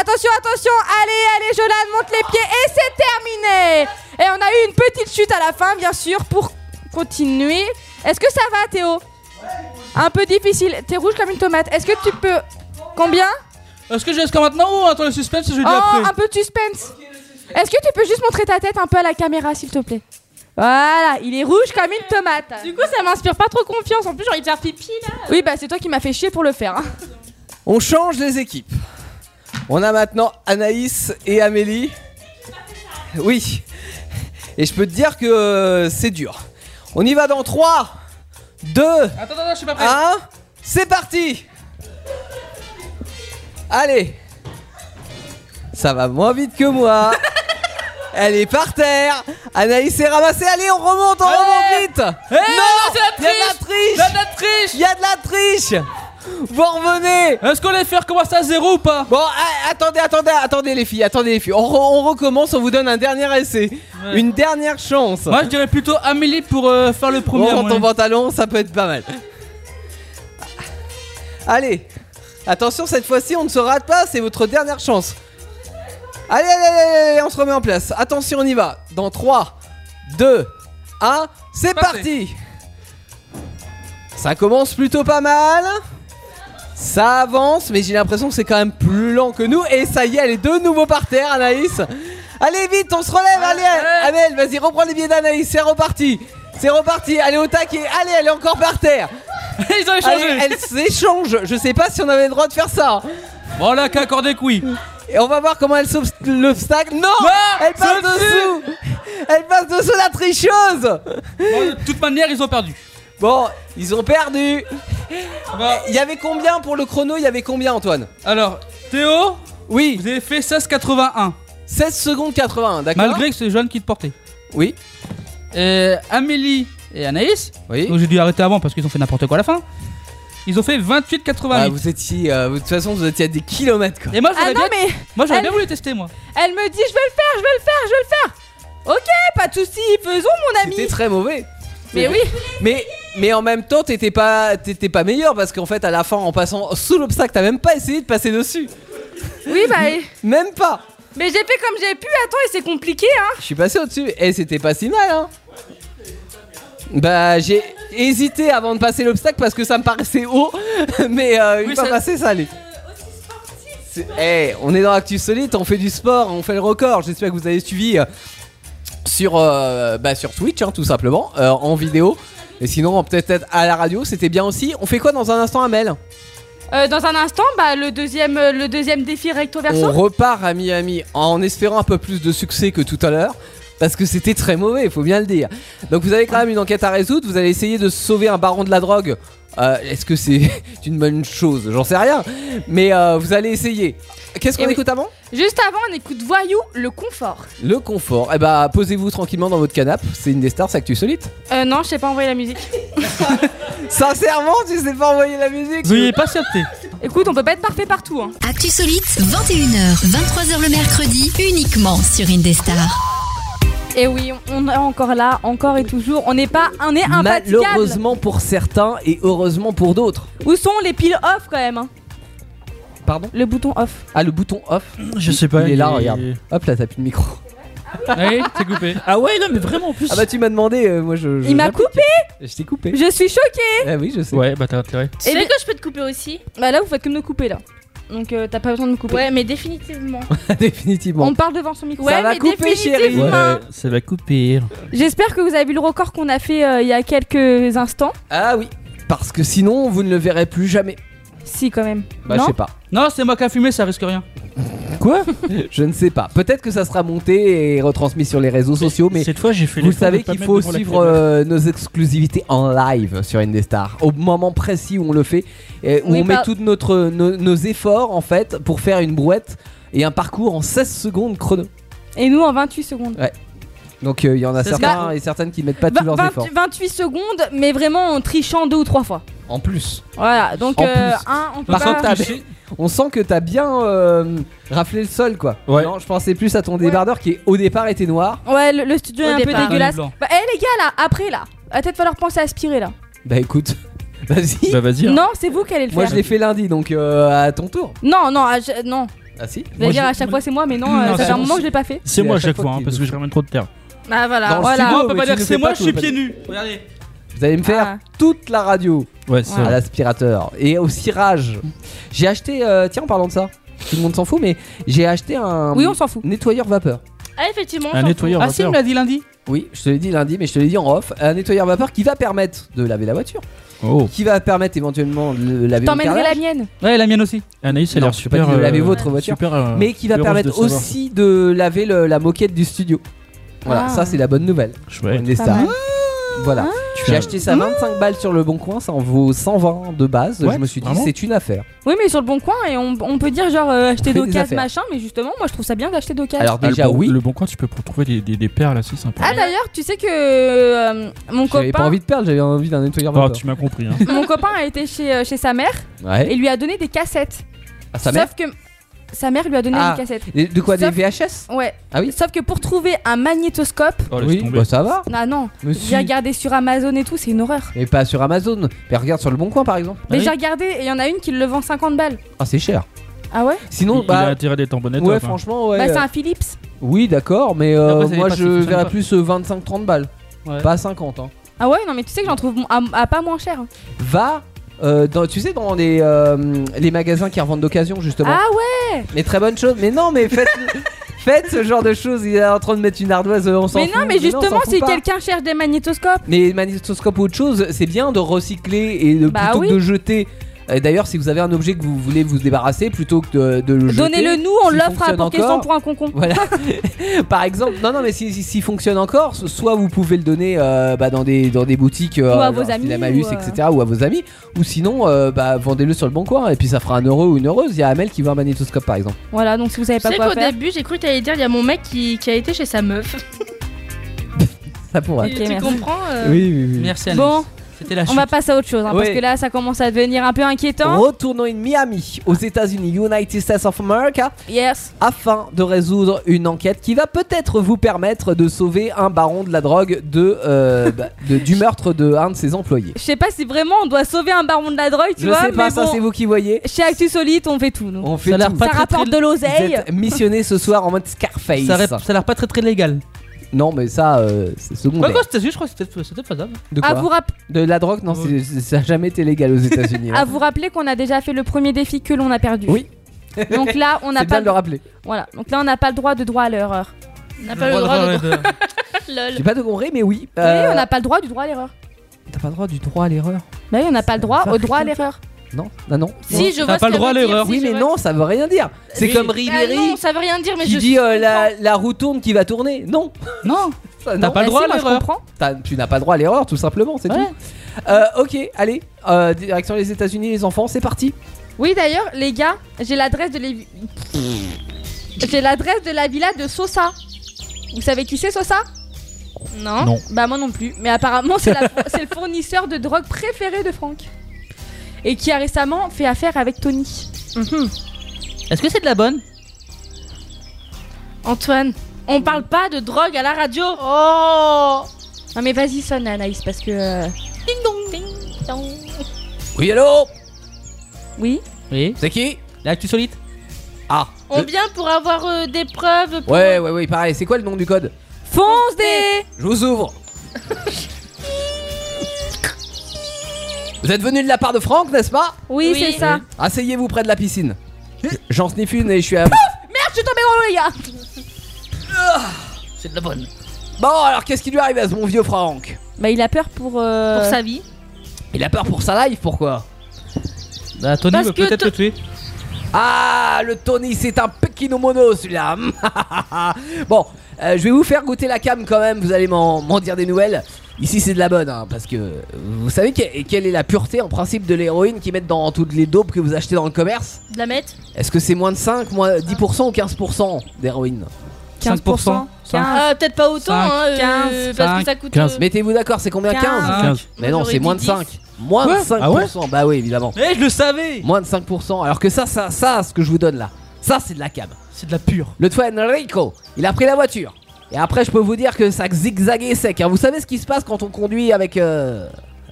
D: attention, attention. Allez, allez, Jolan, monte les pieds. Et c'est terminé. Et on a eu une petite chute à la fin, bien sûr, pour continuer. Est-ce que ça va, Théo Un peu difficile. T'es rouge comme une tomate. Est-ce que tu peux. Combien
H: Est-ce que je laisse quand maintenant ou attends le suspense Je dis
D: Oh,
H: après.
D: un peu de suspense. Est-ce que tu peux juste montrer ta tête un peu à la caméra, s'il te plaît Voilà, il est rouge comme une tomate.
I: Du coup, ça m'inspire pas trop confiance. En plus, j'ai envie de faire pipi là.
D: Oui, bah c'est toi qui m'as fait chier pour le faire. hein.
G: On change les équipes. On a maintenant Anaïs et Amélie. Oui. Et je peux te dire que euh, c'est dur. On y va dans 3, 2,
H: Attends, attends, je suis pas prêt.
G: 1. C'est parti Allez Ça va moins vite que moi. Elle est par terre. Anaïs est ramassée. Allez, on remonte, on remonte vite.
H: Eh, non, c'est
G: il y
H: la
G: a de la triche. Il y a de la triche. Vous revenez
H: Est-ce qu'on les fait recommencer à zéro ou pas
G: Bon, a- attendez, attendez, attendez les filles, attendez les filles. On, re- on recommence, on vous donne un dernier essai.
H: Ouais.
G: Une dernière chance.
H: Moi je dirais plutôt Amélie pour euh, faire le premier.
G: Bon,
H: à
G: dans
H: mon
G: ton
H: avis.
G: pantalon, ça peut être pas mal. Allez, attention, cette fois-ci, on ne se rate pas, c'est votre dernière chance. Allez, allez, allez, allez, on se remet en place. Attention, on y va. Dans 3, 2, 1, c'est parti Ça commence plutôt pas mal. Ça avance, mais j'ai l'impression que c'est quand même plus lent que nous. Et ça y est, elle est de nouveau par terre, Anaïs. Allez, vite, on se relève. Allez, Amel, vas-y, reprends les billets d'Anaïs. C'est reparti. C'est reparti. Allez, au taquet. Allez, elle est encore par terre.
H: Ils ont échangé.
G: Allez, elle s'échange. Je sais pas si on avait le droit de faire ça.
H: Bon, là, qu'un corps des couilles.
G: Et on va voir comment elle sauve l'obstacle. Non
H: Bah,
G: Elle passe
H: c'est
G: dessous Elle passe dessous la tricheuse
H: De toute manière, ils ont perdu.
G: Bon, ils ont perdu
H: Ah.
G: Il y avait combien pour le chrono Il y avait combien, Antoine
H: Alors, Théo
G: Oui.
H: Vous avez fait 16,81.
G: 16 secondes 81, d'accord.
H: Malgré que c'est Joanne qui te portait. Euh,
G: Oui.
H: Amélie et Anaïs.
G: Oui.
H: Donc j'ai dû arrêter avant parce qu'ils ont fait n'importe quoi à la fin. Ils ont fait 28,88.
G: Ah, vous étiez. euh, vous- de toute façon, vous étiez à des kilomètres, quoi.
H: Et moi,
D: Ah
H: j'aurais
D: non,
H: bien...
D: mais-
H: moi, j'aurais
D: elle-
H: bien voulu tester, moi.
D: Elle me dit je vais le faire, je vais le faire, je vais le faire. Ok, pas de soucis, faisons mon ami.
G: C'était très mauvais.
D: Mais oui.
G: Mais, mais en même temps, t'étais pas, t'étais pas meilleur parce qu'en fait, à la fin, en passant sous l'obstacle, t'as même pas essayé de passer dessus.
D: Oui, bah. et-
G: Même pas.
D: Mais j'ai fait comme j'ai pu, attends, et c'est compliqué, hein.
G: Je suis passé au-dessus. Et c'était pas si mal, hein. Bah, j'ai hésité avant de passer l'obstacle parce que ça me paraissait haut. Mais euh, une
H: Oui,
G: fois
H: ça-
G: passé, ça allait. C'est- Eh, on est dans Actu Solide, on fait du sport, on fait le record. J'espère que vous avez suivi euh, sur, euh, bah, sur Twitch, hein, tout simplement, euh, en vidéo. Et sinon, peut-être à la radio, c'était bien aussi. On fait quoi dans un instant, Amel
D: Euh, dans un instant, bah, le deuxième, euh, le deuxième défi recto verso.
G: On repart à Miami en espérant un peu plus de succès que tout à l'heure. Parce que c'était très mauvais, il faut bien le dire. Donc vous avez quand même une enquête à résoudre, vous allez essayer de sauver un baron de la drogue. Euh, Est-ce que c'est une bonne chose J'en sais rien. Mais euh, vous allez essayer. Qu'est-ce qu'on
D: Eh oui.
G: écoute avant
D: Juste avant, on écoute Voyou, le confort.
G: Le confort. Eh bah posez-vous tranquillement dans votre canapé, c'est une des stars, c'est Actu Solite.
D: Euh, non, je sais pas envoyer la musique.
G: Sincèrement, tu sais pas envoyer la musique
H: Veuillez patienter.
D: Écoute, on peut pas être parfait partout, hein.
B: Actu Solite, 21h, 23h le mercredi, uniquement sur Indestar.
D: Et oui, on est encore là, encore et toujours. On n'est pas, on est imbattable.
G: Malheureusement pour certains et heureusement pour d'autres.
D: Où sont les piles off quand même hein
G: Pardon
D: Le bouton off.
G: Ah, le bouton off
F: Je sais pas,
G: Il est là,
F: il est-
G: regarde. Hop là, t'as plus de micro.
H: Oui, t'es coupé.
G: Ah ouais, non, mais vraiment en plus. Ah bah tu m'as demandé, euh, moi je. je-
D: Il m'a coupé
G: Je t'ai coupé.
D: Je suis choquée
G: Ah oui, je sais.
F: Ouais, bah t'as intérêt.
E: C'est
D: Et
E: vrai
D: le-
E: que je peux te couper aussi
D: Bah là, vous faites comme nous couper là. Donc euh, t'as pas besoin de me couper.
E: Ouais, mais définitivement.
G: Définitivement.
D: On parle devant son micro.
G: Ça va couper, chérie.
F: Ouais, ça va couper.
D: J'espère que vous avez vu le record qu'on a fait euh, il y a quelques instants.
G: Ah oui, parce que sinon vous ne le verrez plus jamais.
D: Si, quand même.
G: Bah
D: non
G: je sais pas.
H: Non, c'est moi qui a fumé, ça risque rien.
G: Quoi Je ne sais pas. Peut-être que ça sera monté et retransmis sur les réseaux sociaux, mais
F: Cette fois, j'ai fait
G: vous
F: l'effort de
G: savez
F: pas
G: qu'il
F: mettre
G: faut
F: devant la
G: suivre
F: caméra.
G: euh, nos exclusivités en live sur Indestar, au moment précis où on le fait, et où
D: Oui,
G: on met
D: par-
G: tous notre nos, nos efforts en fait pour faire une brouette et un parcours en 16 secondes chrono.
D: Et nous en 28 secondes.
G: Ouais. Donc euh, il y en a
D: C'est
G: certains
D: ça.
G: et certaines qui mettent pas
D: Vingt-
G: tous leurs
D: vingt-
G: efforts.
D: 28 secondes, mais vraiment en trichant deux ou trois fois.
G: En plus.
D: Voilà, donc
G: En
D: euh,
G: plus.
D: un, on peut
G: Par
D: pas-
G: contre, t'as- on sent que t'as bien euh, raflé le sol, quoi. Non, je pensais plus à ton débardeur qui, au départ, était noir.
D: Ouais, le, le studio
E: Au
D: est un
E: départ.
D: peu dégueulasse.
G: Blanc.
D: Bah, eh les gars, là, après là, va peut-être falloir penser à aspirer là.
G: Bah écoute, vas-y.
F: Bah vas-y.
D: Non, c'est vous qui allez le
G: Moi, je
D: faire.
G: l'ai fait lundi, donc euh, à ton tour.
D: Non, non, ah, je- non.
G: Ah si
D: Je vais dire à chaque fois c'est moi, mais non,
F: Non,
D: euh, ça
F: c'est-
D: fait un moment que je l'ai pas fait.
F: C'est moi à
G: C'est à
F: chaque
G: chaque
F: fois,
G: fois
F: hein,
G: qu'il
F: parce que je ramène trop de terre.
D: Ah voilà,
G: Dans le
D: voilà.
G: studio,
H: Moi, on peut
G: mais
H: pas
G: tu
H: dire que
G: ne
H: c'est
G: fais
H: moi,
G: pas
H: je
G: tout,
H: suis
G: pas
H: pieds
G: tout.
H: nus. Regardez.
G: Vous allez me faire
D: Ah.
G: toute la radio
F: Ouais, c'est
G: à
F: vrai.
G: l'aspirateur et aussi rage. J'ai acheté, euh, tiens, en parlant de ça, tout le monde s'en fout, mais j'ai acheté un
D: Ah. Oui, on s'en fout.
G: nettoyeur vapeur.
E: Ah, effectivement.
F: Un nettoyeur
H: Ah, si, il me l'a dit lundi.
G: Oui, je te l'ai dit lundi, mais je te l'ai dit en off. Un nettoyeur vapeur qui va permettre de laver la voiture.
F: Oh.
G: Qui va permettre éventuellement de laver le
D: T'emmènerais la
G: carrelage.
D: mienne.
H: Ouais, la mienne aussi.
F: Anaïs, elle a
G: Non,
F: l'air
G: je peux pas
F: super.
G: dire de laver
F: euh,
G: votre voiture.
F: super, euh,
G: mais qui va
F: heureuse
G: permettre
F: de savoir.
G: aussi de laver le- la moquette du studio. Voilà,
D: Ah.
G: ça c'est la bonne nouvelle.
F: Chouette.
G: On est
D: Pas
G: star.
D: mal. Ah.
G: Voilà, j'ai
F: fais-
G: acheté ça 25 balles sur le bon coin, ça en vaut 120 de base.
F: Ouais,
G: je me suis dit,
F: vraiment
G: c'est une affaire.
D: Oui, mais sur le bon coin, et on, on peut dire genre euh, acheter
G: fait des
D: d'occasion
G: affaires.
D: machin, mais justement, moi je trouve ça bien d'acheter d'occasion.
G: Alors,
F: Ah, le
G: déjà,
F: bon-
G: oui,
F: Le bon coin, tu peux trouver des, des, des perles assez sympas.
D: Ah d'ailleurs, tu sais que euh, mon
G: j'avais
D: copain,
G: pas envie de perdre, j'avais envie d'un nettoyeur
F: Ah,
G: vapeur.
F: tu m'as compris. Hein.
D: mon copain a été chez, euh, chez sa mère
G: Ouais.
D: et lui a donné des cassettes.
G: Ah, sa mère
D: Sauf que sa mère lui a donné
G: Ah.
D: des cassettes.
G: Des- De quoi Des
D: Sauf-
G: VHS
D: Ouais.
G: Ah oui
D: Sauf que pour trouver un magnétoscope,
F: Oh, laisse
G: Oui,
F: tomber.
G: bah ça va.
D: ah non,
G: Mais si.
D: j'ai regardé sur Amazon et tout, c'est une horreur.
G: Mais pas sur Amazon. Mais regarde sur le bon coin par exemple.
D: Mais
F: oui.
D: j'ai regardé et il y en a une qui le vend 50 balles.
G: Ah, c'est cher.
D: Ah ouais
F: Il-
G: Sinon,
F: il, a
G: bah.
F: attiré des tamponnettes.
G: Ouais,
F: hop, hein.
G: franchement, ouais.
D: Bah c'est
G: euh,
D: un Philips.
G: Oui, d'accord, mais euh,
H: Après, ça
G: moi je
H: dépend si ça fonctionne
G: verrais
H: pas.
G: plus euh, 25-30 balles. Pas à 50. Hein.
D: Ah ouais, non, mais tu sais que j'en trouve à, à pas moins cher. hein.
G: Va, euh, dans- tu sais, dans les, euh, les magasins qui revendent d'occasion, justement.
D: Ah ouais
G: Mais très bonne chose. Mais non, mais faites, faites ce genre de choses. Il est en train de mettre une ardoise, euh, on s'en
D: Mais
G: fout.
D: non, mais
G: on
D: justement,
G: s'en fout
D: si
G: pas.
D: quelqu'un cherche des magnétoscopes.
G: Mais magnétoscope ou autre chose, c'est bien de recycler et de,
D: Bah
G: plutôt que
D: oui.
G: de jeter. Euh, D'ailleurs, si vous avez un objet que vous voulez vous débarrasser, plutôt que de, de le jeter.
D: Donnez-le nous, on
G: s'il
D: l'offre à
G: fonctionne
D: pour question
G: encore,
D: pour un concon.
G: Voilà. Par exemple, non, non, mais si- si- s'il fonctionne encore, so- soit vous pouvez le donner euh, bah, dans, des, dans des boutiques, euh,
D: Ou à
G: genre
D: vos amis,
G: Stila Maüs,
D: ou, euh,
G: etc., ou à vos amis, ou sinon, euh, bah, vendez-le sur le bon coin, et puis ça fera un heureux ou une heureuse. Il y a Amel qui veut un magnétoscope, par exemple.
D: Voilà, donc si vous savez
E: Tu
D: pas
E: sais
D: quoi
E: qu'au
D: faire.
E: début, j'ai cru que t'allais dire il y a mon mec qui, qui a été chez sa meuf.
G: Ça pourra.
E: tu comprends euh,
H: Merci Alex.
D: Bon,
H: C'était la
D: on
H: chute.
D: va passer à autre chose, hein, parce
G: Oui.
D: que là, ça commence à devenir un peu inquiétant.
G: Retournons in Miami, aux États-Unis, United States of America,
D: yes.
G: afin de résoudre une enquête qui va peut-être vous permettre de sauver un baron de la drogue de, euh, bah, de- du meurtre de un de ses employés.
D: Je sais pas si vraiment on doit sauver un baron de la drogue, tu
G: Je
D: vois.
G: sais pas,
D: mais
G: ça
D: bon,
G: c'est vous qui voyez.
D: Chez Actu Solite, on fait tout. nous.
G: On fait
D: ça
G: tout.
D: rapporte de
G: Vous
D: l'oseille.
G: êtes missionné ce soir en mode Scarface.
H: Ça, ré- ça a l'air pas très très légal.
G: Non, mais ça, euh, c'est
H: Bah,
G: secondaire.
H: quoi, c'était je crois que c'était c'était faisable.
G: De
D: Ah,
G: quoi
D: vous rapp-
G: De la drogue Non, c'est- c'est- ça n'a jamais été légal aux États-Unis. hein.
D: À vous rappeler qu'on a déjà fait le premier défi que l'on a perdu.
G: Oui.
D: Donc là, on n'a
G: C'est
D: pas
G: bien de le rappeler.
D: Voilà. Donc là, on n'a pas le droit de droit à l'erreur. On n'a
G: pas Le le droit droit de de- droit J'ai pas de compris, mais oui. euh,
D: on n'a pas le droit du droit à l'erreur.
G: T'as pas le droit du droit à l'erreur.
D: Bah oui, on n'a pas le droit au droit à l'erreur.
G: Non, non, non.
E: Si, je T'as vois
G: T'as
E: pas ce le qu'elle droit à veut dire, l'erreur. si,
G: Oui,
E: je
G: mais
E: vois.
G: non, ça veut rien dire. C'est
E: Oui.
G: comme
E: Ah
G: Ribéry
E: non, ça veut rien dire, mais
G: qui
E: je
G: dit euh, la, la roue tourne qui va tourner. Non.
D: Non.
G: Ça,
H: T'as
G: non.
H: pas le Bah droit si, à moi, je l'erreur.
D: comprends.
G: T'as- Tu n'as pas le droit à l'erreur, tout simplement, c'est
D: Ouais.
G: tout. Euh, ok, allez, euh, direction les États-Unis, les enfants, c'est parti.
D: Oui, d'ailleurs, les gars, j'ai l'adresse de les... j'ai l'adresse de la villa de Sosa. Vous savez qui c'est Sosa non.
E: Non.
D: Bah moi non plus. Mais apparemment, c'est la- c'est le fournisseur de drogue préféré de Franck et qui a récemment fait affaire avec Tony.
H: Est-ce que c'est de la bonne
E: Antoine, on parle pas de drogue à la radio.
D: Oh Non mais vas-y sonne Anaïs parce que... euh,
E: Ding dong, ding dong.
G: Oui, allô
D: Oui
H: Oui.
G: C'est qui
H: L'actu solide
G: Ah.
E: On
G: le-
E: vient pour avoir euh, des preuves. Pour...
G: Ouais, ouais, ouais, pareil. C'est quoi le nom du code
D: Fonce des
G: Je vous ouvre. vous êtes venu de la part de Franck, n'est-ce pas
D: Oui, Oui. c'est
E: Ah.
D: ça.
G: Asseyez-vous près de la piscine. J'en sniffe une et je suis à.
D: Merde, Ah, je suis tombée dans l'eau les gars
G: C'est de la bonne. Bon, alors qu'est-ce qui lui arrive à ce bon vieux Franck
D: Bah il a peur pour... euh,
E: Pour sa vie.
G: Il a peur pour sa life, pourquoi
H: Bah, Tony
G: Parce
H: veut
G: que
H: peut-être
G: to-
H: le tuer.
G: Ah, le Tony, c'est un Pekino Mono celui-là. bon, euh, je vais vous faire goûter la cam quand même, vous allez m'en m'en dire des nouvelles. Ici, c'est de la bonne, hein, parce que vous savez que- quelle est la pureté en principe de l'héroïne qu'ils mettent dans toutes les dopes que vous achetez dans le commerce
E: De la mettre.
G: Est-ce que c'est moins de 5, moins 10% ou 15% d'héroïne
H: 15%.
E: Euh, Peut-être pas autant,
G: Cinq.
E: hein, euh,
G: Quinze.
E: parce que ça coûte. euh,
G: Mettez-vous d'accord, c'est combien 15,
H: Quinze. Quinze.
G: Mais non,
E: Moi,
G: c'est moins de
E: j'aurais dit
G: 5. Moins de
H: Ouais.
G: 5%.
H: Ah ouais
G: bah oui, évidemment.
H: Mais Eh, je le savais
G: Moins de 5%. Alors que ça, ça, ça, ce que je vous donne là, ça, c'est de la cam.
H: C'est de la pure.
G: Le toit Enrico, il a pris la voiture. Et après, je peux vous dire que ça zigzaguait sec. hein. Vous savez ce qui se passe quand on conduit avec euh,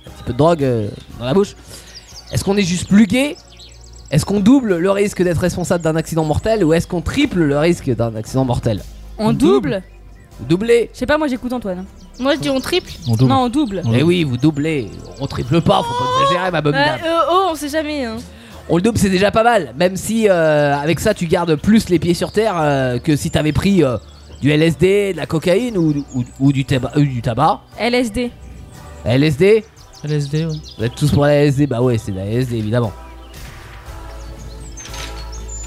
G: un petit peu de drogue euh, dans la bouche Est-ce qu'on est juste plus gay Est-ce qu'on double le risque d'être responsable d'un accident mortel ou est-ce qu'on triple le risque d'un accident mortel
D: En double
G: Doublé
D: Je sais pas, moi j'écoute Antoine.
E: Moi je dis on triple.
G: On double.
D: Non, en double.
G: Eh oui, vous doublez. On triple pas, faut pas exagérer, ma bonne
E: Ouais,
G: dame.
E: euh, oh, on sait jamais. Hein.
G: On le double, c'est déjà pas mal. Même si euh, avec ça, tu gardes plus les pieds sur terre euh, que si t'avais pris euh, du LSD, de la cocaïne ou, ou- ou du, taba- ou du tabac.
D: LSD.
G: LSD
H: LSD, ouais.
G: Vous êtes tous pour la LSD Bah ouais, c'est de la LSD évidemment.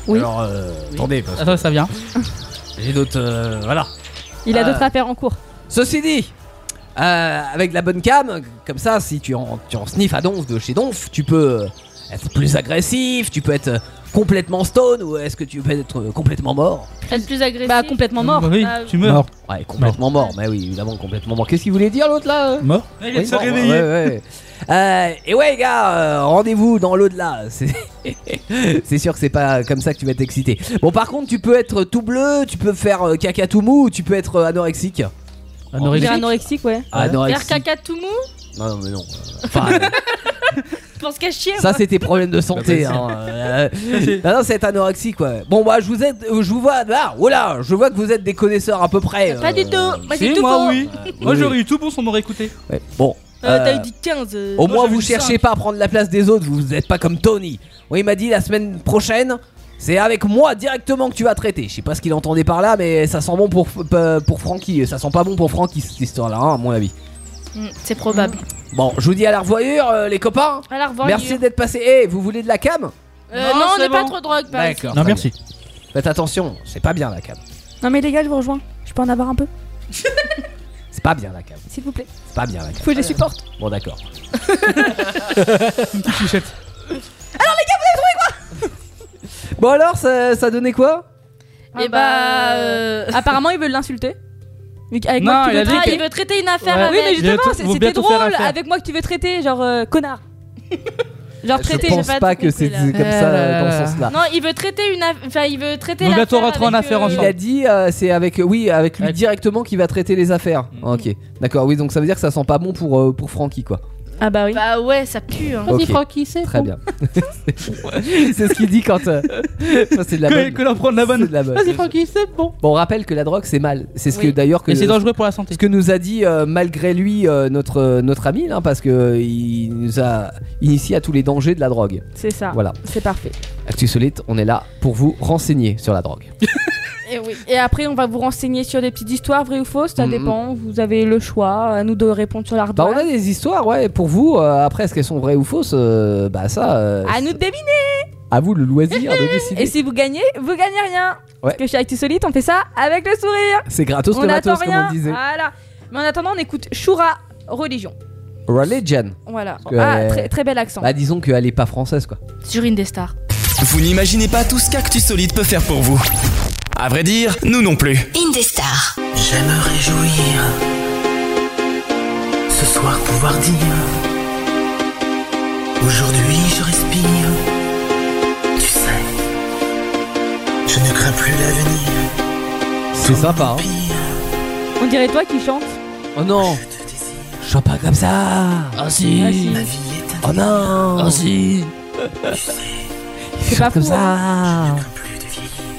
D: Oui.
G: Alors, euh, attendez, parce que
H: Attends, Ah, ça vient.
G: j'ai d'autres. euh, voilà.
D: Il a
G: Euh,
D: d'autres affaires en cours.
G: Ceci dit, euh, avec la bonne cam, comme ça, si tu en, tu en sniffes à Donf de chez Donf, tu peux euh, être plus agressif, tu peux être euh, complètement stone ou est-ce que tu peux être euh, complètement mort
E: Être plus agressif.
D: Bah complètement mort. Ah,
G: Ouais, complètement mort. mais oui, évidemment, complètement mort. Qu'est-ce qu'il voulait dire l'autre là euh
M: Mort
H: Il vient de
G: Oui,
H: se
G: mort, ouais,
H: réveiller.
G: ouais, ouais. Euh, et ouais, gars, euh, rendez-vous dans l'au-delà. C'est- C'est sûr que c'est pas comme ça que tu vas t'exciter. Bon, par contre, tu peux être tout bleu, tu peux faire euh, caca tout mou, tu peux être euh, anorexique.
D: Il est anorexique, ouais.
G: Anorexique.
E: Faire caca tout mou
G: Non, non, mais non. Enfin, euh,
N: pense qu'à chier.
G: Ça,
N: moi.
G: c'est tes problèmes de santé.
N: Bah,
G: hein.
N: bah,
G: Euh, non, non, c'est anorexie, quoi. Bon, bah, je vous aide, euh, je vous vois. Ah, voilà, je vois que vous êtes des connaisseurs à peu près. euh,
E: Pas
D: euh,
E: du tout. Moi,
H: Si,
E: j'ai tout
H: moi,
E: bon.
H: Ah, oui.
E: Euh,
H: Moi,
G: oui.
H: j'aurais eu tout bon si on m'aurait écouté.
G: Ouais, bon.
E: T'as
G: euh,
E: eu dit 15. euh,
G: Au
E: moi,
G: moins,
E: j'avais
G: vous
E: dit
G: cherchez
E: cinq.
G: pas à prendre la place des autres, vous êtes pas comme Tony. Oui, il m'a dit la semaine prochaine, c'est avec moi directement que tu vas traiter. Je sais pas ce qu'il entendait par là, mais ça sent bon pour, euh, pour Francky. Ça sent pas bon pour Francky, cette histoire-là, hein, à mon avis.
E: Mm, C'est probable.
G: Bon, je vous dis à la revoyure, euh, les copains.
E: À la revoyure.
G: Merci d'être passé. Eh, vous voulez de la cam
E: Euh, non, on n'est pas trop drogue, par ici.
G: très bien. Faites attention, c'est pas bien la cam.
D: Non, mais les gars, je vous rejoins. Je peux en avoir un peu
G: C'est pas bien la cam.
D: S'il vous plaît.
G: C'est pas bien la cam.
D: Faut que je les supporte.
G: Bon, d'accord.
D: Alors, les gars, vous avez trouvé quoi
G: Bon, alors, ça, ça donnait quoi
D: Et bah. euh, Apparemment, ils veulent l'insulter. Mais Avec
G: Non,
D: moi que
G: il
D: tu veux
G: a dit
D: traiter.
G: que-
N: Il veut traiter une affaire
D: Oui,
N: avec.
D: mais
G: Bientôt-
D: justement, c'est-
G: vont
D: c'était
G: bientôt faire
D: drôle.
G: affaire.
D: Avec moi que tu veux traiter, genre euh, connard. genre
G: Je
D: traiter,
G: pense
D: j'ai
G: pas
D: tout
G: que
D: compris,
G: c'est
D: là.
G: comme ça euh, dans ce sens-là.
N: Non, il veut traiter une. aff- Enfin, il veut traiter.
G: Donc
N: la
G: là,
N: affaire
G: t'auras
N: avec,
G: trois en affaire
N: euh,
G: Il a dit, euh, c'est avec, oui, avec lui directement qu'il va traiter les affaires. Ok, d'accord, oui, donc ça veut dire que ça sent pas bon pour, euh, pour Francky, quoi.
D: Ah bah oui.
E: Bah ouais, ça pue. Hein.
G: Ok. Très bien. c'est ce qu'il dit quand. euh, ça, c'est de la
H: Que-
G: bonne.
H: que l'on prenne
G: la bonne. la bonne.
H: Vas-y, Francky, c'est bon.
G: Bon, on rappelle que la drogue c'est mal. C'est ce que
H: Oui.
G: d'ailleurs que.
H: Et c'est dangereux pour la santé.
G: Ce que nous a dit euh, malgré lui euh, notre euh, notre ami là, parce que euh, il nous a initié à tous les dangers de la drogue.
D: C'est ça.
G: Voilà.
D: C'est parfait.
G: Actu solide, on est là pour vous renseigner sur la drogue.
D: Et, Eh oui. Et après, on va vous renseigner sur des petites histoires, vraies ou fausses, ça
G: Mhm.
D: dépend. Vous avez le choix, à nous de répondre sur
G: Bah
D: l'ardoise.
G: on a des histoires, ouais. Pour vous, euh, après est-ce qu'elles sont vraies ou fausses euh, Bah ça, euh,
D: À nous de deviner
G: à vous le loisir de décider.
D: Et si vous gagnez, vous gagnez rien
G: Ouais.
D: Parce que chez Actu Solite, on fait ça avec le sourire
G: C'est gratos,
D: on
G: le matos,
D: n'attend
G: comme
D: rien. Ah.
G: on disait.
D: Voilà. Mais en attendant, on écoute Shura, religion.
G: Religion.
D: Voilà.
G: Parce que,
D: Ah,
G: euh,
D: très, très bel accent.
G: Bah disons qu'elle est pas française quoi.
E: Sur une des stars.
O: Vous n'imaginez pas tout ce qu'Actus Solide peut faire pour vous. À vrai dire, nous non plus.
B: Indestar.
A: Je me réjouir ce soir pouvoir dire Aujourd'hui je respire, tu sais, je ne crains plus l'avenir.
G: C'est sympa. Hein.
D: On dirait toi qui chante.
G: Oh non Je chante pas comme ça Ah
D: si. Ah si. Ma vie
G: Oh non
D: Ah si.
G: C'est
D: pas
G: comme
D: fou,
G: ça
D: hein.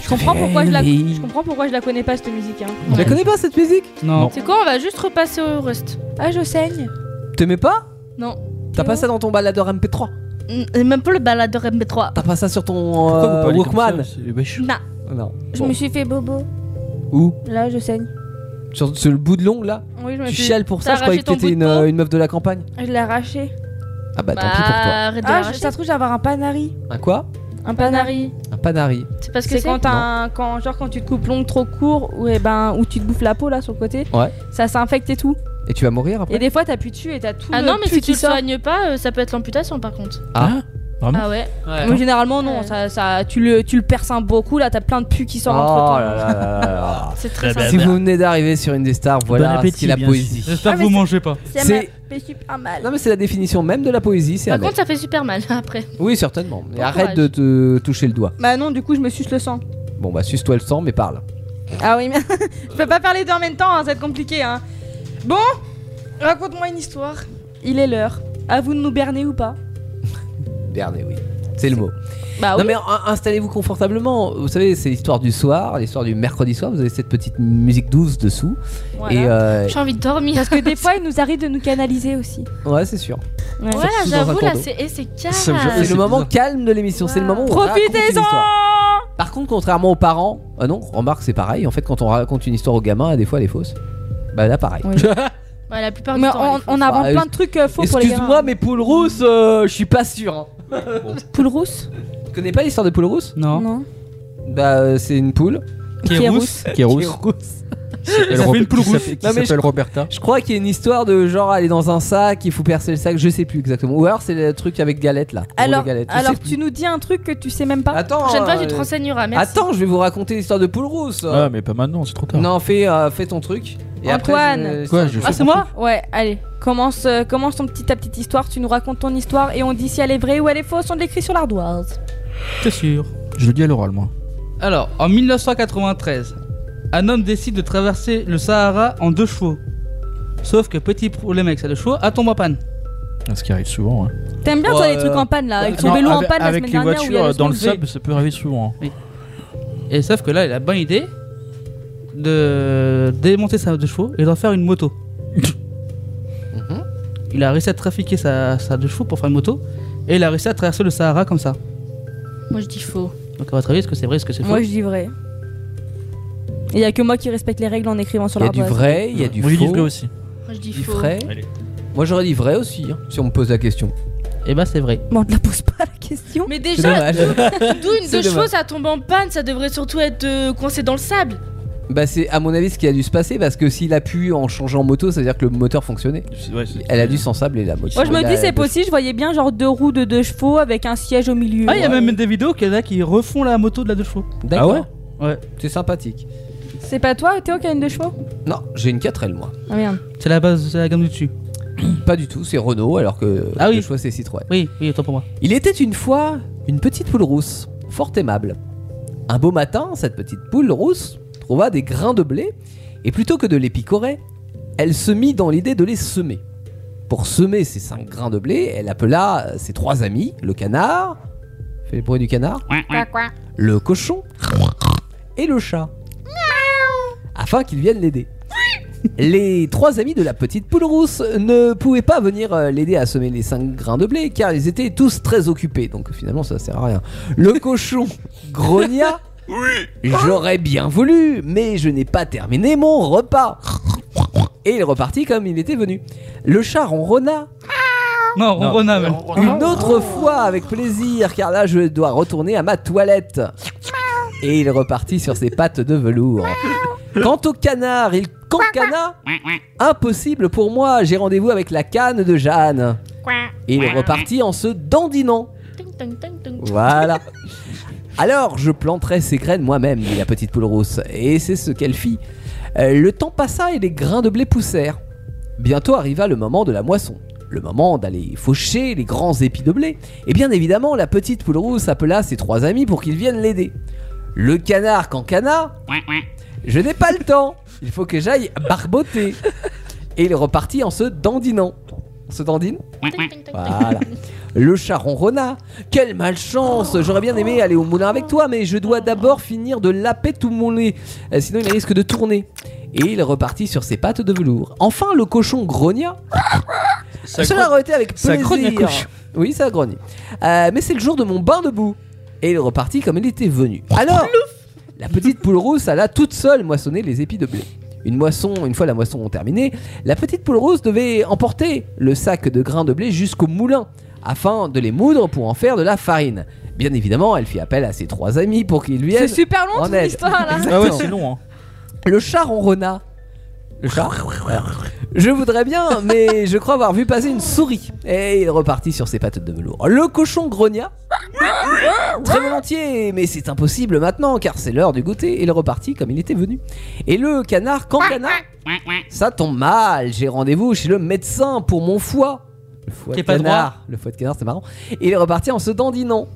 D: Je comprends pourquoi je la, je comprends pourquoi je la connais pas cette musique. Hein.
G: Tu la connais pas cette musique
H: Non.
E: C'est quoi On va juste repasser au Rust.
D: Ah, je saigne.
G: T'aimais pas
E: Non.
G: T'as pas ça dans ton baladeur MP3
E: Mm, Même pas le baladeur MB3.
G: T'as pas ça sur ton
F: Pourquoi vous
G: euh,
F: parlez comme
G: Walkman
F: ça C'est wesh.
E: Non.
G: Oh Non.
D: Je
G: Bon.
D: me suis fait bobo.
G: Où
D: Là, je saigne.
G: sur, sur le bout de l'ongle là
D: Oui, je me
G: Tu
D: suis-
G: chiales pour ça
D: T'as
G: Je croyais que
D: arraché ton
G: t'étais
D: bout de
G: une, euh, une meuf de la campagne.
D: Je l'ai arraché.
G: Ah bah, tant pis pour toi.
E: arrête
D: Ah,
E: de
D: je-
E: l'arracher.
D: ça se trouve, j'ai avoir un panari.
G: Un quoi
D: Un panari.
G: Un panari.
E: C'est parce que
D: C'est
E: c'est
D: quand, t'as un- quand genre quand tu te coupes l'ongle trop court ou eh ben ou tu te bouffes la peau là sur le côté,
G: Ouais.
D: ça s'infecte et tout.
G: Et tu vas mourir après
D: Et des fois t'appuies dessus et t'as tout.
E: Ah
D: le
E: non, mais
D: pus
E: si
D: qui
E: tu le
D: sort.
E: soignes pas, euh, ça peut être l'amputation par contre.
G: Ah
F: Vraiment
E: Ah ouais.
D: Mais généralement non, ça, ça- tu le tu le perces un beau coup là, t'as plein de pus qui
G: Oh
D: sort entre toi.
G: là là là là là.
E: C'est très
F: Bah, bah,
G: Si
F: bah.
G: vous venez d'arriver sur une des stars, voilà ce
F: appétit,
G: qu'est la
F: bien
G: poésie.
H: J'espère que vous mangez pas.
G: Ah, C'est- Non mais c'est la définition même de la poésie, c'est
D: Bah,
E: Par
G: un
E: contre, ça fait super mal après.
G: Oui, certainement. Mais
E: Bon
G: arrête
E: courage.
G: de te toucher le doigt.
D: Bah non, du coup je me suce le sang.
G: Bon bah suce-toi le sang, mais parle.
D: Ah oui, mais je peux pas parler deux en même temps, hein, ça va être compliqué. Hein. Bon, raconte-moi une histoire. Il est l'heure. À vous de nous berner ou pas
G: Dernier, oui. C'est le mot.
D: Bah
G: Non mais in- installez-vous confortablement. Vous savez, c'est l'histoire du soir, l'histoire du mercredi soir. Vous avez cette petite musique douce dessous.
D: Voilà.
G: Et euh,
E: J'ai envie de dormir.
D: Parce que des fois, il nous arrive de nous canaliser aussi.
G: ouais, c'est sûr.
D: Ouais.
E: Voilà,
G: Surtout dans un
E: j'avoue, là,
G: condo.
E: c'est eh, c'est
G: C'est
E: calme.
G: le moment calme de l'émission. C'est le moment où on raconte Oh, une
D: Ah. Profitez-en
G: histoire. Par contre, contrairement aux parents, ah non, remarque, c'est pareil. En fait, quand on raconte une histoire aux gamins, des fois, elle est fausse. Bah là, pareil.
E: Ouais, la plupart
D: Mais
E: du temps.
D: on, on invente
G: Bah,
D: plein de trucs euh, faux pour les gamins.
G: Excuse-moi, mais poule rousse, euh, je suis pas sûr. hein.
D: Poule rousse
G: Tu connais pas l'histoire de poule rousse
H: Non.
D: Non.
G: Bah, euh, c'est une poule.
H: Qui est rousse.
F: Qui est rousse.
H: Elle fait une poule rousse.
G: Non, mais je-
F: Roberta.
G: Je crois qu'il y a une histoire de genre elle est dans un sac, il faut percer le sac, je sais plus exactement. Ou alors c'est le truc avec galette là.
D: Alors,
G: Pour les galettes, je
D: alors
G: sais plus.
D: tu nous dis un truc que tu sais même pas
G: Attends,
E: Prochaine fois, tu te
G: euh,
E: renseigneras. Merci.
G: Attends, je vais vous raconter l'histoire de poule rousse.
F: Ah, mais pas maintenant, c'est trop tard.
G: Non, fais, euh, fais ton truc. Et
D: Antoine.
G: après, je-
F: Quoi, je
D: Ah, c'est moi Ouais, allez. Commence, euh, commence ton petit, ta petite histoire, tu nous racontes ton histoire et on dit si elle est vraie ou elle est fausse, on l'écrit sur l'ardoise.
H: T'es sûr
F: Je le dis à l'oral, moi.
H: Alors, en 1993, un homme décide de traverser le Sahara en deux chevaux. Sauf que petit problème avec ça, le chevaux, elle tombe en panne.
F: Ce qui arrive souvent. hein.
P: T'aimes bien, toi, les trucs en panne, là, avec ton vélo en
F: avec-
P: panne la
F: Avec
P: semaine
F: les
P: dernière où il y a
F: voitures euh,
P: le
F: dans le
P: sable.
F: sable, ça peut arriver souvent. hein.
H: Et sauf que là, il a bonne idée de démonter sa deux chevaux et d'en faire une moto.
G: Mhm.
H: Il a réussi à trafiquer sa, sa deux chevaux pour faire une moto et il a réussi à traverser le Sahara comme ça.
P: Moi, je dis faux.
H: Donc, à votre avis, est-ce que c'est vrai, est-ce que c'est faux
P: Moi, je dis vrai. Il y a que moi qui respecte les règles en écrivant sur
G: Il y
P: la
G: a du vrai, il y a du
H: Moi, je dis
G: faux.
H: vrai aussi.
P: Moi, je dis
G: Du
P: faux.
G: vrai. Moi j'aurais dit vrai aussi, hein, si on me pose la question.
H: Et bah c'est vrai.
P: Bon, on te la pose pas la question.
E: Mais
G: C'est
E: déjà,
G: dommage.
E: d'où d'où une
G: C'est
E: deux chevaux,
G: dommage.
E: ça tombe en panne, ça devrait surtout être euh, coincé dans le sable.
G: Bah c'est à mon avis ce qui a dû se passer parce que s'il a pu en changeant moto, ça veut dire que le moteur fonctionnait. Elle a dû s'en sabler la moto.
P: Moi, je me
G: La-
P: dis, c'est
G: la-
P: possible. Je voyais bien, genre, deux roues de deux chevaux avec un siège au milieu.
H: Ah, il y a même des vidéos qu'il y en a qui refont la moto de la deux chevaux.
G: D'accord.
H: ouais Ouais.
G: C'est sympathique.
P: C'est pas toi, Théo, qui a une deux chevaux
G: Non, j'ai une 4L moi.
P: Ah merde.
H: C'est la base, c'est la gamme du dessus.
G: Pas du tout, c'est Renault alors que
H: Ah oui.
G: le choix c'est Citroën.
H: Oui, oui, autant pour moi.
G: Il était une fois une petite poule rousse, fort aimable. Un beau matin, cette petite poule rousse trouva des grains de blé et plutôt que de les picorer, elle se mit dans l'idée de les semer. Pour semer ces cinq grains de blé, elle appela ses trois amis, le canard, fais le bruit du canard, le cochon et le chat, afin qu'ils viennent l'aider. Les trois amis de la petite poule rousse ne pouvaient pas venir euh, l'aider à semer les cinq grains de blé car ils étaient tous très occupés, donc finalement ça sert à rien. Le cochon grogna J'aurais bien voulu, mais je n'ai pas terminé mon repas. Et il repartit comme il était venu. Le chat ronronna
H: Non,
G: Non.
H: Rona même.
G: une autre fois avec plaisir, car là je dois retourner à ma toilette. Et il repartit sur ses pattes de velours. Quant au canard, il cancana. Impossible pour moi, j'ai rendez-vous avec la canne de Jeanne. Et il repartit en se dandinant. Voilà. Alors, je planterai ces graines moi-même, dit la petite poule rousse. Et c'est ce qu'elle fit. Euh, Le temps passa et les grains de blé poussèrent. Bientôt arriva le moment de la moisson. Le moment d'aller faucher les grands épis de blé. Et bien évidemment, la petite poule rousse appela ses trois amis pour qu'ils viennent l'aider. Le canard cancana Je n'ai pas le temps. Il faut que j'aille barboter. Et il repartit en se dandinant. On se dandine Voilà. Le chat ronronna. Quelle malchance J'aurais bien aimé aller au moulin avec toi, mais je dois d'abord finir de laper tout mon nez. Euh, Sinon, il risque de tourner. Et il repartit sur ses pattes de velours. Enfin, le cochon grogna.
A: Ça
G: Cela
A: grogne-
G: aurait été avec
A: ça
G: plaisir.
A: grogne un cochon.
G: Oui, ça grogne. Euh, mais c'est le jour de mon bain debout. Et il repartit comme il était venu. Alors, la petite poule rousse alla toute seule moissonner les épis de blé. Une moisson, une fois la moisson terminée, la petite poule rousse devait emporter le sac de grains de blé jusqu'au moulin afin de les moudre pour en faire de la farine. Bien évidemment, elle fit appel à ses trois amis pour qu'ils lui aident.
P: C'est super long,
G: en
P: toute
G: aide.
P: l'histoire, là.
G: Exactement.
P: Ah ouais, c'est long,
G: Le chat ronronna. Le chat Je voudrais bien, mais je crois avoir vu passer une souris. Et il repartit sur ses pattes de velours. Le cochon grogna. Très volontiers, mais c'est impossible maintenant car c'est l'heure du goûter. Il repartit comme il était venu. Et le canard cancana Ça tombe mal, j'ai rendez-vous chez le médecin pour mon foie. Le foie de
H: Qui est pas
G: canard. Le foie de canard, c'est marrant. Et il repartit en se dandinant.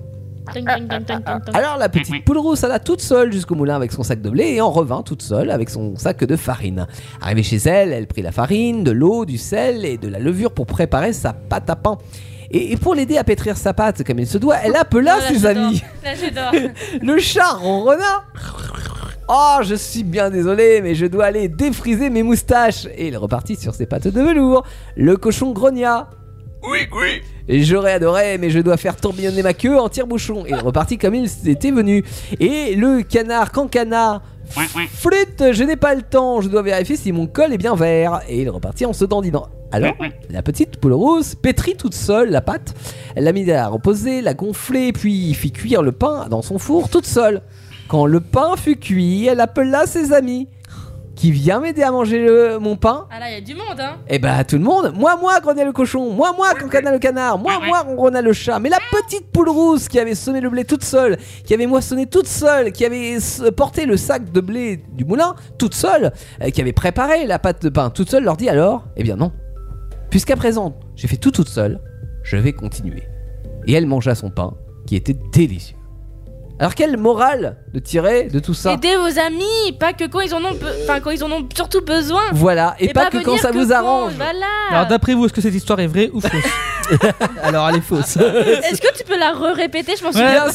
G: Alors la petite poule rousse alla toute seule jusqu'au moulin avec son sac de blé et en revint toute seule avec son sac de farine. Arrivée chez elle, elle prit la farine, de l'eau, du sel et de la levure pour préparer sa pâte à pain. Et et pour l'aider à pétrir sa pâte comme il se doit, elle appela
D: Oh, là,
G: ses
D: j'adore.
G: amis.
D: Là, j'adore.
G: Le chat ronronna. Oh, je suis bien désolé, mais je dois aller défriser mes moustaches. Et il repartit sur ses pattes de velours. Le cochon grogna. Et J'aurais adoré, mais je dois faire tourbillonner ma queue en tire-bouchon. Et il repartit comme il s'était venu. Et le canard cancana. Flûte, je n'ai pas le temps, je dois vérifier si mon col est bien vert. Et il repartit en se dandinant. Alors, la petite poule rose pétrit toute seule la pâte. Elle l'a mise à reposer, l'a gonflée, puis fit cuire le pain dans son four toute seule. Quand le pain fut cuit, elle appela ses amis. Qui vient m'aider à manger le- mon pain
E: Ah là, il y a du monde, hein.
G: eh bah tout le monde, moi moi Grenet le cochon, moi moi Concana le canard, moi moi Ronrona le chat, mais la petite poule rousse qui avait semé le blé toute seule, qui avait moissonné toute seule, qui avait s- porté le sac de blé du moulin toute seule, euh, qui avait préparé la pâte de pain toute seule, leur dit alors, eh bien non, puisqu'à présent j'ai fait tout toute seule, je vais continuer. Et elle mangea son pain, qui était délicieux. Alors quelle morale de tirer de tout ça
E: Aidez vos amis, pas que quand ils en ont, be- enfin quand ils en ont surtout besoin.
G: Voilà, et pas eh ben, que quand bah.
E: venir
G: ça vous arrange.
E: Voilà.
H: Alors d'après vous, est-ce que cette histoire est vraie ou fausse Alors elle est fausse.
E: Est-ce que tu peux la re-répéter Je m'en souviens.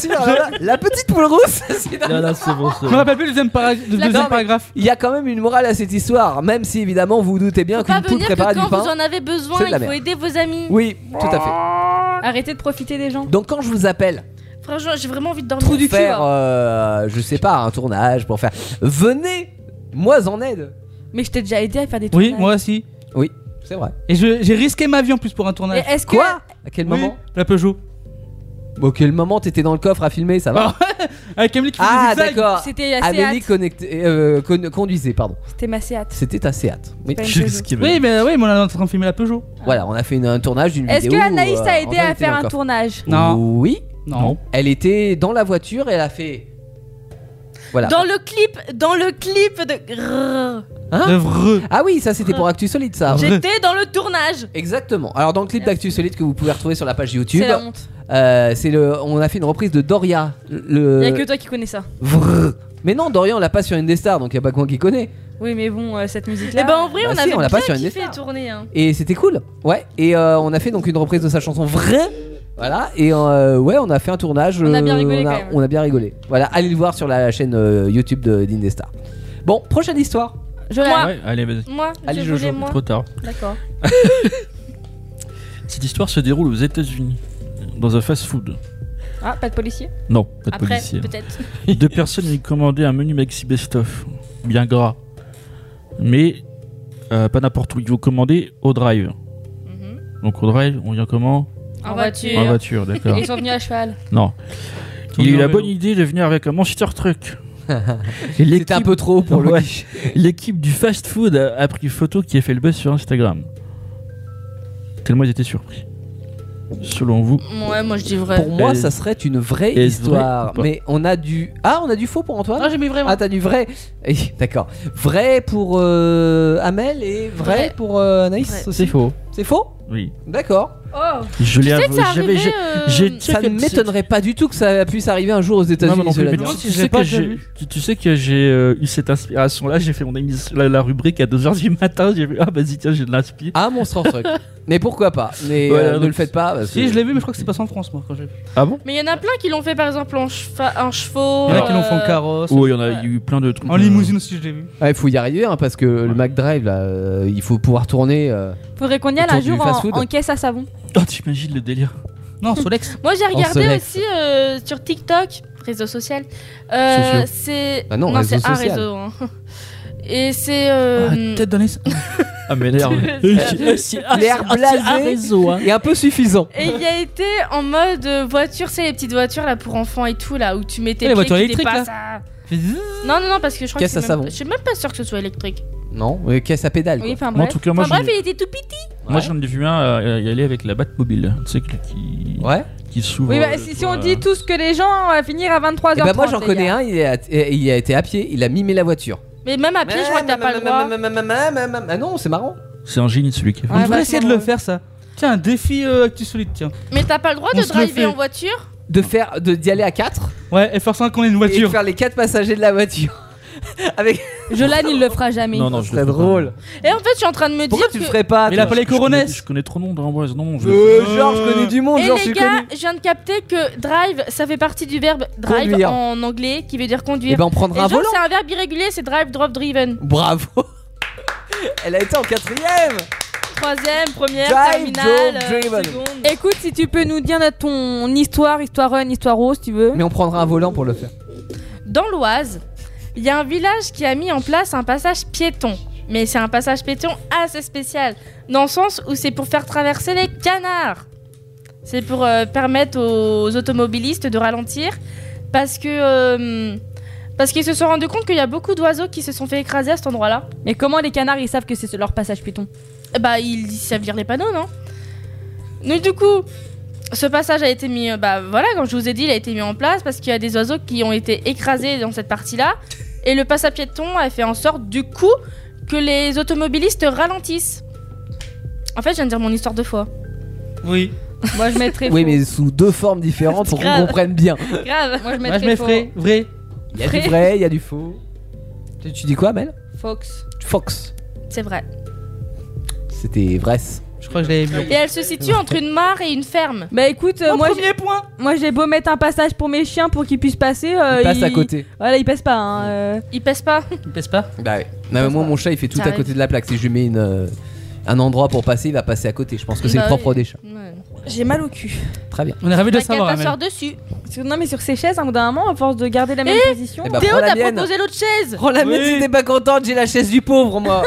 G: la petite poule rousse, c'est
F: Ah,
H: Non, non, c'est bon. Je me rappelle plus le deuxième, para- le deuxième
G: Non, mais
H: paragraphe.
G: Il y a quand même une morale à cette histoire, même si évidemment vous vous doutez bien
E: Pas
G: qu'une poule
E: venir que
G: prépare du
E: quand
G: pain.
E: vous en avez
G: c'est
E: besoin,
G: de la
E: il faut
G: merde.
E: aider vos amis.
G: Oui, tout à fait.
E: Arrêtez de profiter des gens.
G: Donc quand je vous appelle
E: Franchement, j'ai vraiment envie de dormir. hein.
G: pour faire, euh, je sais pas, un tournage, pour faire, venez, moi en aide.
D: Mais je t'ai déjà aidé à faire des trucs.
H: Oui, moi aussi.
G: Oui, c'est vrai.
H: Et je- j'ai risqué ma vie en plus pour un tournage.
D: Et est-ce que- Quoi
G: À quel
H: Oui,
G: moment
H: La Peugeot.
G: Auquel moment t'étais dans le coffre à filmer, ça va
H: Avec Amélie qui fait
G: Ah
H: des zigzags.
G: d'accord.
D: C'était la
G: Amélie
D: Seat.
G: connecté, euh, con- conduisait, pardon.
D: C'était ma Seat.
G: C'était ta Seat. Oui.
D: pas une Peugeot.
H: Oui, mais oui, mais on est en train de filmer la Peugeot.
G: Voilà, on a fait une- un tournage d'une
D: Est-ce
G: vidéo.
D: que Anaïs
G: euh,
D: t'a aidé
G: André
D: à
G: était
D: faire
G: dans le
D: un
G: coffre.
D: tournage
H: Non.
G: Oui.
H: Non.
G: Elle était dans la voiture et elle a fait. Voilà.
E: Dans le clip, dans le clip de. Grrr.
G: Hein
H: Le vreux.
G: Ah oui, ça c'était pour Actu Solide, ça.
E: J'étais dans le tournage.
G: Exactement. Alors dans le clip d'Actu Solide que vous pouvez retrouver sur la page YouTube.
D: C'est la honte.
G: euh, c'est le, on a fait une reprise de Doria.
D: Il
G: Le.
D: y a que toi qui connais ça.
G: Vrrr. Mais non, Doria on l'a pas sur Indestar, donc y a pas que moi qui connais.
D: Oui, mais bon, euh, cette musique-là.
E: Eh ben en vrai,
G: Bah
E: on
G: si,
E: avait
G: on l'a
E: bien
G: pas sur une
E: kiffé tourner. hein.
G: Et c'était cool. Ouais. Et euh, on a fait donc une reprise de sa chanson Vrai. Voilà. Et euh, ouais, on a fait un tournage.
E: On a bien
G: euh,
E: rigolé
G: on, a,
E: quand même.
G: on a bien rigolé. Voilà. Allez le voir sur la chaîne euh, YouTube de d'Indestar. Bon, prochaine histoire.
E: Je
F: Moi. Ouais, allez, vas-y.
E: Moi,
F: Allez,
E: je
F: Jojo,
E: voulais moi.
F: trop tard.
E: D'accord.
F: Cette histoire se déroule aux États-Unis, dans un fast-food.
Q: Ah, pas de policier
F: Non, pas de
Q: Après,
F: policier.
Q: peut-être.
F: Deux personnes y commandaient un menu maxi best-of, bien gras. Mais euh, pas n'importe où, ils vont commander au drive.
G: Mhm.
F: Donc au drive, on vient comment
Q: En voiture.
F: En voiture, d'accord.
Q: Ils sont venus à cheval.
F: Non.
Q: Ils sont
F: Il a eu
Q: venus
F: la
Q: en vélo.
F: bonne idée de venir avec un monster truck.
G: C'était un peu trop pour le
F: Ouais.
G: quiche.
F: L'équipe du fast food a, a pris une photo qui a fait le buzz sur Instagram. Tellement ils étaient surpris. Selon vous.
E: Ouais, moi je dis vrai.
G: Pour moi, ça serait une vraie
F: Est-ce
G: histoire.
F: vrai ou pas
G: mais on a du. Ah, on a du faux pour Antoine Ah, j'ai mis vrai. Ah, t'as du vrai. Oui, D'accord. Vrai pour euh, Amel et vrai,
E: Vrai.
G: pour euh, Anaïs
E: Vrai.
G: aussi.
F: C'est faux.
G: C'est faux
F: Oui.
G: D'accord.
E: Oh.
F: Je l'ai
G: Tu sais que
F: avoué.
G: ça
F: J'avais-
G: arrivait,
F: j'ai-
G: euh,
F: j'ai-
G: Ça ne
F: tu sais que-
G: m'étonnerait pas du tout que ça puisse arriver un jour aux
F: Non, moi
G: États-Unis.
F: non plus,
G: cela
F: mais
G: dit.
F: tu, tu sais que j'ai- tu- tu sais que j'ai euh, eu cette inspiration-là, j'ai fait mon émission, la, la rubrique à 2h du matin, j'ai vu, ah vas-y tiens, j'ai de l'inspiration.
G: Ah, monstre en truc. mais pourquoi pas Mais
F: Ouais,
G: euh,
F: donc-
G: ne le faites pas. parce
H: Si,
G: que-
H: je l'ai vu, mais je crois que c'est passé en France, moi, quand j'ai vu.
F: Ah bon
E: Mais il y en a plein qui l'ont fait par exemple en, cheva- en chevaux.
H: Il y en a qui l'ont
E: euh,
H: fait en carrosse.
F: Oui, il y en a il y a eu plein de trucs. euh,
H: En limousine aussi, je l'ai vu.
G: Ah, il faut y arriver hein, parce que le Mac Drive, là, euh, il faut pouvoir tourner. euh,
D: Faudrait qu'on y aille un
G: Autour du
D: jour en,
G: fast-food.
D: en caisse à savon.
F: Oh, t'imagines le délire.
H: Non, Solex.
E: Moi j'ai regardé
G: soleil.
E: aussi euh, sur TikTok, réseau social. euh,
G: Sociaux.
E: c'est.
G: Bah non, réseau
E: c'est un
G: social.
E: réseau. hein. Et c'est. euh,
H: Tête d'Anaïs.
F: Ah mais l'air.
D: Euh, ah,
G: L'air
D: hein.
G: blasé et un peu suffisant.
E: Et il y a été en mode euh, voiture, c'est les petites voitures là pour enfants et tout là où tu mets tes
G: Ah, les
E: pieds
G: voitures
E: qui
G: électriques,
E: dépassent,
G: là.
E: ah. Non non non parce que je crois
G: Caisse
E: que
G: à
E: c'est même...
G: savon.
E: je suis même pas sûr que ce soit électrique.
G: Non, mais caisse à pédale. quoi.
E: enfin
F: Moi, en tout cas, moi,
E: Enfin,
F: j'en ai-
E: bref, il était tout petit.
F: Moi j'en ai vu un euh, y aller avec la Batmobile, tu sais que- qui
G: ouais.
F: qui s'ouvre.
Q: Oui,
F: euh,
Q: bah, si, si on
F: voilà.
Q: dit tout ce que les gens, on
D: euh,
Q: va finir à 23h30.
G: Et bah moi j'en connais un, il a, il a été à pied, il a mimé la voiture.
E: Mais même à pied, je crois que t'as pas le droit.
G: Ah non, c'est marrant.
F: C'est un génie celui qui a fait.
H: On
D: bah,
H: devrait essayer de le faire, ça. Tiens, un défi euh, Actu Solide, tiens.
E: Mais t'as pas le droit
H: On
E: de
H: se le fait.
E: driver en voiture.
G: De faire, de d'y aller à 4
H: Ouais, et faire ça qu'on ait une
G: et
H: voiture.
G: faire les 4 passagers de la voiture. Avec.
D: Jolan, il le fera jamais.
F: Non non, je
G: C'est drôle.
E: Et en fait, je suis en train de me dire que.
G: pas
F: Mais
H: Il a pas les coronets.
F: Je connais trop de monde, Ambroise. Non, je
G: Euh, genre, je connais du monde,
E: Et
G: genre, je
E: Eh, les
G: suis
E: gars,
G: connu.
E: je viens de capter que drive, ça fait partie du verbe drive
G: Conduire.
E: en anglais qui veut dire conduire.
G: Eh ben, on prendra
E: Et
G: un
E: genre,
G: volant.
E: C'est un verbe irrégulier, c'est drive, drop, driven.
G: Bravo. Elle a été en quatrième.
E: Troisième, première,
G: Drive,
E: terminale,
G: drop,
E: euh,
G: driven.
E: seconde.
D: Écoute, si tu peux nous dire notre- ton histoire, histoire run, histoire rose, si tu veux.
G: Mais on prendra un volant pour le faire.
E: Dans l'Oise, il y a un village qui a mis en place un passage piéton. Mais c'est un passage piéton assez spécial, dans le sens où c'est pour faire traverser les canards. C'est pour euh, permettre aux automobilistes de ralentir, parce que euh, parce qu'ils se sont rendus compte qu'il y a beaucoup d'oiseaux qui se sont fait écraser à cet endroit-là.
D: Mais comment les canards, ils savent que c'est leur passage piéton
E: Eh Bah ils savent lire les panneaux, non Donc du coup, ce passage a été mis, euh, bah voilà, comme je vous ai dit, il a été mis en place parce qu'il y a des oiseaux qui ont été écrasés dans cette partie-là. Et le passage piéton a fait en sorte, du coup, que les automobilistes ralentissent. En fait, je viens de dire mon histoire deux fois.
H: Oui.
D: Moi, je mettrais.
G: Oui, mais sous deux formes différentes pour qu'on
E: grave.
G: comprenne bien.
E: Grave.
D: Moi, je
H: Moi, je mets vrai. Vrai.
G: Il y a du
E: Vrai.
G: vrai, il y a du faux. Tu, tu dis quoi, Mel
D: Fox.
G: Fox.
E: C'est vrai.
G: C'était vrai.
H: Je crois que je l'avais vu.
E: Et elle se situe entre une mare et une ferme.
D: Bah écoute, euh,
E: Mon
D: moi
E: premier
D: j'ai- Moi j'ai beau mettre un passage pour mes chiens pour qu'ils puissent passer. euh,
G: Ils passent à côté.
D: Voilà, ils passent pas. Hein,
E: Ils passent pas.
H: Ils passent pas.
G: Bah ouais. Non, mais moi, mon chat, il fait tout
D: Ça
G: à
D: arrive.
G: côté de la plaque. Si je lui mets une, euh, un endroit pour passer, il va passer à côté. Je pense que c'est
D: Bah
G: le
D: oui.
G: propre des chats.
D: J'ai mal au cul.
G: Très bien.
H: On est ravis
D: de le savoir, Amel.
E: dessus.
D: non mais sur ces chaises, à un bout d'un moment, à force de garder la même position.
G: Eh bah, Théo, prends la t'as mienne. proposé
E: l'autre chaise.
G: Oh la mienne, si t'es pas contente, j'ai la chaise du pauvre, moi.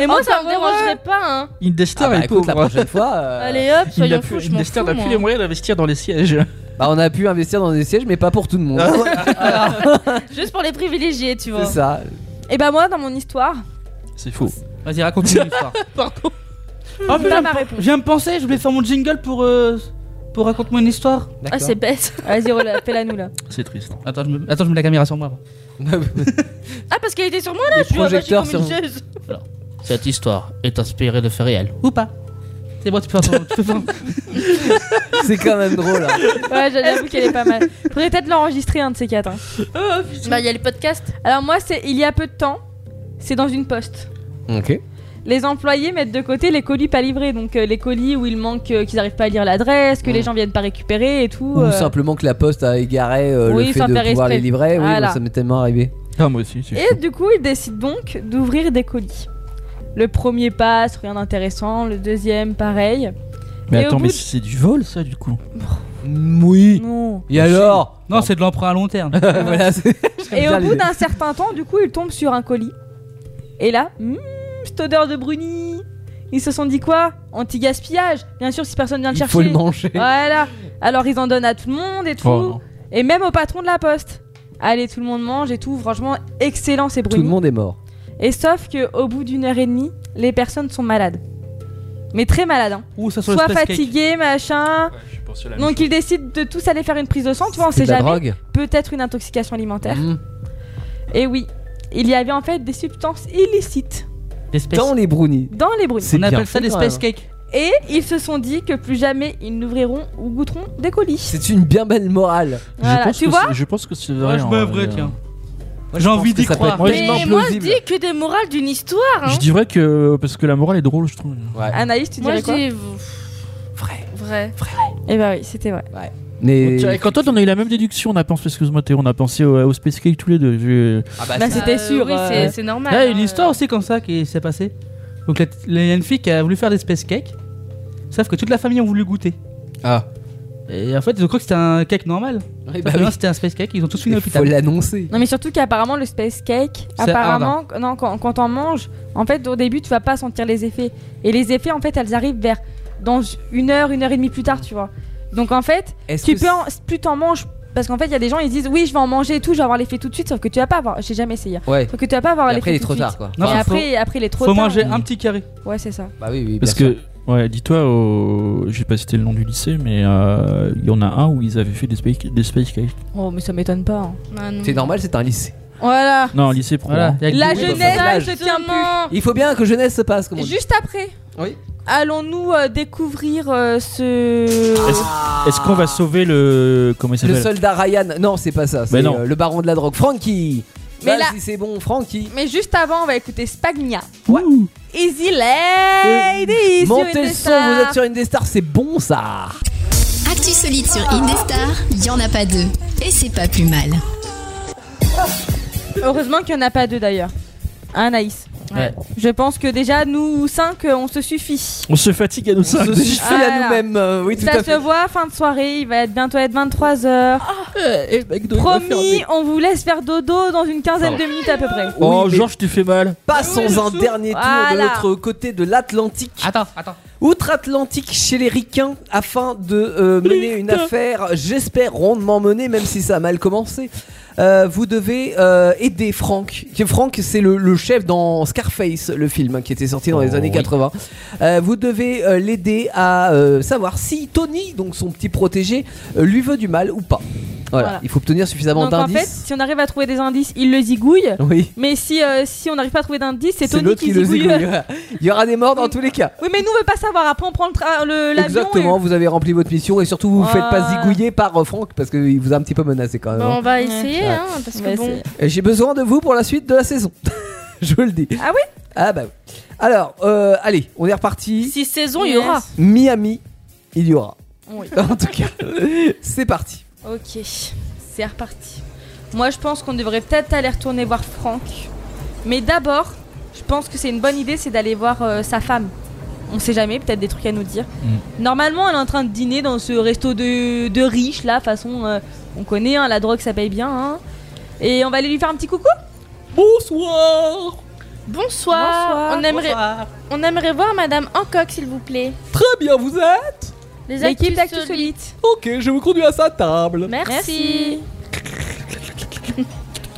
E: Et moi, ça
D: Encore
E: me dérangerait pas, hein.
H: Indestar
G: Ah bah,
H: est
G: écoute,
H: pauvre. hein.
G: la prochaine fois, euh,
E: Allez hop,
H: Il
E: soyons
H: n'a
E: fous,
H: plus-
E: je m'en
H: Indestar
E: fous.
H: n'a plus
E: moi.
H: les moyens d'investir dans les sièges.
G: Bah, on a pu investir dans des sièges, mais pas pour tout le monde.
E: Juste pour les privilégiés, tu vois.
G: c'est ça.
D: Et
E: Eh ben,
D: bah moi, dans mon histoire,
F: C'est faux.
H: Vas-y, raconte une histoire. Pardon. Oh
D: Pas
H: putain,
D: ma
H: je
D: réponse.
H: viens me penser, je voulais faire mon jingle pour, euh, pour raconte-moi une histoire.
D: Ah, c'est
E: bête.
D: Vas-y, relève, fais-la nous là.
F: C'est triste.
H: Attends je, me... Attends, je mets la caméra sur moi.
E: Ah, parce qu'elle était sur moi là, je suis
H: projecteurs
E: rabâchée comme
H: sur-
E: une chaise.
H: Cette histoire est inspirée de faits réels. Ou pas. C'est bon, tu peux entendre. tu peux faire-
G: C'est quand même drôle. hein.
D: Ouais, j'a- j'avoue qu'elle est pas mal. Faudrait peut-être l'enregistrer un de ces quatre. hein.
E: Bah, il y a les podcasts.
D: Alors moi, c'est il y a peu de temps, c'est dans une poste.
G: Ok.
D: Les employés mettent de côté les colis pas livrés, donc euh, les colis où il manque, euh, qu'ils arrivent pas à lire l'adresse, que les gens viennent pas récupérer et tout.
G: Ou
D: euh.
G: simplement que la poste a égaré euh,
D: Oui,
G: le fait
D: sans
G: de
D: faire
G: pouvoir
D: exprès.
G: les livrer. Oui,
D: Voilà.
G: moi, ça m'est tellement arrivé.
F: Ah, moi aussi,
D: Et du coup, ils décident donc d'ouvrir des colis. Le premier passe, rien d'intéressant. Le deuxième, pareil.
F: Mais
D: Et au
F: attends,
D: bout
F: mais
D: de-
F: c'est du vol ça du coup
G: Oui.
D: Non.
G: Et alors
H: Non, c'est de l'emprunt à long terme.
G: Voilà, c'est-
D: Et au bout d'un certain temps, du coup, ils tombent sur un colis. Et là, hmm, cette odeur de bruni. Ils se sont dit quoi Anti-gaspillage. Bien sûr, si personne vient le
G: Il
D: chercher.
G: faut
D: Ah,
G: le manger.
D: Voilà. Alors, ils en donnent à tout le monde et tout.
G: Oh, non.
D: et même au patron de la poste. Allez, tout le monde mange et tout. Franchement, excellent ces
G: Tout
D: brunis.
G: le monde est mort.
D: Et sauf que au bout d'une heure et demie, les personnes sont malades. Mais très malades. Hein.
H: Ouh, ça sent
D: Soit
H: le space cake.
D: fatiguées, machin. Donc ils décident de tous aller faire une prise de sang, tu vois, on
H: C'était
D: sait
H: de la
D: jamais.
H: drogue. Mm.
D: Peut-être une intoxication alimentaire.
G: Mm.
D: Et oui, il y avait en fait des substances illicites
G: Dans les brownies.
D: dans les bruits.
G: C'est On bien. appelle ça des space cakes.
D: Et ils se sont dit que plus jamais ils n'ouvriront ou goûteront des colis.
G: C'est une bien belle morale.
D: Voilà, tu vois
F: Je pense que c'est
H: Ouais,
F: vrai.
H: je
F: en
H: me
F: vrai,
H: vrai,
F: euh.
H: tiens. J'ai envie d'y croire.
E: Mais moi, je dis que des morales d'une histoire. hein.
F: Je dis vrai que parce que la morale est drôle, je trouve.
D: Anaïs, tu
E: Moi,
D: dirais
E: je
D: quoi
E: dis. Vrai. Vrai.
D: Et bah oui, c'était vrai.
G: Mais
F: Tiens, et quand toi, on a eu la même déduction, on a pensé, excuse-moi Théo, on a pensé au, au Space Cake tous les deux. Je-
G: bah,
D: Bah, c'était sûr.
E: oui,
D: euh,
E: c'est- c'est normal.
H: Là,
E: hein.
H: il y a une histoire aussi comme ça qui s'est passée. Donc, la- la- il y a une fille qui a voulu faire des space cakes, sauf que toute la famille a voulu goûter.
G: Ah.
H: Et en fait, ils ont cru que c'était un cake normal.
G: Oui,
H: Sauf
G: bah
H: que
G: oui.
H: non, c'était un space cake, ils ont tous fini à
G: Faut
H: l'hôpital.
G: l'annoncer.
D: Non mais surtout qu'apparemment le space cake,
H: C'est
D: apparemment non quand, quand on mange, en fait au début tu vas pas sentir les effets et les effets en fait elles arrivent vers dans une heure une heure et demie plus tard tu vois. Donc en fait
G: Est-ce
D: tu
G: que
D: peux en- plus t'en manges parce qu'en fait il y a des gens ils disent oui je vais en manger et tout je vais avoir l'effet tout de suite sauf que tu vas pas avoir j'ai jamais essayé
G: Ouais.
D: sauf que tu vas pas avoir
G: Et après, il est
D: l'effet
G: trop
D: tout de
G: tard,
D: suite.
G: quoi.
D: Et
G: Enfin,
D: après après il est trop
H: Faut
D: tard.
H: manger un petit carré.
D: ouais c'est ça
G: Bah oui, oui.
F: Parce que, ouais, dis-toi, au... j'ai pas cité le nom du lycée, mais euh, il y en a un où ils avaient fait des Space, des space Cake.
D: oh mais ça m'étonne pas hein.
G: C'est normal, c'est un lycée.
D: voilà
F: Non, lycée pro.
H: Voilà.
F: hein.
H: Il y a
D: la
H: que-
D: jeunesse je tiens plus
G: Il faut bien que jeunesse se passe, comme on dit.
D: juste après
G: Oui.
D: allons-nous euh, découvrir euh, ce
F: Est-ce,
D: Ah.
F: est-ce qu'on va sauver le. Comment il
G: Le
F: s'appelle
G: soldat Ryan. Non, c'est pas ça. C'est
F: Mais non.
G: euh, le baron de la drogue. Frankie.
D: Mais
G: Vas-y,
D: là-
G: c'est bon, Frankie.
D: Mais juste avant, on va écouter Spagna. Easy Lady sur
G: Montez le son,
D: Indestar.
G: vous êtes sur une des stars, c'est bon ça.
B: Actu solide sur Indestar, il y en a pas deux. Et c'est pas plus mal.
D: Heureusement qu'il n'y en a pas deux d'ailleurs. Hein, Naïs
H: Ouais.
D: Je pense que déjà, nous cinq, euh, on se suffit.
F: On se fatigue à nous cinq.
G: On se suffit à
D: Voilà.
G: nous-mêmes. euh, oui, tout
D: Ah.
G: à
D: Ça se
G: fait.
D: voit, fin de soirée, il va être bientôt être 23h.
E: Ah, eh,
D: Promis, on vous laisse faire dodo dans une quinzaine de minutes à peu près.
F: Oh,
G: Oui, mais-
F: Georges, tu fais mal.
G: Passons un dernier tour de
D: Voilà.
G: l'autre côté de l'Atlantique.
H: Attends, attends.
G: Outre-Atlantique chez les ricains afin de euh, mener une affaire, j'espère rondement menée, même si ça a mal commencé. Euh, vous devez euh, aider Franck. Que- Franck, c'est le, le chef dans Scarface, le film hein, qui était sorti dans les
H: Oh,
G: années
H: oui.
G: 80. Euh, vous devez euh, l'aider à euh, savoir si Tony, donc son petit protégé, euh, lui veut du mal ou pas. Voilà,
D: Voilà.
G: il faut obtenir suffisamment
D: Donc en fait,
G: d'indices.
D: si on arrive à trouver des indices, il le zigouille.
G: Oui.
D: Mais si, euh, si on n'arrive pas à trouver d'indices, c'est Tony
G: l'autre
D: qui
G: le
D: zigouille.
G: zigouille. Il y aura des morts dans tous les cas.
D: Oui, mais nous, on veut pas savoir. Après, on prend le tra- le- l'avion.
G: Exactement, vous avez rempli votre mission et surtout vous ne faites pas
D: Voilà.
G: zigouiller par euh, Franck parce qu'il vous a un petit peu menacé quand même.
E: Bon,
G: hein.
E: on va essayer,
G: Ouais.
E: hein, parce
D: On va
E: que bon.
D: essayer.
G: Et J'ai besoin de vous pour la suite de la saison. Je vous le dis.
D: Ah oui
G: Ah bah oui.
R: Alors, euh, allez, on est reparti.
E: Six saisons, il y aura.
R: Miami, il y aura.
E: Oui.
R: en tout cas, c'est parti.
D: Ok, c'est reparti. Moi, je pense qu'on devrait peut-être aller retourner voir Franck. Mais d'abord, je pense que c'est une bonne idée, c'est d'aller voir euh, sa femme. On sait jamais, peut-être des trucs à nous dire.
F: Mm.
D: Normalement, elle est en train de dîner dans ce resto de, de riches, là, façon, euh, on connaît, hein, la drogue, ça paye bien. hein. Et on va aller lui faire un petit coucou Bonsoir
E: Bonsoir.
D: Bonsoir.
R: Ah,
E: On aimerait,
D: Bonsoir.
E: on aimerait voir Madame Hancock, s'il vous plaît.
R: Très bien, vous êtes
E: Les
R: L'équipe
E: actifs
R: d'Actu
E: solides.
R: Ok, je vous conduis à sa table.
E: Merci.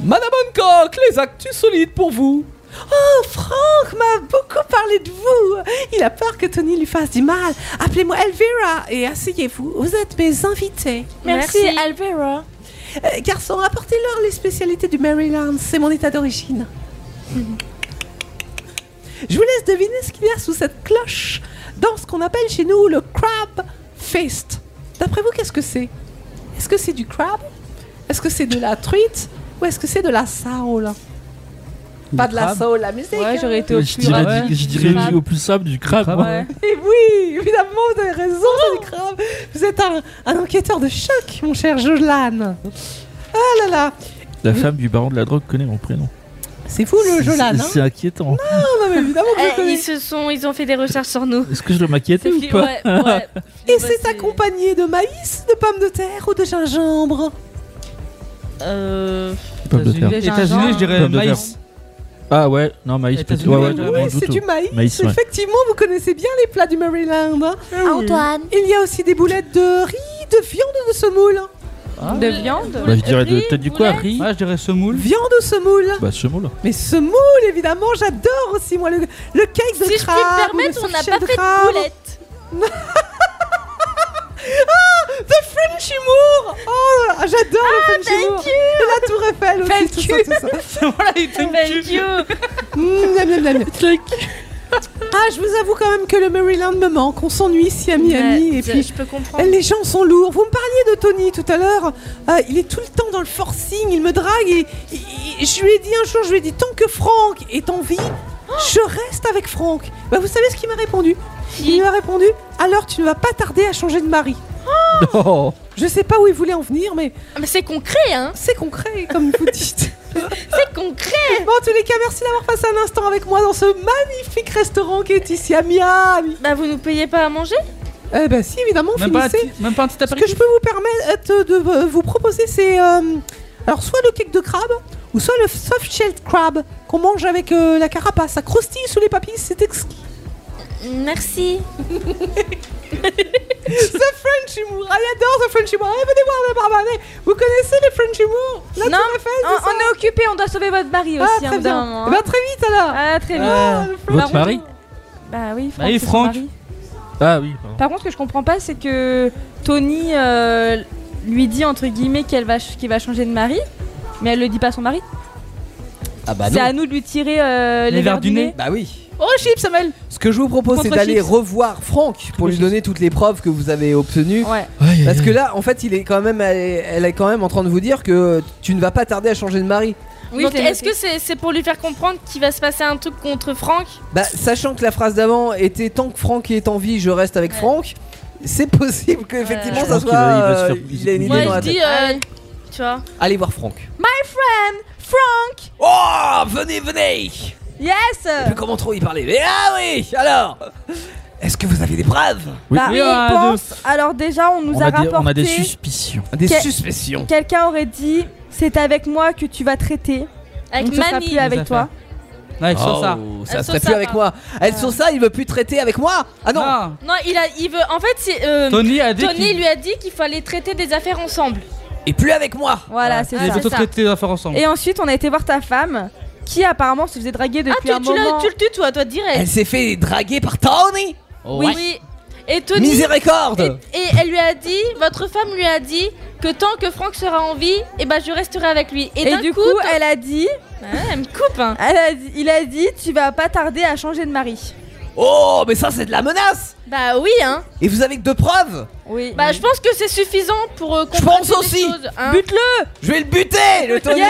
R: Madame Hancock, les actus solides pour vous.
G: Oh, Franck m'a beaucoup parlé de vous. Il a peur que Tony lui fasse du mal. Appelez-moi Elvira et asseyez-vous. Vous êtes mes invités.
E: Merci, Merci.
G: Elvira. garçon, apportez-leur les spécialités du Maryland. C'est mon état d'origine. Je vous laisse deviner ce qu'il y a sous cette cloche dans ce qu'on appelle chez nous le crab fist. D'après vous, qu'est-ce que c'est Est-ce que c'est du crab Est-ce que c'est de la truite Ou est-ce que c'est de la saule Pas de la
F: crabe.
G: saule, la musique.
D: Ouais, j'aurais été au hein.
F: Je dirais, du- je dirais du- au plus simple du crabe. hein. moi.
G: Et oui, évidemment, vous avez raison, c'est du crabe. Vous êtes un, un enquêteur de choc, mon cher Jolan. Ah là là.
F: La femme du baron de la drogue connaît mon prénom.
G: C'est fou
E: le Jolan, hein
F: C'est inquiétant.
G: Non, non, mais évidemment que je
E: Eh,
G: connais.
E: ils se sont, ils ont fait des recherches sur nous.
F: Est-ce que je dois m'inquiéter ou
E: fli-
F: pas
E: ouais, ouais.
G: Et c'est accompagné de maïs, de pommes de terre ou de gingembre
E: Euh.
F: Pommes de terre.
G: États-Unis, Gingembre. je dirais
F: Pommes de terre.
G: maïs.
F: Ah ouais, non, maïs. peut-être. Ouais, ouais,
G: Oui,
F: doute.
G: c'est du maïs.
F: Maïs, ouais.
G: Effectivement, vous connaissez bien les plats du Maryland.
E: Ah
G: hein. Il y a aussi des boulettes de riz, de viande de semoule.
D: De viande
F: Bah, je dirais de- peut-être du quoi Riz
H: Ah, je dirais semoule.
G: Viande de semoule.
F: Bah, ce mot-là.
G: Mais semoule, évidemment, j'adore aussi, moi, le, le cake de
E: Si je puis
G: crabe.
E: me
G: ou le
E: permettre, on n'a
G: sachet
E: pas fait
G: crabe.
E: de boulettes.
G: Ah, The French humour Oh, là là, j'adore
E: Ah,
G: le French humour Et la Tour Eiffel aussi, tout ça, tout ça. voilà, il thank you Mm, miam, miam, miam, miam. Ah, je vous avoue quand même que le Maryland me manque. On s'ennuie ici à Miami.
E: Ouais,
G: et
E: je-
G: puis,
E: je peux comprendre.
G: Les gens sont lourds. Vous me parliez de Tony tout à l'heure. Euh, il est tout le temps dans le forcing. Il me drague. Et, et- et je lui ai dit un jour, je lui ai dit tant que Franck est en vie, je reste avec Franck. Bah, vous savez ce qu'il m'a répondu Il m'a répondu alors tu ne vas pas tarder à changer de mari.
F: Oh.
G: Je sais pas où il voulait en venir, mais.
E: Ah,
G: mais c'est concret, hein C'est concret, comme vous dites. c'est concret Bon, en tous les cas, merci d'avoir passé un instant avec moi dans ce magnifique restaurant qui est ici à Miami. Bah, vous nous payez pas à manger Eh bah, si, évidemment,
H: Même pas un
G: finissez.
H: petit- même pas un petit
G: Ce que je peux vous permettre de euh, vous proposer, c'est. euh, alors, soit le cake de crabe, ou soit le soft shell crab qu'on mange avec euh, la carapace. Ça croustille sous les papilles, c'est exquis. Merci. The French Humour. Elle adore The French Humour. Allez, venez voir le barbanet. Vous connaissez les French Humour La
D: Non,
G: Tour Eiffel,
D: on,
G: tout ça
D: on est occupé, on doit sauver votre mari
G: Ah,
D: aussi.
G: très
D: hein,
G: bien.
D: d'un moment, hein.
G: Eh ben, très vite alors.
D: Ah, très vite.
F: Ah, Votre mari
D: Bah oui,
F: Bah
D: Franck.
F: oui,
D: c'est son
F: Franck.
D: mari.
F: Ah oui, pardon.
D: Par contre, ce que je comprends pas, c'est que Tony euh, lui dit entre guillemets qu'elle va, ch- qu'il va changer de mari, mais elle le dit pas à son mari.
R: Ah bah non.
D: c'est à nous de lui tirer euh, les, verres du nez.
R: Bah oui.
D: Oh, chips, Samuel
R: Ce que je vous propose, c'est
D: Contre
R: d'aller
D: chips.
R: revoir Franck pour lui donner toutes les preuves que vous avez obtenues. Parce que là, en fait, il est quand même, elle est, elle est quand même en train de vous dire que tu ne vas pas tarder à changer de mari.
E: Donc, est-ce que c'est c'est pour lui faire comprendre qu'il va se passer un truc contre Franck
R: Bah, sachant que la phrase d'avant était tant que Franck est en vie, je reste avec Franck. C'est possible qu'effectivement
F: Je
R: ça
F: pense
R: soit.
F: qu'il va- il va se faire-
R: euh, il a une idée
E: Moi,
R: dans
E: je
R: la tête.
E: dis, euh, tu vois.
R: Allez voir Franck.
D: My friend, Frank.
R: Oh, venez, venez.
E: Euh.
D: Yes.
R: Je sais plus comment trop y parler. Mais ah oui, alors. Est-ce que vous avez des preuves
D: Bah, on pense. Alors déjà, on nous a, rapporté.
F: suspicions.
R: Des
D: Quel-
R: suspicions.
D: Quelqu'un aurait dit, c'est avec moi que tu vas traiter.
E: Avec
D: Donc, ce sera
E: Mani.
D: plus avec
R: Les
D: toi.
H: Ouais, ils sont
F: Oh.
H: ça.
R: Oh, Ça
E: Elles
R: serait
E: sont
R: plus
E: ça,
R: avec
E: hein.
R: moi. Elles sont ça, il veut plus traiter avec moi. Ah non.
E: Non, il a, il veut. En fait, c'est. euh,
R: Tony a dit
E: Tony
R: qu'il-
E: lui a dit qu'il fallait traiter des affaires ensemble.
R: Et plus avec moi.
D: Voilà, c'est
H: Ils
D: ça.
H: ont tous traité les affaires ensemble.
D: Et ensuite, on a été voir ta femme, qui apparemment se faisait draguer
E: Ah, tu,
D: depuis
E: tu,
D: un
E: l'as-
D: moment.
E: tu le tues, toi, toi, direct.
R: Elle s'est fait draguer par Tony.
E: Oui, oui. Et Tony.
R: Miséricorde.
E: Et, et elle lui a dit, votre femme lui a dit que tant que Franck sera en vie, et ben je resterai avec lui. Et,
D: Et
E: d'un
D: du coup,
E: t'en-
D: elle a dit.
E: elle me coupe. hein.
D: Elle a dit- il a dit, tu vas pas tarder à changer de mari.
G: Oh, mais ça, c'est de la menace
E: Bah oui, hein.
G: Et vous avez que deux preuves
E: Oui. Bah je pense que c'est suffisant pour euh,
G: Je pense aussi.
E: hein. Bute-le
G: Je vais le buter, le Tony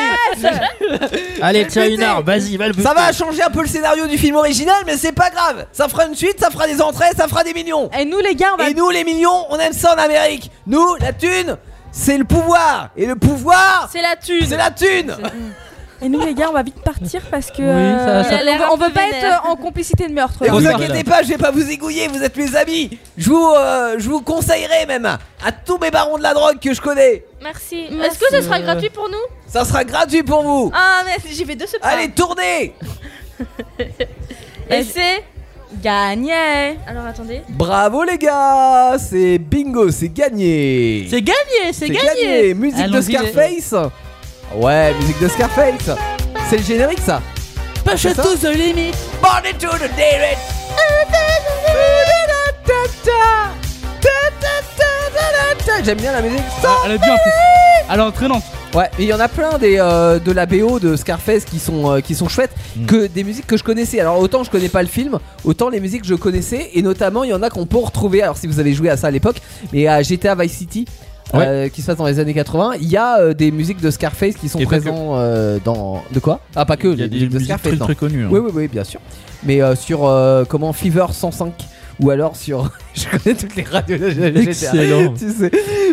F: Allez, tiens une arme, vas-y, va le
G: Ça va changer un peu le scénario du film original, mais c'est pas grave. Ça fera une suite, ça fera des entrées, ça fera des
E: Eh,
G: millions.
D: Et nous les gars,
G: et nous les millions, on aime ça en Amérique. Nous, la thune, c'est le pouvoir. Et le pouvoir,
E: c'est la thune.
G: C'est la thune.
D: Et nous les gars, on va vite partir parce que
G: ça- ça-
D: on veut- on, veut pas être euh, en complicité de meurtre.
G: Et
D: là.
G: vous inquiétez pas, je vais pas vous égouiller, vous êtes mes amis. Je vous, euh, je vous conseillerai même à tous mes barons de la drogue que je connais.
E: Merci.
D: Merci.
E: Est-ce que ce sera gratuit pour nous
G: Ça sera gratuit pour vous.
E: Ah mais j'y vais de ce pas.
G: Allez, tournez
D: Et c'est gagné.
E: Alors attendez.
G: Bravo les gars, c'est bingo, c'est gagné.
H: C'est gagné, c'est gagné.
G: Musique de
H: Allons-y, les-
G: Scarface. Ouais, musique de Scarface. C'est le générique ça.
H: Push
G: C'est ça
H: to the limit.
G: Born to the limit. J'aime bien la musique.
H: Elle est bien en plus. Elle est entraînante.
G: Ouais, et il y en a plein des euh, de la BO de Scarface qui sont euh, qui sont chouettes
F: Mm.
G: que des musiques que je connaissais. Alors autant je connais pas le film, autant les musiques je connaissais et notamment il y en a qu'on peut retrouver. Alors si vous avez joué à ça à l'époque, mais à GTA Vice City. euh, qui se passe dans les années 80, il y a euh, des musiques de Scarface qui sont
F: Et pas que.
G: présentes euh, dans de quoi Ah pas que
F: Il y a
G: les
F: des
G: musiques de
F: musiques
G: Scarface.
F: très,
G: non.
F: très connues, hein.
G: Oui oui oui bien sûr. Mais euh, sur euh, comment Fever 105 ou alors sur je connais toutes les radios de GTA.
F: Excellent.
G: tu sais.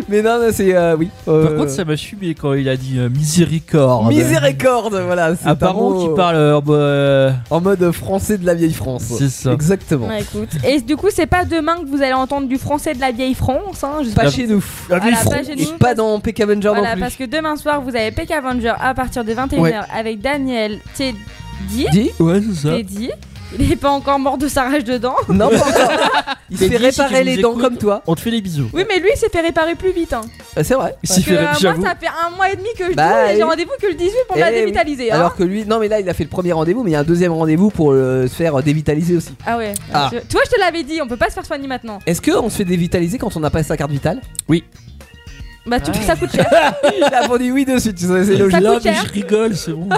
G: Mais non, non, c'est euh, oui.
F: Par contre, ça m'a subi quand il a dit euh, miséricorde.
G: Miséricorde, voilà. c'est
F: Un baron
G: mot-
F: qui parle euh, euh,
G: en mode français de la vieille France.
F: C'est ça.
G: Exactement.
D: Ouais, écoute. Et du coup, c'est pas demain que vous allez entendre du français de la vieille France. Hein, je sais
G: Pas
D: pas.
G: chez nous.
D: Ah, La vieille Voilà, pas France. chez nous.
G: Et pas dans PK Avenger
D: Voilà,
G: non
D: parce
G: plus.
D: que demain soir, vous avez Peck Avenger à partir de 21h
G: Ouais.
D: avec Daniel Teddy.
G: Teddy Ouais, c'est ça.
D: Teddy. Il est pas encore mort de sa rage de dents.
G: Non, pas encore. Il se
F: Teddy,
G: fait
F: si
G: réparer
F: tu nous
G: les dents
F: écoutes,
G: comme toi.
F: On te fait des bisous.
D: Oui, mais lui, il s'est fait réparer plus vite. Hein.
G: Ah, c'est vrai.
D: Parce que, euh, moi, ça fait un mois et demi que je
G: Bah,
D: joue et
G: oui.
D: j'ai rendez-vous que le 18 pour me
G: Eh
D: la
G: oui.
D: dévitaliser. hein.
G: Alors que lui, non, mais là, il a fait le premier rendez-vous, mais il y a un deuxième rendez-vous pour euh, se faire euh, dévitaliser aussi.
D: Ah ouais.
G: Ah.
D: Je- Toi, je te l'avais dit, on peut pas se faire soigner maintenant.
G: Est-ce qu'on se fait dévitaliser quand on n'a pas sa carte vitale Oui.
D: Bah,
G: Ah.
D: tu, ça coûte cher.
G: il a répondu oui de suite, tu sais, c'est
D: Ça
G: logique.
D: coûte Non, mais cher. je
F: rigole, c'est bon.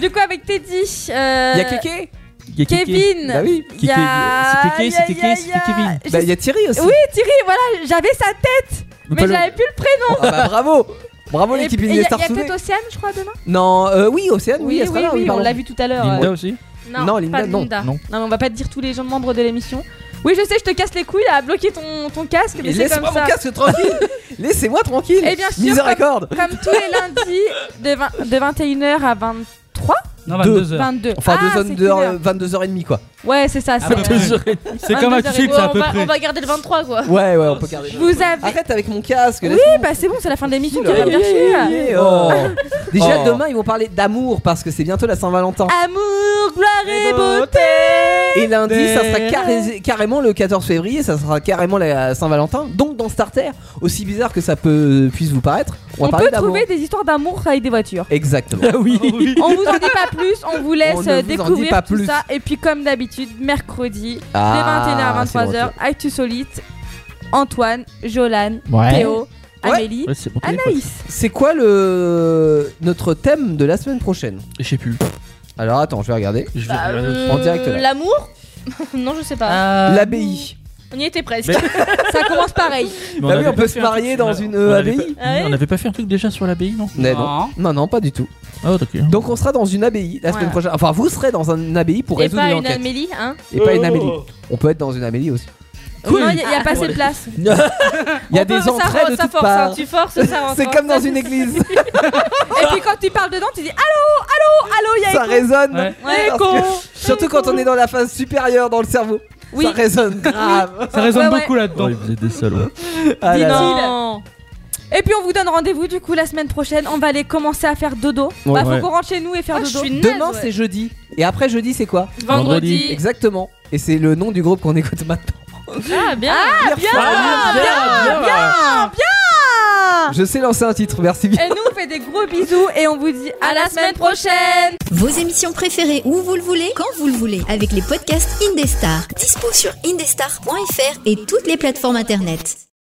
D: du coup, avec Teddy. Euh...
G: Il y a Kéké
F: Y a Kéké.
D: Kevin. euh,
G: Bah oui.
D: Il y a-
F: C'est Kéké, c'est
D: il y a-
F: Kéké, c'est Kevin.
G: Bah, il y a Thierry aussi.
D: Oui, Thierry, voilà, j'avais sa tête,
G: Mais
D: mais
G: pas le-
D: j'avais plus le prénom.
G: Ah bah, bravo Bravo
D: Et-
G: l'équipe
D: et Il y a,
G: Inès
D: il y a
G: Sarsoulé.
D: peut-être Océane, je crois, demain
G: Non, euh, oui, Océane, oui, elle sera là, oui,
D: on
G: pardon.
D: l'a vu tout à l'heure.
G: Linda
D: euh.
G: aussi
D: Non,
G: Non,
D: pas
G: Linda,
D: de
G: non.
D: Linda.
G: Non.
D: mais on va pas te dire tous les gens membres de l'émission. Oui, je sais, je te casse les couilles à bloquer ton, ton casque, mais,
G: Eh Mais
D: c'est comme
G: laisse-moi
D: ça.
G: mon casque tranquille Laissez-moi tranquille
D: Et Eh bien sûr,
G: Miséricorde
D: Comme tous les lundis, de, vingt- de 21h à 23
H: Non,
G: Deux. Ah,
H: 22 heures.
D: 22.
G: Enfin,
D: Ah, c'est
G: 22h,
D: qu'une heure.
G: euh, 22h30 quoi.
D: Ouais, c'est ça.
G: peu près. C'est comme un clip, c'est à peu près.
E: On va garder le 23 quoi.
G: Ouais, ouais, on peut garder.
D: Vous avez.
G: Arrête avec mon casque.
D: Oui,
G: Ah, laisse-moi
D: bah c'est bon, c'est la fin de l'émission.
G: tranquille.
D: t'as pas bien
G: Yeah,
D: chier.
G: yeah, oh. Déjà
D: Oh.
G: demain, ils vont parler d'amour parce que c'est bientôt la Saint-Valentin.
D: Amour, gloire et beauté.
G: Et lundi, ça sera carré- carrément le 14 février, ça sera carrément la Saint-Valentin. Donc dans Starter, aussi bizarre que ça peut, puisse vous paraître, on va
D: On
G: parler
D: peut
G: d'amour.
D: trouver des histoires d'amour avec des voitures.
G: Exactement. Ah oui.
D: On vous en dit pas plus, on vous laisse
G: On ne
D: euh,
G: vous en dit
D: découvrir
G: pas
D: tout
G: plus.
D: ça. Et puis comme d'habitude, mercredi,
G: Ah,
D: de 21h à 23h, Actu Solite, Antoine, Jolan,
G: Ouais.
D: Théo,
G: Ouais.
D: Amélie,
G: Ouais, c'est bon téléphone.
D: Anaïs.
G: C'est quoi le notre thème de la semaine prochaine
F: Je sais
D: Bah,
F: plus.
G: Alors attends, je vais regarder.
E: Bah, euh,
G: en direct là.
E: L'amour Non, je sais
D: Euh,
E: pas.
G: L'abbaye.
E: On y était presque.
D: Ça commence pareil.
F: Mais
G: Bah oui,
F: avait
G: on
F: pas
G: peut
F: fait
G: se
F: un truc
G: marier
F: sur
G: dans
F: la-
G: une,
F: on
G: euh,
F: avait
G: abbaye.
E: Ah
F: pas- On avait pas fait un truc déjà sur l'abbaye, non
G: Mais non. non, non, pas du tout.
F: tá
G: Donc on sera dans une abbaye la semaine
E: Voilà.
G: prochaine. Enfin, vous serez dans une abbaye pour
E: Et
G: résoudre
E: pas
G: une
E: une
G: enquête.
E: Amélie, hein
G: Et pas une abbaye. On peut être dans une abbaye aussi.
D: Non, il y, a- y a pas assez de place.
G: Il y a des
D: Ça
G: entrées
D: force,
G: de
D: ça
G: toutes
D: force, hein,
G: parts.
D: tu forces, ça rentre.
G: C'est comme dans une église. Oh.
D: Et puis quand tu parles dedans, tu dis allô, allô, allô, il y a
G: ça
D: écho.
G: résonne.
D: Ouais.
G: Parce
D: Écho.
G: que- surtout quand on est dans la phase supérieure dans le cerveau.
D: Oui.
G: Ça résonne grave.
H: Ça résonne beaucoup là-dedans.
F: Vous êtes des salauds.
G: Ah là là.
D: Non. Et puis on vous donne rendez-vous du coup la semaine prochaine. On va aller commencer à faire dodo.
G: Ouais.
D: bah faut
G: Ouais.
D: qu'on rentre chez nous et faire
G: Oh,
D: dodo.
E: Ah,
G: Demain c'est jeudi et après jeudi c'est quoi
D: Vendredi. Vendredi.
G: Exactement. Et c'est le nom du groupe qu'on écoute maintenant.
E: Ah, bien
D: Ah, bien,
G: Ah,
D: bien,
G: bien,
D: bien, bien,
G: Je sais lancer un titre, merci bien.
D: Et nous on fait des gros bisous et on vous dit à la semaine prochaine.
B: Vos émissions préférées où vous le voulez, quand vous le voulez, avec les podcasts Indestar. Dispo sur indestar.fr et toutes les plateformes internet.